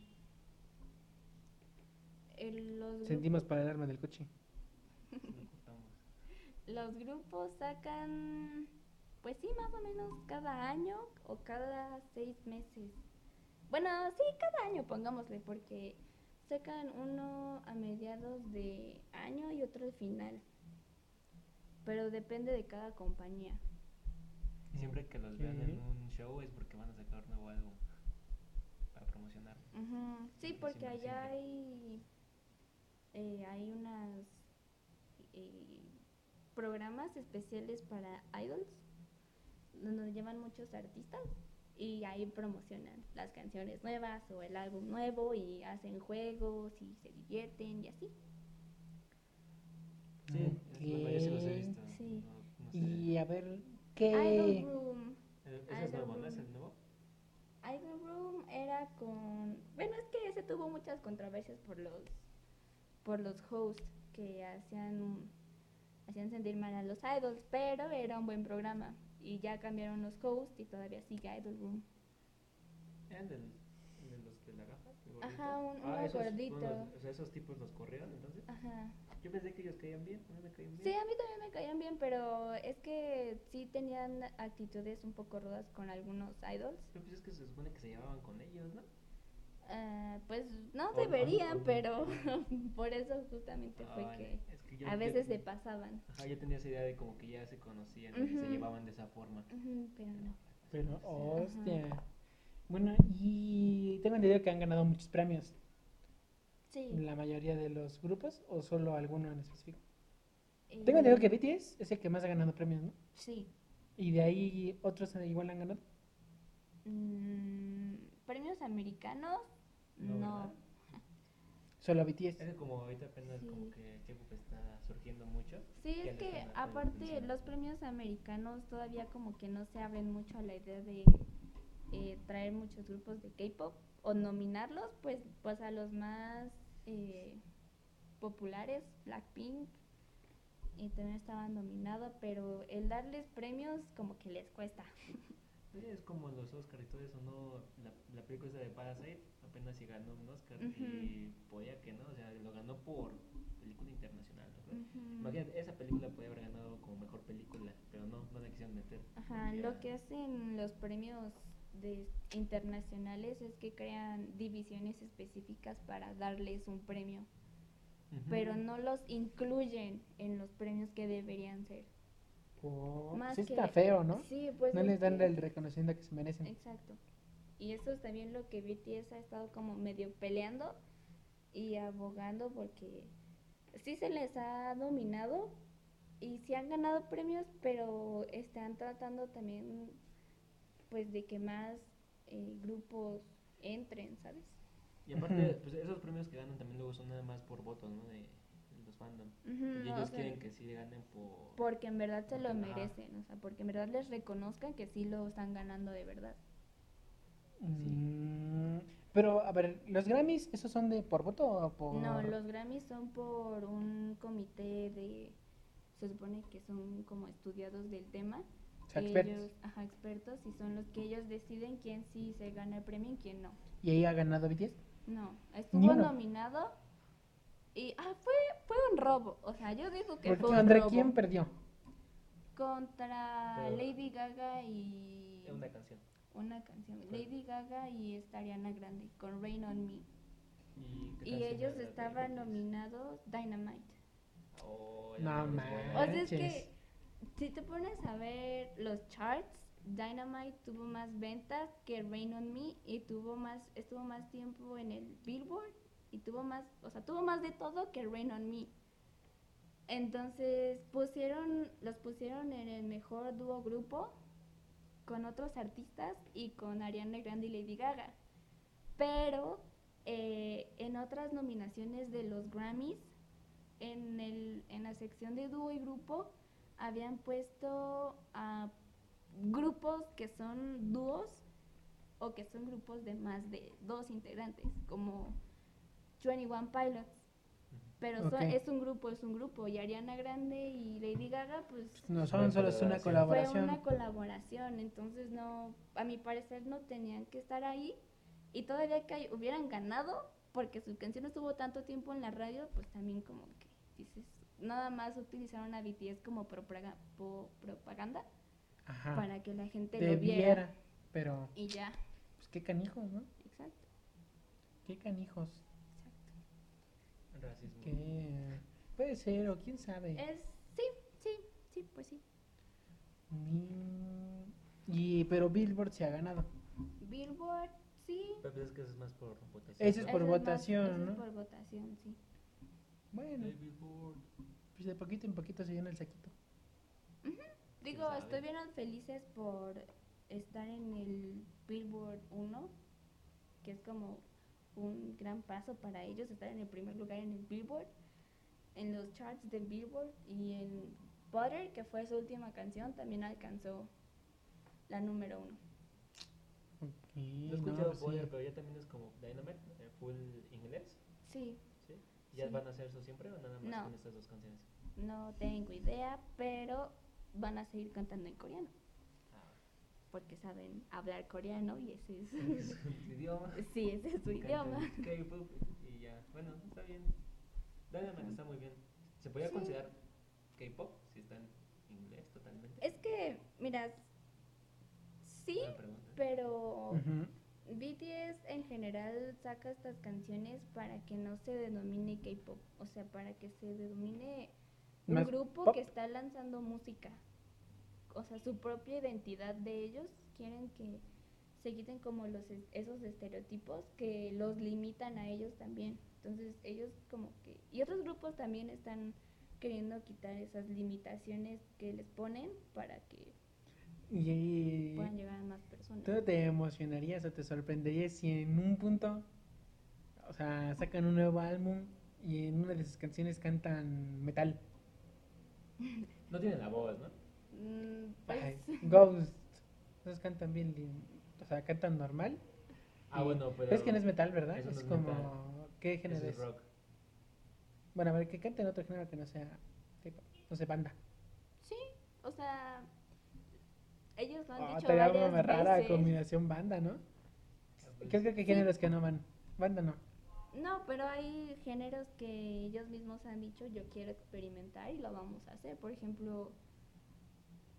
Speaker 3: el- los grupos-
Speaker 1: Sentimos para el arma del coche.
Speaker 2: Lo cortamos.
Speaker 3: Los grupos sacan, pues sí, más o menos cada año o cada seis meses. Bueno, sí, cada año, pongámosle, porque sacan uno a mediados de año y otro al final. Pero depende de cada compañía.
Speaker 2: Siempre que los vean en
Speaker 1: Ok.
Speaker 2: un show es porque van a sacar nuevo álbum para promocionar.
Speaker 3: Ujú, Sí,
Speaker 2: Sí,
Speaker 3: porque
Speaker 2: siempre,
Speaker 3: allá
Speaker 2: siempre.
Speaker 3: hay, eh, hay unas eh, programas especiales para idols, donde llevan muchos artistas y ahí promocionan las canciones nuevas o el álbum nuevo y hacen juegos y se divierten y así.
Speaker 2: Sí, es- me parece que los he
Speaker 1: Ok.
Speaker 2: visto.
Speaker 3: Sí.
Speaker 2: No, no sé.
Speaker 1: Y a ver,
Speaker 3: Idol
Speaker 1: ¿qué?
Speaker 3: Room.
Speaker 2: Eh, ¿Ese es
Speaker 3: Idol
Speaker 2: nuevo, no? ¿Es
Speaker 3: Room.
Speaker 2: el nuevo?
Speaker 3: Idol Room era con... Bueno, es que ese tuvo muchas controversias por los, por los hosts que hacían, hacían sentir mal a los idols, pero era un buen programa. Y ya cambiaron los hosts y todavía sigue Idol Room.
Speaker 2: ¿Era ¿Eh, el del- el de los de la gafa? el gordito? Ah,
Speaker 3: Ajá, un- uno
Speaker 2: esos fueron los-
Speaker 3: gordito.
Speaker 2: o sea, esos tipos los corrieron entonces.
Speaker 3: Ajá.
Speaker 2: Yo pensé que ellos caían bien, no me caían
Speaker 3: Sí,
Speaker 2: bien.
Speaker 3: a mí también me caían bien, pero es que sí tenían actitudes un poco rudas con algunos idols.
Speaker 2: Pero pues es que se supone que se llevaban con ellos, ¿no?
Speaker 3: Ah, pues no
Speaker 2: O- o-
Speaker 3: deberían,
Speaker 2: o-
Speaker 3: pero por eso justamente
Speaker 2: Ah,
Speaker 3: fue
Speaker 2: vale.
Speaker 3: que
Speaker 2: Es que yo-
Speaker 3: a
Speaker 2: yo-
Speaker 3: veces se pasaban.
Speaker 2: Ajá, yo tenía esa idea de como que ya se conocían y se
Speaker 3: Ujú.
Speaker 2: llevaban de esa forma.
Speaker 3: Ujú, pero no.
Speaker 1: Pero,
Speaker 2: oh,
Speaker 3: Ajá.
Speaker 1: hostia. Bueno, y tengo entendido que han ganado muchos premios.
Speaker 3: Sí.
Speaker 1: ¿La mayoría de los grupos o solo alguno en específico?
Speaker 3: eh,
Speaker 1: Tengo entendido que BTS es el que más ha ganado premios, ¿no?
Speaker 3: Sí.
Speaker 1: Y de ahí otros igual han ganado.
Speaker 3: Mm, premios americanos,
Speaker 2: No,
Speaker 3: no.
Speaker 2: ¿verdad?
Speaker 1: Solo BTS.
Speaker 3: Eh,
Speaker 2: Es que como ahorita apenas como
Speaker 3: Sí.
Speaker 2: que K-pop está surgiendo mucho.
Speaker 3: Sí,
Speaker 2: Ya
Speaker 3: es
Speaker 2: le
Speaker 3: que
Speaker 2: están dando
Speaker 3: aparte
Speaker 2: atención.
Speaker 3: los premios americanos todavía como que no se abren mucho a la idea de eh, traer muchos grupos de K-pop o nominarlos, pues, pues a los más eh, populares, Blackpink, y también estaban nominados, pero el darles premios como que les cuesta.
Speaker 2: Sí, es como los Oscars y todo eso, ¿no? La, la película esa de Parasite apenas si ganó un Oscar
Speaker 3: Ujú.
Speaker 2: y podía que no, o sea, lo ganó por película internacional, ¿no? creo. Imagínate, esa película podía haber ganado como mejor película, pero no, no la quisieron meter.
Speaker 3: Ajá,
Speaker 2: porque
Speaker 3: lo
Speaker 2: era-
Speaker 3: que hacen los premios de- internacionales es que crean divisiones específicas para darles un premio.
Speaker 2: Ujú.
Speaker 3: pero no los incluyen en los premios que deberían ser.
Speaker 1: Oh,
Speaker 3: Más
Speaker 1: sí está
Speaker 3: que-
Speaker 1: feo, ¿no?
Speaker 3: Sí, pues
Speaker 1: no
Speaker 3: es
Speaker 1: les dan
Speaker 3: que-
Speaker 1: el reconocimiento que se merecen.
Speaker 3: Exacto. Y eso es también lo que BTS ha estado como medio peleando y abogando porque sí se les ha dominado y sí han ganado premios, pero están tratando también pues de que más eh, grupos entren, ¿sabes?
Speaker 2: Y aparte,
Speaker 1: Ujú.
Speaker 2: pues esos premios que ganan también luego son nada más por votos, ¿no? De, de los fandom.
Speaker 3: Ujú,
Speaker 2: y
Speaker 3: Mm, o
Speaker 2: ellos
Speaker 3: sea,
Speaker 2: quieren que sí ganen por...
Speaker 3: porque en verdad se lo
Speaker 2: Ajá.
Speaker 3: merecen, o sea, porque en verdad les reconozcan que sí lo están ganando de verdad.
Speaker 1: Mm, pero, a ver, ¿los Grammys, esos son de por voto o por...?
Speaker 3: No, los Grammys son por un comité de, se supone que son como estudiados del tema.
Speaker 1: o sea,
Speaker 3: que
Speaker 1: expertos.
Speaker 3: Ellos, ajá, expertos, y son los que ellos deciden quién sí se gana el premio y quién no.
Speaker 1: ¿Y ahí ha ganado BTS?
Speaker 3: No,
Speaker 1: Ni
Speaker 3: estuvo
Speaker 1: uno.
Speaker 3: nominado y ah, fue, fue un robo. O sea, yo digo que
Speaker 1: Porque
Speaker 3: fue un
Speaker 1: ¿Contra
Speaker 3: robo.
Speaker 1: quién perdió?
Speaker 3: Contra
Speaker 2: Pero-
Speaker 3: Lady Gaga y...
Speaker 2: Es una canción.
Speaker 3: una canción.
Speaker 2: Ajá.
Speaker 3: Lady Gaga y esta Ariana Grande con Rain on Me.
Speaker 2: Y, qué
Speaker 3: Y
Speaker 2: canción
Speaker 3: ellos
Speaker 2: era de
Speaker 3: estaban
Speaker 2: Britney Spears?
Speaker 3: nominados Dynamite.
Speaker 2: Oh,
Speaker 1: No
Speaker 2: ya me
Speaker 1: manches.
Speaker 3: O
Speaker 2: acuerdo.
Speaker 3: sea, es
Speaker 1: Manches.
Speaker 3: que si te pones a ver los charts, Dynamite tuvo más ventas que Rain on Me y tuvo más estuvo más tiempo en el Billboard y tuvo más, o sea, tuvo más de todo que Rain on Me. Entonces, pusieron los pusieron en el mejor dúo grupo con otros artistas y con Ariana Grande y Lady Gaga. Pero eh, en otras nominaciones de los Grammys, en, el, en la sección de dúo y grupo, habían puesto a grupos que son dúos o que son grupos de más de dos integrantes, como 21 Pilots. Pero son-
Speaker 1: Ok.
Speaker 3: es un grupo, es un grupo. Y Ariana Grande y Lady Gaga, pues
Speaker 1: No,
Speaker 2: Es
Speaker 1: son
Speaker 2: una
Speaker 1: solo es una
Speaker 3: fue
Speaker 1: colaboración.
Speaker 3: una colaboración, entonces no, a mi parecer no tenían que estar ahí y todavía que hay- hubieran ganado porque su canción estuvo tanto tiempo en la radio, pues también como que dices, nada más utilizaron a BTS como propaga- po- propaganda
Speaker 1: Ajá.
Speaker 3: para que la gente
Speaker 1: Te
Speaker 3: lo viera.
Speaker 1: viera, Pero,
Speaker 3: Y ya,
Speaker 1: pues qué canijos, ¿no?
Speaker 3: exacto,
Speaker 1: Qué canijos.
Speaker 3: exacto.
Speaker 2: Racismo.
Speaker 1: Qué... Puede ser, o quién sabe.
Speaker 3: Es, sí, sí, sí, pues sí.
Speaker 1: Ni- Y, pero Billboard se ha ganado.
Speaker 3: Billboard, sí.
Speaker 2: Pero pues es que eso es más por votación.
Speaker 1: Eso es
Speaker 2: ¿no?
Speaker 1: por
Speaker 3: Ese más-
Speaker 1: votación,
Speaker 3: ese es
Speaker 1: ¿no?
Speaker 3: por votación, sí.
Speaker 1: Bueno,
Speaker 2: Ay, Billboard.
Speaker 1: pues de poquito en poquito se llena el saquito.
Speaker 3: Digo,
Speaker 2: sabe?
Speaker 3: estuvieron felices por estar en el Billboard 1, que es como un gran paso para ellos, estar en el primer lugar en el Billboard, en los charts del Billboard y en Butter, que fue su última canción, también alcanzó la número uno.
Speaker 1: Ok,
Speaker 2: No he
Speaker 1: no,
Speaker 2: escuchado
Speaker 1: pues,
Speaker 2: Boyer,
Speaker 1: sí.
Speaker 2: pero ya también es como Dynamite, eh, full inglés.
Speaker 3: Sí,
Speaker 2: ¿sí? ¿Ya
Speaker 3: Sí.
Speaker 2: van a hacer eso siempre o nada más
Speaker 3: No.
Speaker 2: con estas dos canciones?
Speaker 3: no tengo idea, pero van a seguir cantando en coreano,
Speaker 2: Ah,
Speaker 3: porque saben hablar coreano y ese
Speaker 2: es
Speaker 3: es,
Speaker 2: su idioma.
Speaker 3: sí, ese es su
Speaker 2: Cantan
Speaker 3: idioma.
Speaker 2: K-pop y ya. Bueno, está bien. Dynamite está muy bien. ¿Se podría
Speaker 3: Sí.
Speaker 2: considerar K-pop si está en inglés totalmente?
Speaker 3: Es que, miras, sí,
Speaker 2: Buena pregunta.
Speaker 3: pero
Speaker 1: Ujú.
Speaker 3: BTS en general saca estas canciones para que no se denomine K-pop, o sea, para que se denomine un
Speaker 1: Más
Speaker 3: grupo
Speaker 1: pop.
Speaker 3: que está lanzando música, o sea, su propia identidad de ellos. Quieren que se quiten como los es- esos estereotipos que los limitan a ellos también. Entonces ellos como que y otros grupos también están queriendo quitar esas limitaciones que les ponen para que
Speaker 1: Y,
Speaker 3: puedan llegar a más personas.
Speaker 1: tú te emocionarías o te sorprenderías si en un punto o sea, sacan un nuevo álbum y en una de sus canciones cantan metal.
Speaker 2: No tienen la voz, ¿no?
Speaker 3: Mm, pues,
Speaker 1: Ay, Ghost. Entonces cantan bien, lin- o sea, cantan normal.
Speaker 2: Ah,
Speaker 1: y-
Speaker 2: bueno, pero.
Speaker 1: es que no es metal, ¿verdad?
Speaker 2: eso no
Speaker 1: Es,
Speaker 2: es
Speaker 1: como... ¿Qué
Speaker 2: eso
Speaker 1: género
Speaker 2: es
Speaker 1: es?
Speaker 2: rock.
Speaker 1: Bueno, a ver, que canten otro género que no sea, tipo, no sé, banda.
Speaker 3: sí, o sea, ellos lo han
Speaker 1: Ah,
Speaker 3: dicho
Speaker 1: estaría
Speaker 3: varias
Speaker 1: una rara
Speaker 3: veces.
Speaker 1: combinación banda, ¿no? ¿Qué,
Speaker 2: Pues
Speaker 1: qué, qué géneros que no van? Banda no.
Speaker 3: No, pero hay géneros que ellos mismos han dicho, yo quiero experimentar y lo vamos a hacer. Por ejemplo,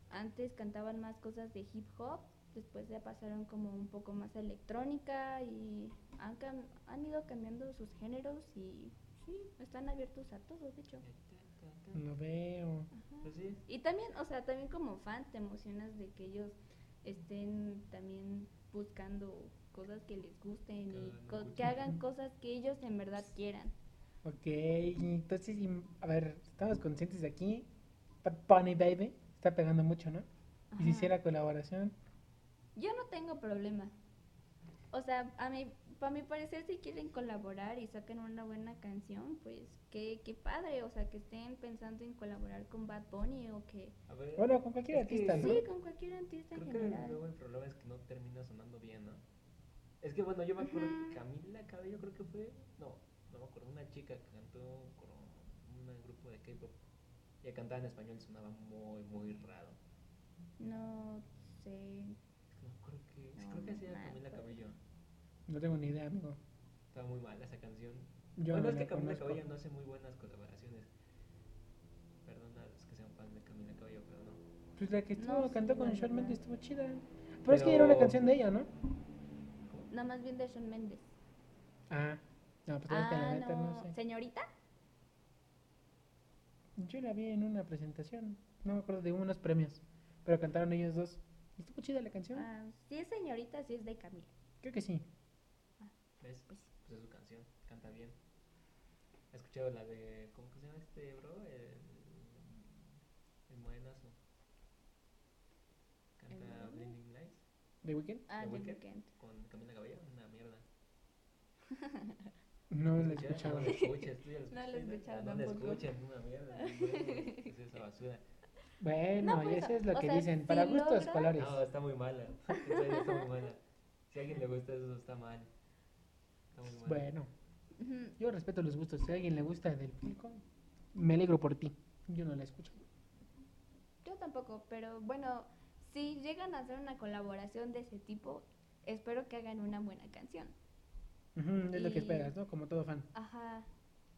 Speaker 3: antes cantaban más cosas de hip hop, después ya pasaron como un poco más a electrónica y han, cam- han ido cambiando sus géneros y sí, están abiertos a todos, de hecho. Mm.
Speaker 1: No veo.
Speaker 3: Ajá.
Speaker 2: Pues sí.
Speaker 3: Y también, o sea, también como fan te emocionas de que ellos estén también buscando cosas que les gusten
Speaker 2: Que
Speaker 3: y co-
Speaker 2: les
Speaker 3: que
Speaker 2: gusten.
Speaker 3: hagan cosas que ellos en verdad quieran.
Speaker 1: Ok, entonces, im- a ver, estamos conscientes de aquí. Bad Bunny Baby está pegando mucho, ¿no? Y
Speaker 3: Ajá.
Speaker 1: si hiciera colaboración,
Speaker 3: Yo no tengo problema. O sea, a mí, para mi parecer, si quieren colaborar y sacan una buena canción, pues qué, qué padre. O sea, que estén pensando en colaborar con Bad Bunny o que.
Speaker 2: A ver.
Speaker 1: bueno, con cualquier
Speaker 2: Es que
Speaker 1: artista, ¿no?
Speaker 3: Sí, con cualquier artista en
Speaker 2: Creo que
Speaker 3: general.
Speaker 2: luego el problema es que no termina sonando bien, ¿no? Es que bueno, yo me acuerdo
Speaker 3: Ujú.
Speaker 2: que Camila Cabello creo que fue, no, no me acuerdo, una chica que cantó con un grupo de K-pop. Ella cantaba en español y sonaba muy, muy raro.
Speaker 3: No sé.
Speaker 2: Es que no me acuerdo que,
Speaker 3: No,
Speaker 2: creo que
Speaker 3: no
Speaker 2: hacía
Speaker 3: me
Speaker 2: Camila
Speaker 3: acuerdo.
Speaker 2: Cabello.
Speaker 1: No tengo ni idea, amigo.
Speaker 2: Estaba muy mal esa canción.
Speaker 1: Yo
Speaker 2: bueno,
Speaker 1: no
Speaker 2: es que
Speaker 1: la
Speaker 2: Camila
Speaker 1: conozco.
Speaker 2: Cabello no hace muy buenas colaboraciones. Perdón a los que sean fans de Camila Cabello, pero no.
Speaker 1: Pues la que estuvo,
Speaker 3: No sé,
Speaker 1: cantó con
Speaker 3: la
Speaker 1: Shawn
Speaker 3: verdad.
Speaker 1: Mendes estuvo chida. Pero, es que era una
Speaker 2: Pero-
Speaker 1: canción de ella, ¿no?
Speaker 3: Nada más bien de Shawn Mendes.
Speaker 1: Ah, no, pues es que la
Speaker 3: ah,
Speaker 1: neta no.
Speaker 3: no.
Speaker 1: sé.
Speaker 3: ¿Señorita?
Speaker 1: Yo la vi en una presentación, no me acuerdo de unos premios, pero cantaron ellos dos. Y estuvo chida la canción.
Speaker 3: Ah, si es señorita, si es de Camila.
Speaker 1: Creo que sí.
Speaker 2: ¿Ves?
Speaker 3: Pues sí.
Speaker 2: Pues es su canción, canta bien. He escuchado la de. ¿Cómo que se llama este bro? El. El morenazo. Canta
Speaker 3: moreno?
Speaker 2: Blinding Lights
Speaker 1: ¿The Weeknd?
Speaker 3: Ah,
Speaker 2: ¿De
Speaker 3: de
Speaker 2: Weeknd?
Speaker 3: Weeknd.
Speaker 2: con Camila Cabello, una mierda.
Speaker 1: No la he
Speaker 2: Ya No
Speaker 1: escuchado.
Speaker 2: lo escuches, tú ya lo
Speaker 3: No lo he
Speaker 2: escuchaste,
Speaker 3: escuchado
Speaker 2: No lo
Speaker 3: tampoco.
Speaker 2: escuches, una mierda. no, Es esa basura.
Speaker 1: Bueno,
Speaker 3: No, por
Speaker 1: y
Speaker 3: eso,
Speaker 1: eso es lo
Speaker 3: o
Speaker 1: que
Speaker 3: sea,
Speaker 1: dicen.
Speaker 3: si
Speaker 1: Para gustos,
Speaker 3: logra-
Speaker 1: colores.
Speaker 2: No, está muy mala. En serio, está muy mala. Si a alguien le gusta eso, está mal. Está muy mal.
Speaker 1: Bueno,
Speaker 3: Ujú.
Speaker 1: yo respeto los gustos. Si a alguien le gusta del público, me alegro por ti. Yo no la escucho.
Speaker 3: Yo tampoco, pero bueno, si llegan a hacer una colaboración de ese tipo, espero que hagan una buena canción.
Speaker 1: Ujú, es lo que
Speaker 3: Y-
Speaker 1: esperas, ¿no? Como todo fan.
Speaker 3: Ajá.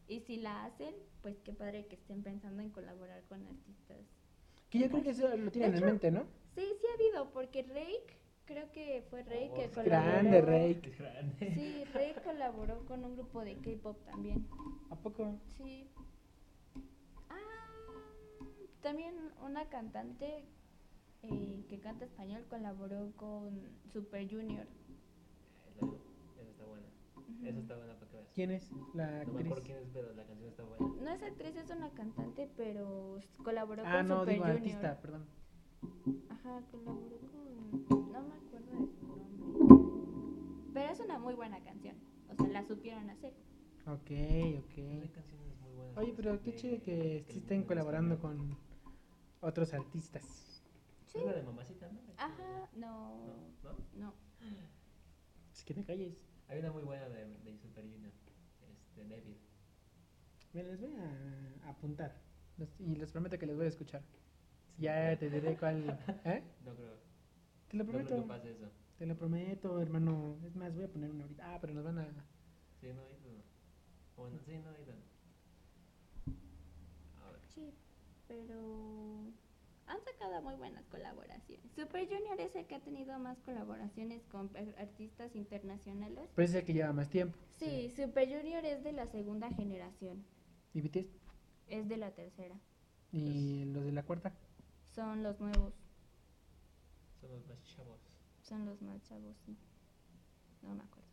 Speaker 3: Y si la hacen, pues qué padre que estén pensando en colaborar con artistas.
Speaker 1: Que yo creo que eso lo tienen en
Speaker 3: hecho,
Speaker 1: mente, ¿no?
Speaker 3: Sí, sí ha habido, porque Rake, creo que fue Rake
Speaker 2: Oh,
Speaker 3: que
Speaker 2: sí.
Speaker 3: colaboró.
Speaker 1: Grande Rake.
Speaker 2: Es grande.
Speaker 3: Sí, Rake colaboró con un grupo de K-pop también.
Speaker 1: ¿A poco?
Speaker 3: Sí. Ah, también una cantante eh, que canta español colaboró con Super Junior.
Speaker 2: La- Esa está buena. Esa
Speaker 3: Ujú.
Speaker 2: está buena para que veas.
Speaker 1: ¿Quién es la
Speaker 2: No me acuerdo
Speaker 1: actriz?
Speaker 2: quién es, pero la canción está buena.
Speaker 3: No es actriz, es una cantante, pero s- colaboró
Speaker 1: Ah,
Speaker 3: con
Speaker 1: no,
Speaker 3: Super
Speaker 1: digo
Speaker 3: Junior.
Speaker 1: artista, perdón.
Speaker 3: Ajá, colaboró con. No me acuerdo de su nombre. Pero es una muy buena canción. O sea, la supieron hacer.
Speaker 1: Ok,
Speaker 2: Hay
Speaker 1: ok.
Speaker 2: canciones muy buenas.
Speaker 1: Oye, pero qué
Speaker 2: de-
Speaker 1: chido que
Speaker 2: del
Speaker 1: sí estén
Speaker 2: mundo del
Speaker 1: colaborando
Speaker 2: español.
Speaker 1: con otros artistas.
Speaker 3: Sí.
Speaker 2: Es la de mamacita, ¿no?
Speaker 3: Ajá, no.
Speaker 2: No, no.
Speaker 3: No.
Speaker 1: Es Pues que te calles.
Speaker 2: Hay una muy buena de, de Super Junior. Este, Neville.
Speaker 1: Me les voy a apuntar. Los- Y les prometo que les voy a escuchar. Ya te diré cuál. ¿Eh?
Speaker 2: No creo,
Speaker 1: Te lo
Speaker 2: no creo que
Speaker 1: prometo.
Speaker 2: pase eso.
Speaker 1: Te lo prometo, hermano. Es más, voy a poner una ahorita. Ah, pero nos van a.
Speaker 2: Sí, no, ahorita no. O bueno, sí, no, ahorita no. A ver.
Speaker 3: Sí, pero. Han sacado muy buenas colaboraciones. Super Junior es el que ha tenido más colaboraciones con per- artistas internacionales.
Speaker 1: Pero ese es el que lleva más tiempo.
Speaker 3: Sí, Super Junior es de la segunda generación.
Speaker 1: Y BTS.
Speaker 3: Es de la tercera.
Speaker 1: Y los de la cuarta.
Speaker 3: Son los nuevos.
Speaker 2: Son los más chavos.
Speaker 3: Son los más chavos, sí. No me acuerdo.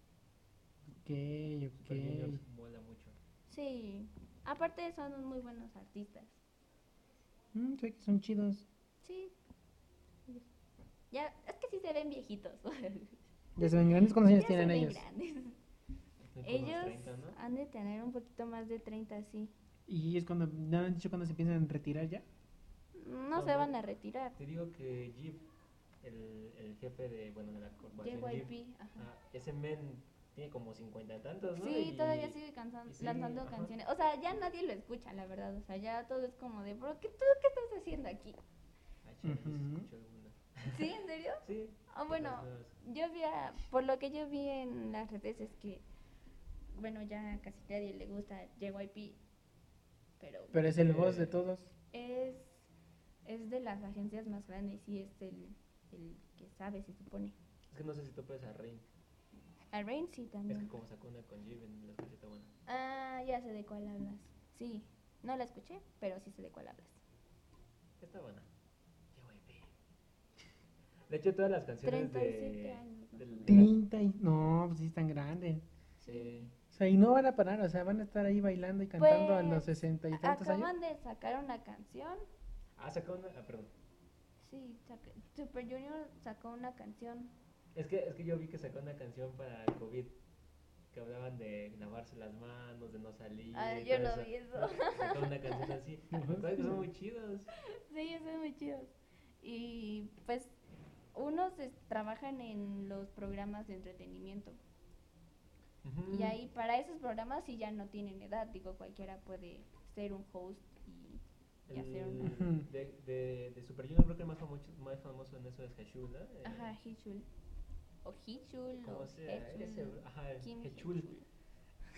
Speaker 1: Ok,
Speaker 2: Super Junior
Speaker 1: ok.
Speaker 2: mola mucho.
Speaker 3: Sí. Aparte son muy buenos artistas.
Speaker 1: Mm, sé que son chidos.
Speaker 3: Sí. Ya, es que sí se ven viejitos.
Speaker 1: Ya se ven grandes. ¿Cuántos años
Speaker 3: Ya se
Speaker 1: tienen
Speaker 3: ven
Speaker 1: ellos?
Speaker 3: grandes.
Speaker 2: Me
Speaker 3: Ellos han de tener un poquito más de 30, sí.
Speaker 1: Y es cuando, ¿no han dicho cuando se piensan en retirar ya?
Speaker 3: No se
Speaker 2: Ajá.
Speaker 3: van a retirar.
Speaker 2: Te digo que Jeep, el, el jefe de, bueno, de la corporación Jeep,
Speaker 3: JYP, ajá.
Speaker 2: ah, ese men tiene como cincuenta y tantos, ¿no?
Speaker 3: Sí,
Speaker 2: Y-
Speaker 3: todavía sigue cansan-
Speaker 2: y sigue,
Speaker 3: lanzando
Speaker 2: ajá.
Speaker 3: canciones. O sea, ya nadie lo escucha, la verdad. O sea, ya todo es como de, bro, ¿qué, tú, ¿qué estás haciendo aquí?
Speaker 2: Ah, chale, sí
Speaker 1: Ujú.
Speaker 2: escucho alguna.
Speaker 3: ¿Sí? ¿En serio?
Speaker 2: Sí.
Speaker 3: Ah, bueno,
Speaker 2: las nuevas.
Speaker 3: yo vi, a- por lo que yo vi en las redes es que, bueno, ya casi nadie le gusta JYP, pero
Speaker 1: Pero es el
Speaker 2: Eh,
Speaker 1: voz de todos.
Speaker 3: es, es de las agencias más grandes y es el, el que sabe, se supone.
Speaker 2: Es que no sé si topes a Rain.
Speaker 3: A Rain sí
Speaker 2: Es que
Speaker 3: también.
Speaker 2: como sacó una con Jeep en la escucheta buena.
Speaker 3: Ah, ya sé de cuál hablas. Sí, no la escuché, pero sí sé de cuál hablas.
Speaker 2: Está buena. JYP. De hecho, todas las canciones
Speaker 3: 37
Speaker 2: de...
Speaker 3: años. más o
Speaker 2: del-
Speaker 3: menos.
Speaker 1: 30 y... No, pues sí están grandes.
Speaker 2: Sí.
Speaker 1: O sea, y no van a parar, o sea, van a estar ahí bailando y cantando a los
Speaker 3: Pues,
Speaker 1: 60 y tantos años.
Speaker 3: Acaban de sacar una canción.
Speaker 2: Ah, sacó una... Ah, perdón.
Speaker 3: Sí, saca- Super Junior sacó una canción.
Speaker 2: Es que, es que yo vi que sacó una canción para el COVID. Que hablaban de lavarse las manos, de no salir.
Speaker 3: Ah,
Speaker 2: y
Speaker 3: yo
Speaker 2: todo
Speaker 3: lo vi
Speaker 2: Sacó una canción así. Me acuerdo que son muy chidos.
Speaker 3: Sí, ellos son muy chidos. Y pues unos es- trabajan en los programas de entretenimiento.
Speaker 2: Mm.
Speaker 3: Y ahí para esos programas sí ya no tienen edad. Digo, cualquiera puede ser un host y y hacer un...
Speaker 1: Ujú.
Speaker 2: El, de, de, de Super Junior creo que el más famoso, más famoso en eso es Heshul, ¿no? Eh,
Speaker 3: Ajá, Hichul. O Hichul o
Speaker 2: ¿Cómo sea? Ese,
Speaker 3: Hechul,
Speaker 2: ajá,
Speaker 3: Kim
Speaker 2: Hechul.
Speaker 3: Hichul.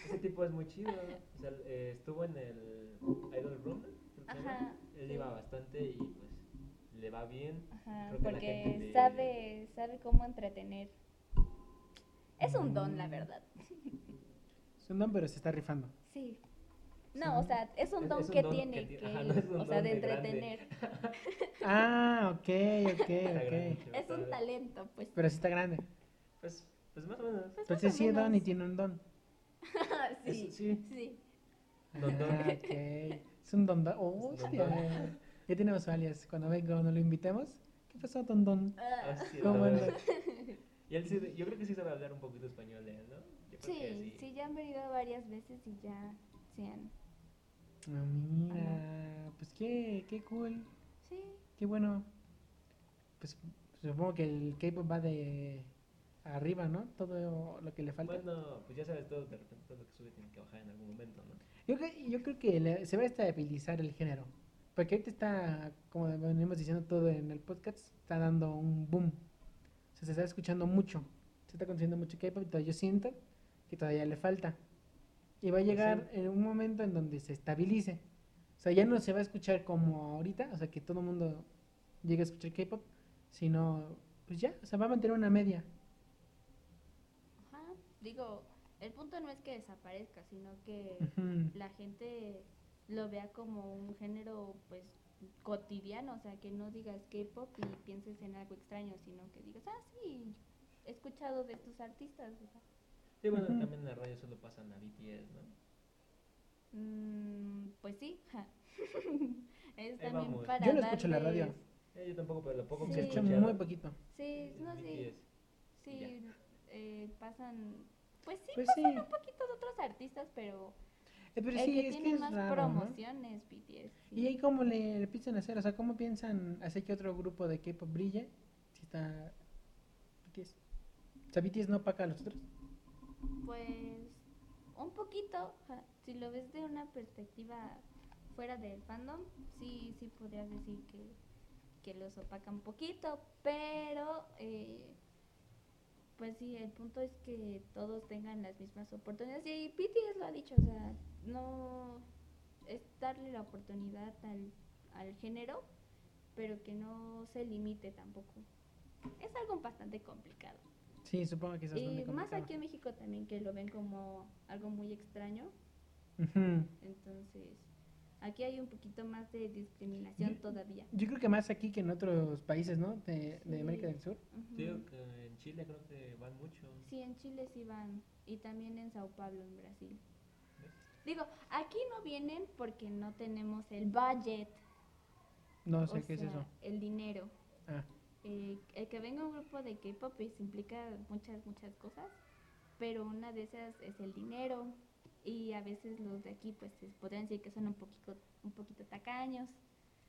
Speaker 2: Ese tipo es muy chido. O sea, eh, estuvo en el Idol Room, creo que se llama.
Speaker 3: Ajá,
Speaker 2: Él
Speaker 3: sí.
Speaker 2: iba bastante y pues le va bien.
Speaker 3: Ajá,
Speaker 2: Creo que la
Speaker 3: porque
Speaker 2: gente le-
Speaker 3: sabe, sabe cómo entretener. Es un don, la
Speaker 1: Mm.
Speaker 3: verdad.
Speaker 1: Es un don, pero se está rifando.
Speaker 3: Sí. No, o sea, es un
Speaker 2: Es-
Speaker 3: don
Speaker 2: es un
Speaker 3: que
Speaker 2: don
Speaker 3: tiene,
Speaker 2: que ti-
Speaker 3: que
Speaker 2: ajá,
Speaker 3: él,
Speaker 2: no es un
Speaker 3: o sea,
Speaker 2: don
Speaker 3: de
Speaker 2: de grande.
Speaker 3: entretener.
Speaker 1: Ah, ok, ok,
Speaker 2: Está grande,
Speaker 1: ok.
Speaker 2: chido,
Speaker 3: Es un
Speaker 2: está-
Speaker 3: talento, pues.
Speaker 1: Pero sí está grande.
Speaker 2: Pues, pues más o menos.
Speaker 1: Entonces
Speaker 3: o
Speaker 1: sí es don y
Speaker 3: menos.
Speaker 1: tiene un don.
Speaker 2: Es-
Speaker 3: Ah, sí,
Speaker 2: sí.
Speaker 3: sí.
Speaker 2: Don, don.
Speaker 1: Ah, ok. Es un don. don. Oh,
Speaker 2: Es un
Speaker 1: hostia. Ya tenemos su alias. Cuando venga, cuando lo invitemos. ¿Qué pasó, don don?
Speaker 3: Ah,
Speaker 2: Así es,
Speaker 1: ¿Cómo
Speaker 2: la
Speaker 1: anda?
Speaker 2: verdad. Y él sí, yo creo que sí sabe hablar un poquito español de él, ¿no? Yo creo que
Speaker 3: sí, sí, ya han venido varias veces y ya se han...
Speaker 1: No, Ah, mira. Pues qué, qué cool.
Speaker 3: Sí,
Speaker 1: Qué bueno. Pues supongo que el K-pop va de arriba, ¿no? Todo lo que le falta.
Speaker 2: Bueno, pues ya sabes todo, de repente todo lo que sube tiene que bajar en algún momento, ¿no?
Speaker 1: Yo, cre- yo creo que le- se va a estabilizar el género. Porque ahorita está, como venimos diciendo todo en el podcast, está dando un boom. O sea, se está escuchando mucho. Se está conociendo mucho K-pop, pero yo siento que todavía le falta. Y va a llegar en un momento en donde se estabilice. O sea, ya no se va a escuchar como ahorita, o sea, que todo el mundo llegue a escuchar K-pop, sino, pues ya, o sea, va a mantener una media.
Speaker 3: ajá. Digo, el punto no es que desaparezca, sino que
Speaker 1: Ujú.
Speaker 3: la gente lo vea como un género, pues, cotidiano. O sea, que no digas K-pop y pienses en algo extraño, sino que digas, ah, sí, he escuchado de estos artistas. o sea.
Speaker 2: Sí, bueno,
Speaker 1: Ujú.
Speaker 2: también en la radio solo pasan a BTS, ¿no?
Speaker 3: Mm, pues sí, ja. es
Speaker 2: Ahí
Speaker 3: también
Speaker 2: vamos.
Speaker 3: para
Speaker 1: Yo no escucho la
Speaker 3: darles-
Speaker 1: radio.
Speaker 2: Eh, yo tampoco, pero lo poco
Speaker 1: Se
Speaker 2: que he
Speaker 3: Sí.
Speaker 1: escucha
Speaker 2: escuchado
Speaker 1: muy poquito.
Speaker 3: Sí,
Speaker 2: es
Speaker 3: no, sí,
Speaker 2: BTS.
Speaker 3: sí, eh, pasan, pues sí,
Speaker 1: Pues
Speaker 3: pasan
Speaker 1: sí.
Speaker 3: un poquito de otros artistas, pero
Speaker 1: Eh, pero
Speaker 3: el
Speaker 1: sí,
Speaker 3: que
Speaker 1: es
Speaker 3: tiene
Speaker 1: que es
Speaker 3: más
Speaker 1: raro, ¿no?
Speaker 3: promociones, BTS. sí.
Speaker 1: ¿Y ahí cómo le, le piensan hacer? O sea, ¿cómo piensan hacer que otro grupo de K-pop brille? Si está BTS. O sea, BTS no paga a los otros.
Speaker 3: Pues un poquito, ja, si lo ves de una perspectiva fuera del fandom, sí, sí podrías decir que, que los opaca un poquito, pero eh, pues sí, el punto es que todos tengan las mismas oportunidades. Y BTS lo ha dicho, o sea, no es darle la oportunidad al, al género, pero que no se limite tampoco. Es algo bastante complicado.
Speaker 1: Sí, supongo que eso es
Speaker 3: Y
Speaker 1: donde
Speaker 3: Eh, más
Speaker 1: complicaba.
Speaker 3: aquí en México también, que lo ven como algo muy extraño.
Speaker 1: Ujú.
Speaker 3: Entonces, aquí hay un poquito más de discriminación
Speaker 1: Yo-
Speaker 3: todavía.
Speaker 1: Yo creo que más aquí que en otros países, ¿no? De, de
Speaker 3: Sí.
Speaker 1: América del Sur.
Speaker 3: Ujú.
Speaker 2: Te digo que en Chile creo que van mucho.
Speaker 3: Sí, en Chile sí van. Y también en Sao Paulo, en Brasil. Digo, aquí no vienen porque no tenemos el budget.
Speaker 1: No
Speaker 3: o
Speaker 1: sé qué
Speaker 3: sea,
Speaker 1: es eso.
Speaker 3: El dinero.
Speaker 1: Ah.
Speaker 3: Eh, el que venga un grupo de K-pop pues, implica muchas, muchas cosas. pero una de esas es el dinero y a veces los de aquí pues se podrían decir que son un poquito, un poquito tacaños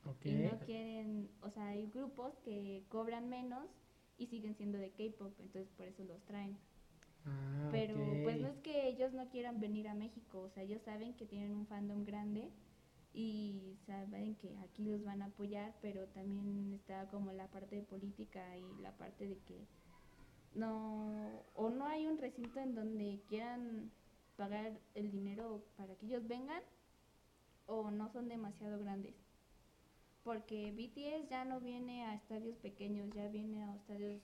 Speaker 1: Ok.
Speaker 3: y no quieren, o sea, hay grupos que cobran menos y siguen siendo de K-pop, entonces por eso los traen.
Speaker 1: Ah,
Speaker 3: Pero pues no
Speaker 1: ok.
Speaker 3: es que ellos no quieran venir a México, o sea, ellos saben que tienen un fandom grande y saben que aquí los van a apoyar, pero también está como la parte de política y la parte de que no, o no hay un recinto en donde quieran pagar el dinero para que ellos vengan, o no son demasiado grandes. Porque BTS ya no viene a estadios pequeños, ya viene a estadios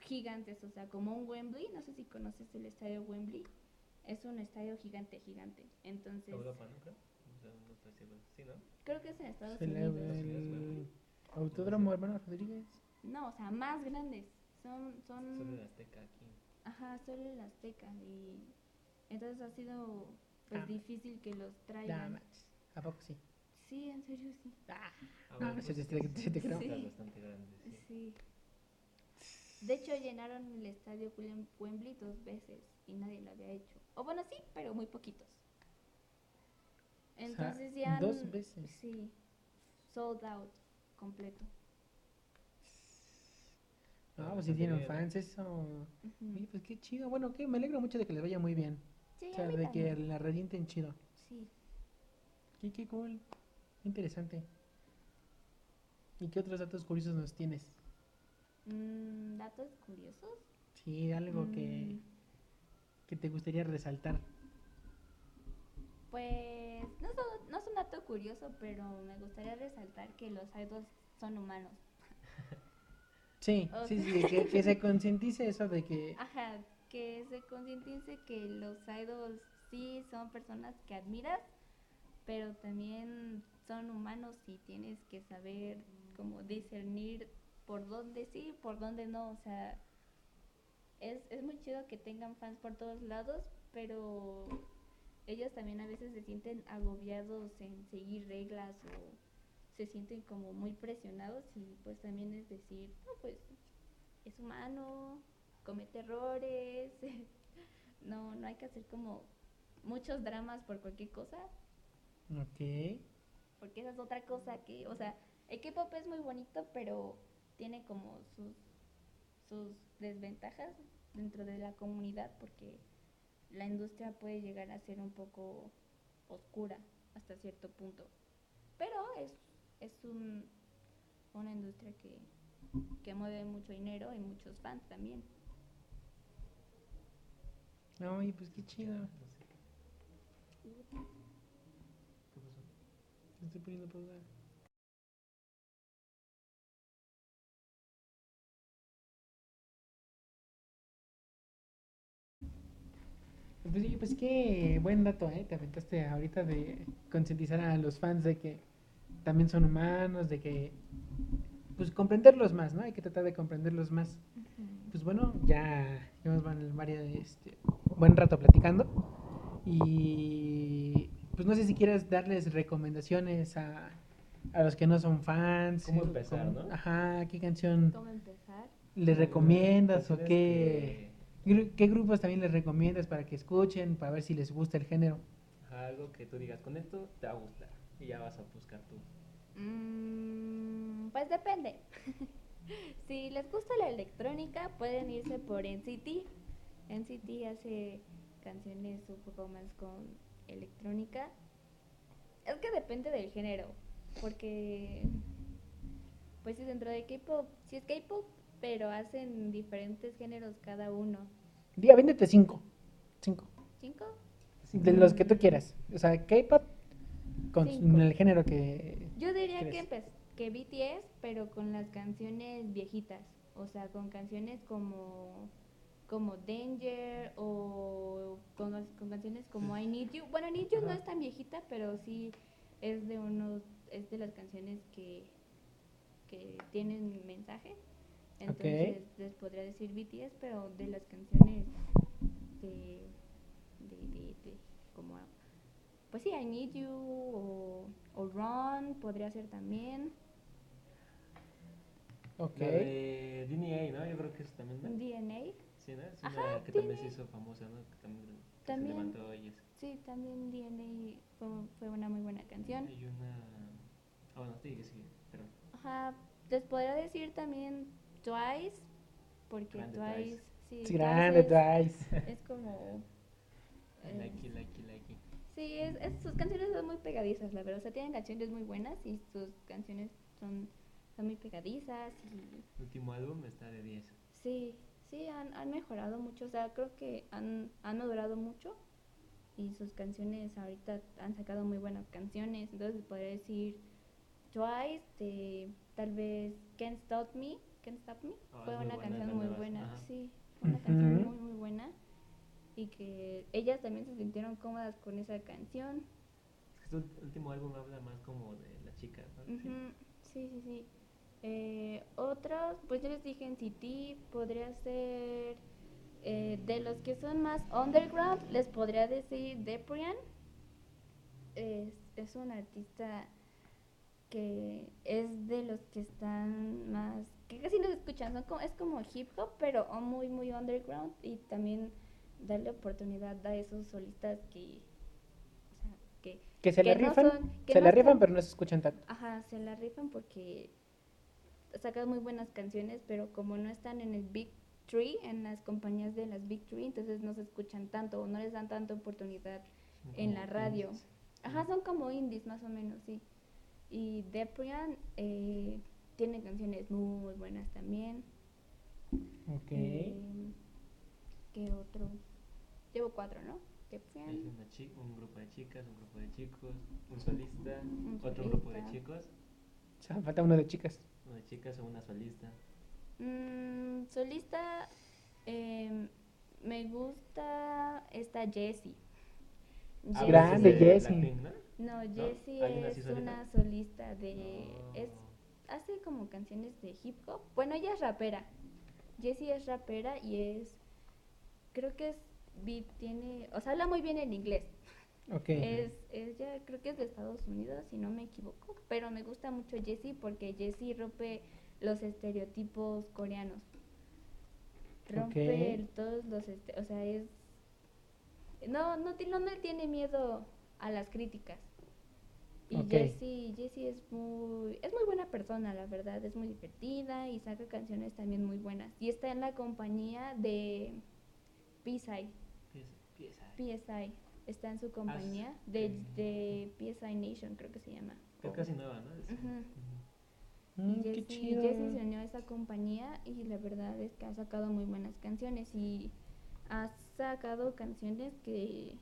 Speaker 3: gigantes, o sea, como un Wembley, no sé si conoces el estadio Wembley, es un estadio gigante, gigante. Entonces,
Speaker 2: Europa, ¿no? Creo. O sea, no estoy seguro. Sí, ¿no?
Speaker 3: creo que es en Estados
Speaker 1: Se le ve
Speaker 3: Unidos.
Speaker 1: el autódromo, hermano Rodríguez.
Speaker 3: No, o sea, más grandes. Son,
Speaker 2: Solo en
Speaker 3: son,
Speaker 2: Azteca aquí. Ah,
Speaker 3: ajá, solo el Azteca. Y entonces ha sido pues
Speaker 1: Ah.
Speaker 3: difícil que los
Speaker 1: Ya,
Speaker 3: traigan.
Speaker 1: manches. ¿A poco sí?
Speaker 3: Sí, en serio, sí.
Speaker 2: Ah,
Speaker 1: No,
Speaker 2: bueno,
Speaker 1: sí,
Speaker 2: pues,
Speaker 1: sí, te- sí te creo.
Speaker 3: Sí.
Speaker 2: está bastante grande, sí.
Speaker 3: Sí. De hecho, llenaron el estadio William Wembley dos veces y nadie lo había hecho. O bueno, sí, pero muy poquitos.
Speaker 1: O sea,
Speaker 3: Entonces ya.
Speaker 1: Dos
Speaker 3: n-
Speaker 1: veces.
Speaker 3: Sí. Sold out, completo.
Speaker 1: No,
Speaker 2: Ah,
Speaker 1: pues sí
Speaker 2: bastante
Speaker 1: tienen
Speaker 2: bien.
Speaker 1: fans, eso.
Speaker 3: Ujú.
Speaker 1: Oye, pues qué chido. Bueno, que me alegro mucho de que les vaya muy bien.
Speaker 3: Sí,
Speaker 1: O
Speaker 3: a
Speaker 1: sea,
Speaker 3: mí
Speaker 1: de que
Speaker 3: también.
Speaker 1: la revienten chido.
Speaker 3: Sí.
Speaker 1: Qué, qué cool. Interesante. ¿Y qué otros datos curiosos nos tienes?
Speaker 3: Mm, Datos curiosos.
Speaker 1: Sí, algo que,
Speaker 3: Mm,
Speaker 1: que te gustaría resaltar.
Speaker 3: Pues no, son- no es un dato curioso, pero me gustaría resaltar que los idols son humanos.
Speaker 1: Sí,
Speaker 3: O
Speaker 1: sí,
Speaker 3: sea-
Speaker 1: sí, que, que se concientice eso de que...
Speaker 3: Ajá, que se concientice que los idols sí son personas que admiras, pero también son humanos y tienes que saber como discernir por dónde sí, por dónde no. O sea, es, es muy chido que tengan fans por todos lados, pero ellos también a veces se sienten agobiados en seguir reglas o se sienten como muy presionados y pues también es decir, no, pues es humano, comete errores, no, no hay que hacer como muchos dramas por cualquier cosa, Ah.
Speaker 1: Ok.
Speaker 3: porque esa es otra cosa que, o sea, el K-pop es muy bonito, pero tiene como sus, sus desventajas dentro de la comunidad, porque la industria puede llegar a ser un poco oscura hasta cierto punto. Pero es, es un, una industria que, que mueve mucho dinero y muchos fans también.
Speaker 1: Ay, pues qué chido.
Speaker 2: Ya, no sé. ¿Qué pasó?
Speaker 1: Me estoy poniendo pausa. Pues, sí, pues qué buen dato, ¿eh? Te aventaste ahorita de concientizar a los fans de que también son humanos, de que... Pues comprenderlos más, ¿no? Hay que tratar de comprenderlos más. Pues bueno, ya llevamos van- varios, este, buen rato platicando. Y pues no sé si quieres darles recomendaciones a, a los que no son fans.
Speaker 5: ¿Cómo
Speaker 1: eh,
Speaker 5: empezar,
Speaker 1: cómo-
Speaker 5: no?
Speaker 1: Ajá, ¿qué canción
Speaker 3: ¿Cómo empezar?
Speaker 1: les recomiendas o
Speaker 5: Canciones
Speaker 1: qué, gru- qué grupos también les recomiendas para que escuchen, para ver si les gusta el género?
Speaker 2: Ajá, Algo que tú digas, con esto te va a gustar. Y ya vas a buscar tú.
Speaker 3: Mm, pues depende. si les gusta la electrónica, pueden irse por NCT. NCT hace canciones un poco más con electrónica. Es que depende del género, porque pues sí, dentro de K-pop, sí es K-pop, pero hacen diferentes géneros cada uno.
Speaker 1: Diga, véndete cinco. Cinco.
Speaker 3: ¿Cinco?
Speaker 1: De los que tú quieras. O sea, K-pop con su-
Speaker 3: Cinco.
Speaker 1: el género que...
Speaker 3: Yo diría que,
Speaker 1: ¿Crees?
Speaker 3: empe- que BTS, pero con las canciones viejitas. O sea, con canciones como, como Danger o con, las- con canciones como I Need You. Bueno, Need You no
Speaker 1: Ajá.
Speaker 3: es tan viejita, pero sí es de unos, es de las canciones que, que tienen mensaje. Entonces les podría decir BTS, pero de las canciones de, de, de, de como pues sí, I Need You o, o Run podría ser también.
Speaker 1: Ok.
Speaker 2: La de DNA, ¿no? Yo creo que eso también. ¿no?
Speaker 3: DNA.
Speaker 2: Sí, ¿no? es una que también se hizo famosa, ¿no? Que también, que
Speaker 3: También.
Speaker 2: se levantó ella.
Speaker 3: Sí, también DNA fue, fue una muy buena canción.
Speaker 2: Hay una... Ah, bueno, sí, sí, perdón.
Speaker 3: Ajá, les podría decir también Twice, porque
Speaker 2: Grande
Speaker 3: Twice,
Speaker 2: Twice.
Speaker 3: sí,
Speaker 1: Es
Speaker 3: Twice
Speaker 1: grande,
Speaker 3: es-
Speaker 1: Twice.
Speaker 3: es como... eh,
Speaker 2: Likey, likey, likey.
Speaker 3: Sí, es, es- sus canciones son muy pegadizas, la verdad. O sea, tienen canciones muy buenas y sus canciones son, son muy pegadizas. Y,
Speaker 2: Último álbum está de 10.
Speaker 3: sí, sí, han, han mejorado mucho. O sea, creo que han, han madurado mucho y sus canciones ahorita han sacado muy buenas canciones. Entonces, podría decir Twice, de, tal vez Can't Stop Me. Can't Stop Me
Speaker 2: Ah,
Speaker 3: fue
Speaker 2: es muy
Speaker 3: una
Speaker 2: buena,
Speaker 3: canción
Speaker 2: la
Speaker 3: muy
Speaker 2: nueva,
Speaker 3: buena,
Speaker 2: ajá.
Speaker 3: sí, fue una canción
Speaker 1: Ujú.
Speaker 3: muy, muy buena. Y que ellas también se sintieron cómodas con esa canción.
Speaker 2: Es que su último álbum habla más como de las chicas, ¿no? Sí.
Speaker 3: Ujú, Sí, sí, sí. Eh, otros, pues yo les dije en City, podría ser eh, de los que son más underground, les podría decir Deprian. Es, es un artista que es de los que están más, que casi no se escuchan, son como- es como hip hop, pero o muy, muy underground y también darle oportunidad a esos solistas que, o sea, que,
Speaker 1: Que se le
Speaker 3: que no
Speaker 1: rifan,
Speaker 3: son- que
Speaker 1: se
Speaker 3: no
Speaker 1: le
Speaker 3: están-
Speaker 1: rifan, pero no se escuchan tanto.
Speaker 3: Ajá, se la rifan porque sacan muy buenas canciones, pero como no están en el Big Tree, en las compañías de las Big Tree, entonces no se escuchan tanto o no les dan tanta oportunidad en la radio. Ajá, son como indies más o menos, sí. Y Deprian eh, tiene canciones muy buenas también.
Speaker 1: Ok.
Speaker 3: Eh, ¿Qué otro? Llevo cuatro, ¿no?
Speaker 2: Hay
Speaker 3: Deprian.
Speaker 2: una chi- un grupo de chicas, un grupo de chicos, un solista,
Speaker 3: Un
Speaker 2: otro grupo de
Speaker 3: solista.
Speaker 2: chicos,
Speaker 1: O sea, falta uno de chicas.
Speaker 2: una de chicas o una solista.
Speaker 3: Mm, solista, em, me gusta esta Jessie.
Speaker 2: Hablas
Speaker 1: Grande,
Speaker 2: Ah, pues, de
Speaker 1: Jessie.
Speaker 2: Blackpink, ¿no?
Speaker 3: No, Jessie
Speaker 2: Ah, ¿Hay una así
Speaker 3: es
Speaker 2: solita?
Speaker 3: una solista de... Es,
Speaker 2: No.
Speaker 3: hace como canciones de hip hop. Bueno, ella es rapera. Jessie es rapera y es... Creo que es... vi- Tiene, o sea, habla muy bien en inglés.
Speaker 1: Ok.
Speaker 3: Es, ella creo que es de Estados Unidos, si no me equivoco, pero me gusta mucho Jessie porque Jessie rompe los estereotipos coreanos. Rompe
Speaker 1: Ok.
Speaker 3: el- todos los, este- o sea, es no no, ti- no le tiene miedo a las críticas. Y
Speaker 1: Ok.
Speaker 3: Jessie, Jessie es muy es muy buena persona, la verdad, es muy divertida y saca canciones también muy buenas. Y está en la compañía de Psy.
Speaker 2: Pieza- pieza.
Speaker 3: PSI está en su compañía de, de PSI Nation, creo que se llama.
Speaker 2: Es casi nueva, ¿no? Es-
Speaker 3: Ujú.
Speaker 1: Mm,
Speaker 3: Y
Speaker 1: qué
Speaker 3: Jesse
Speaker 1: chido.
Speaker 3: Jesse se unió a esa compañía y la verdad es que ha sacado muy buenas canciones y ha sacado canciones que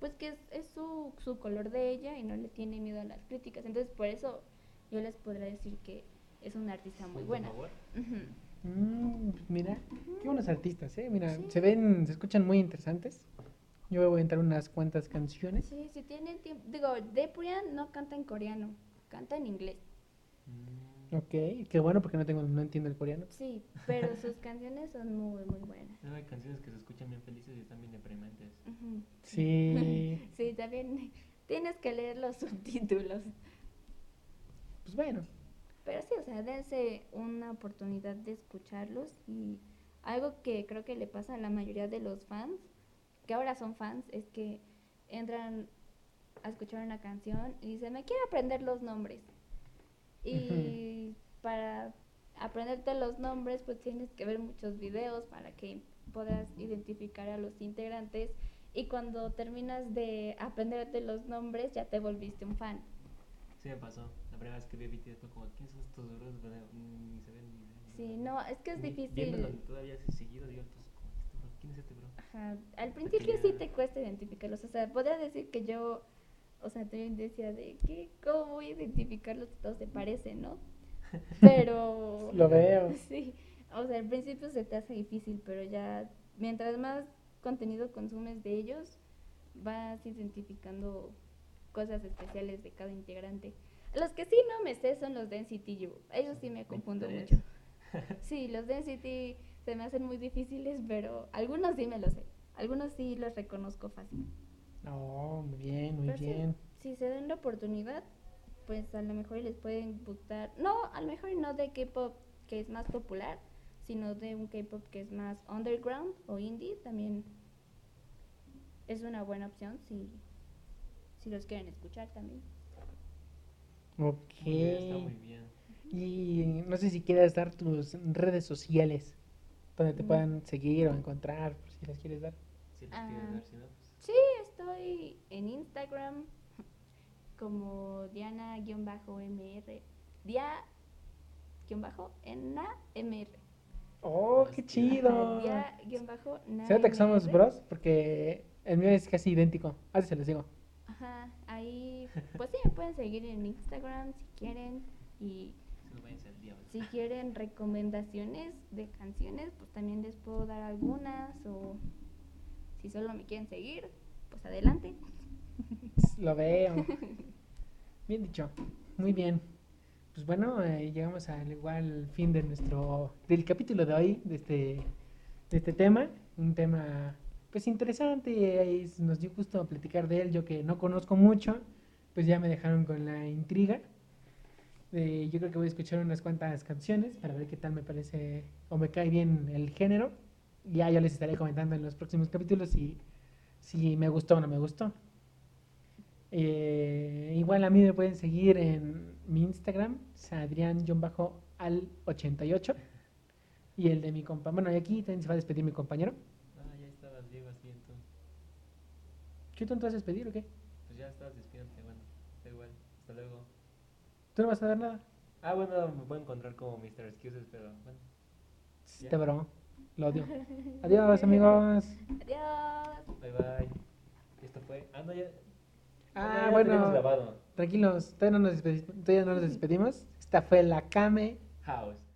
Speaker 3: pues que es, es su, su color de ella y no le tiene miedo a las críticas. Entonces por eso yo les podré decir que es una artista
Speaker 2: Punto
Speaker 3: muy
Speaker 2: a
Speaker 3: buena.
Speaker 2: favor.
Speaker 3: Ujú.
Speaker 1: Mm, pues mira, qué buenos artistas, ¿eh? Mira,
Speaker 3: Sí.
Speaker 1: se ven, se escuchan muy interesantes. Yo voy a entrar unas cuantas canciones.
Speaker 3: Sí, si tienen tiempo, digo, Deprian no canta en coreano, canta en inglés.
Speaker 2: Mm.
Speaker 1: Ok, qué bueno porque no tengo, no entiendo el coreano.
Speaker 3: Sí, pero sus canciones son muy, muy buenas.
Speaker 2: Luego Hay canciones que se escuchan bien felices y están bien deprimentes.
Speaker 3: Ujú.
Speaker 1: Sí,
Speaker 3: Sí, también tienes que leer los subtítulos.
Speaker 1: pues bueno.
Speaker 3: Pero sí, o sea, dense una oportunidad de escucharlos y algo que creo que le pasa a la mayoría de los fans, que ahora son fans, es que entran a escuchar una canción y dicen, me quiero aprender los nombres. Y para aprenderte los nombres, pues tienes que ver muchos videos para que puedas identificar a los integrantes y cuando terminas de aprenderte los nombres ya te volviste un fan.
Speaker 2: Sí me pasó. La primera vez que vi a BTS fue como, ¿quiénes son estos duros? Ni se ven ni ven, ni
Speaker 3: Sí,
Speaker 2: ven".
Speaker 3: no, es que es
Speaker 2: Ni-
Speaker 3: difícil.
Speaker 2: Viéndolo todavía así seguido, digo, entonces, como, "Este bro, ¿quién es este bro?
Speaker 3: Ajá, Al principio sí te cuesta identificarlos. O sea, podría decir que yo, o sea, también decía de que, ¿cómo voy a identificarlos si todos se parecen, no? Pero.
Speaker 1: Lo veo.
Speaker 3: Sí, o sea, al principio se te hace difícil, pero ya mientras más contenido consumes de ellos, vas identificando cosas especiales de cada integrante. Los que sí no me sé son los de NCT U. Ellos sí me confundo mucho.
Speaker 2: 23.
Speaker 3: Sí, los Density se me hacen muy difíciles, pero algunos sí me los sé. Algunos sí los reconozco fácil.
Speaker 1: No, muy bien, muy
Speaker 3: Pero Pues sí.
Speaker 1: bien.
Speaker 3: Si se dan la oportunidad, pues a lo mejor y les pueden gustar. No, a lo mejor no de K-pop que es más popular, sino de un K-pop que es más underground o indie, también es una buena opción si, si los quieren escuchar también.
Speaker 1: Ok.
Speaker 2: Muy bien, Está muy bien.
Speaker 1: Y no sé si quieras dar tus redes sociales donde te
Speaker 3: Mm.
Speaker 1: puedan seguir o encontrar, por si las quieres dar.
Speaker 2: Si les
Speaker 3: Ah.
Speaker 2: quieres dar, si no, pues.
Speaker 3: Sí, estoy en Instagram como Diana-MR. Dia-Ena-MR.
Speaker 1: ¡Oh,
Speaker 2: Hostia.
Speaker 1: qué chido! Se nota que somos
Speaker 3: bros?
Speaker 1: bros porque el mío es casi idéntico. Así se los digo.
Speaker 3: Ajá, ahí pues sí me pueden seguir en Instagram si quieren y
Speaker 2: Si no vayan al diablo.
Speaker 3: si quieren recomendaciones de canciones, pues también les puedo dar algunas o si solo me quieren seguir, pues adelante.
Speaker 1: Lo veo. Bien dicho. Muy bien. Pues bueno, eh, llegamos al igual fin de nuestro del capítulo de hoy de este de este tema, un tema pues interesante, es- nos dio gusto platicar de él, yo que no conozco mucho, pues ya me dejaron con la intriga. Eh, yo creo que voy a escuchar unas cuantas canciones para ver qué tal me parece o me cae bien el género. Ya yo les estaré comentando en los próximos capítulos si, si me gustó o no me gustó. Eh, igual a mí me pueden seguir en mi Instagram, Adrián-al88. Y el de mi compañero. Bueno, y aquí también se va a despedir mi compañero.
Speaker 2: Ah, ya estaba el Diego así, entonces.
Speaker 1: ¿Qué tú no te vas a despedir o qué?
Speaker 2: Pues ya estabas despidiéndote, bueno. Da igual. Hasta luego.
Speaker 1: ¿Tú no vas a dar nada?
Speaker 2: Ah, bueno, me puedo encontrar como Mr. Excuses, pero bueno. Ya.
Speaker 1: Este bro. Lo odio. Adiós, amigos.
Speaker 3: Adiós.
Speaker 2: Bye bye. Esto fue. Ah, no, ya.
Speaker 1: Ah,
Speaker 2: ya
Speaker 1: bueno.
Speaker 2: tenemos grabado.
Speaker 1: Tranquilos, todavía no, nos despedi- todavía no nos despedimos. Esta fue la Kame.
Speaker 2: House.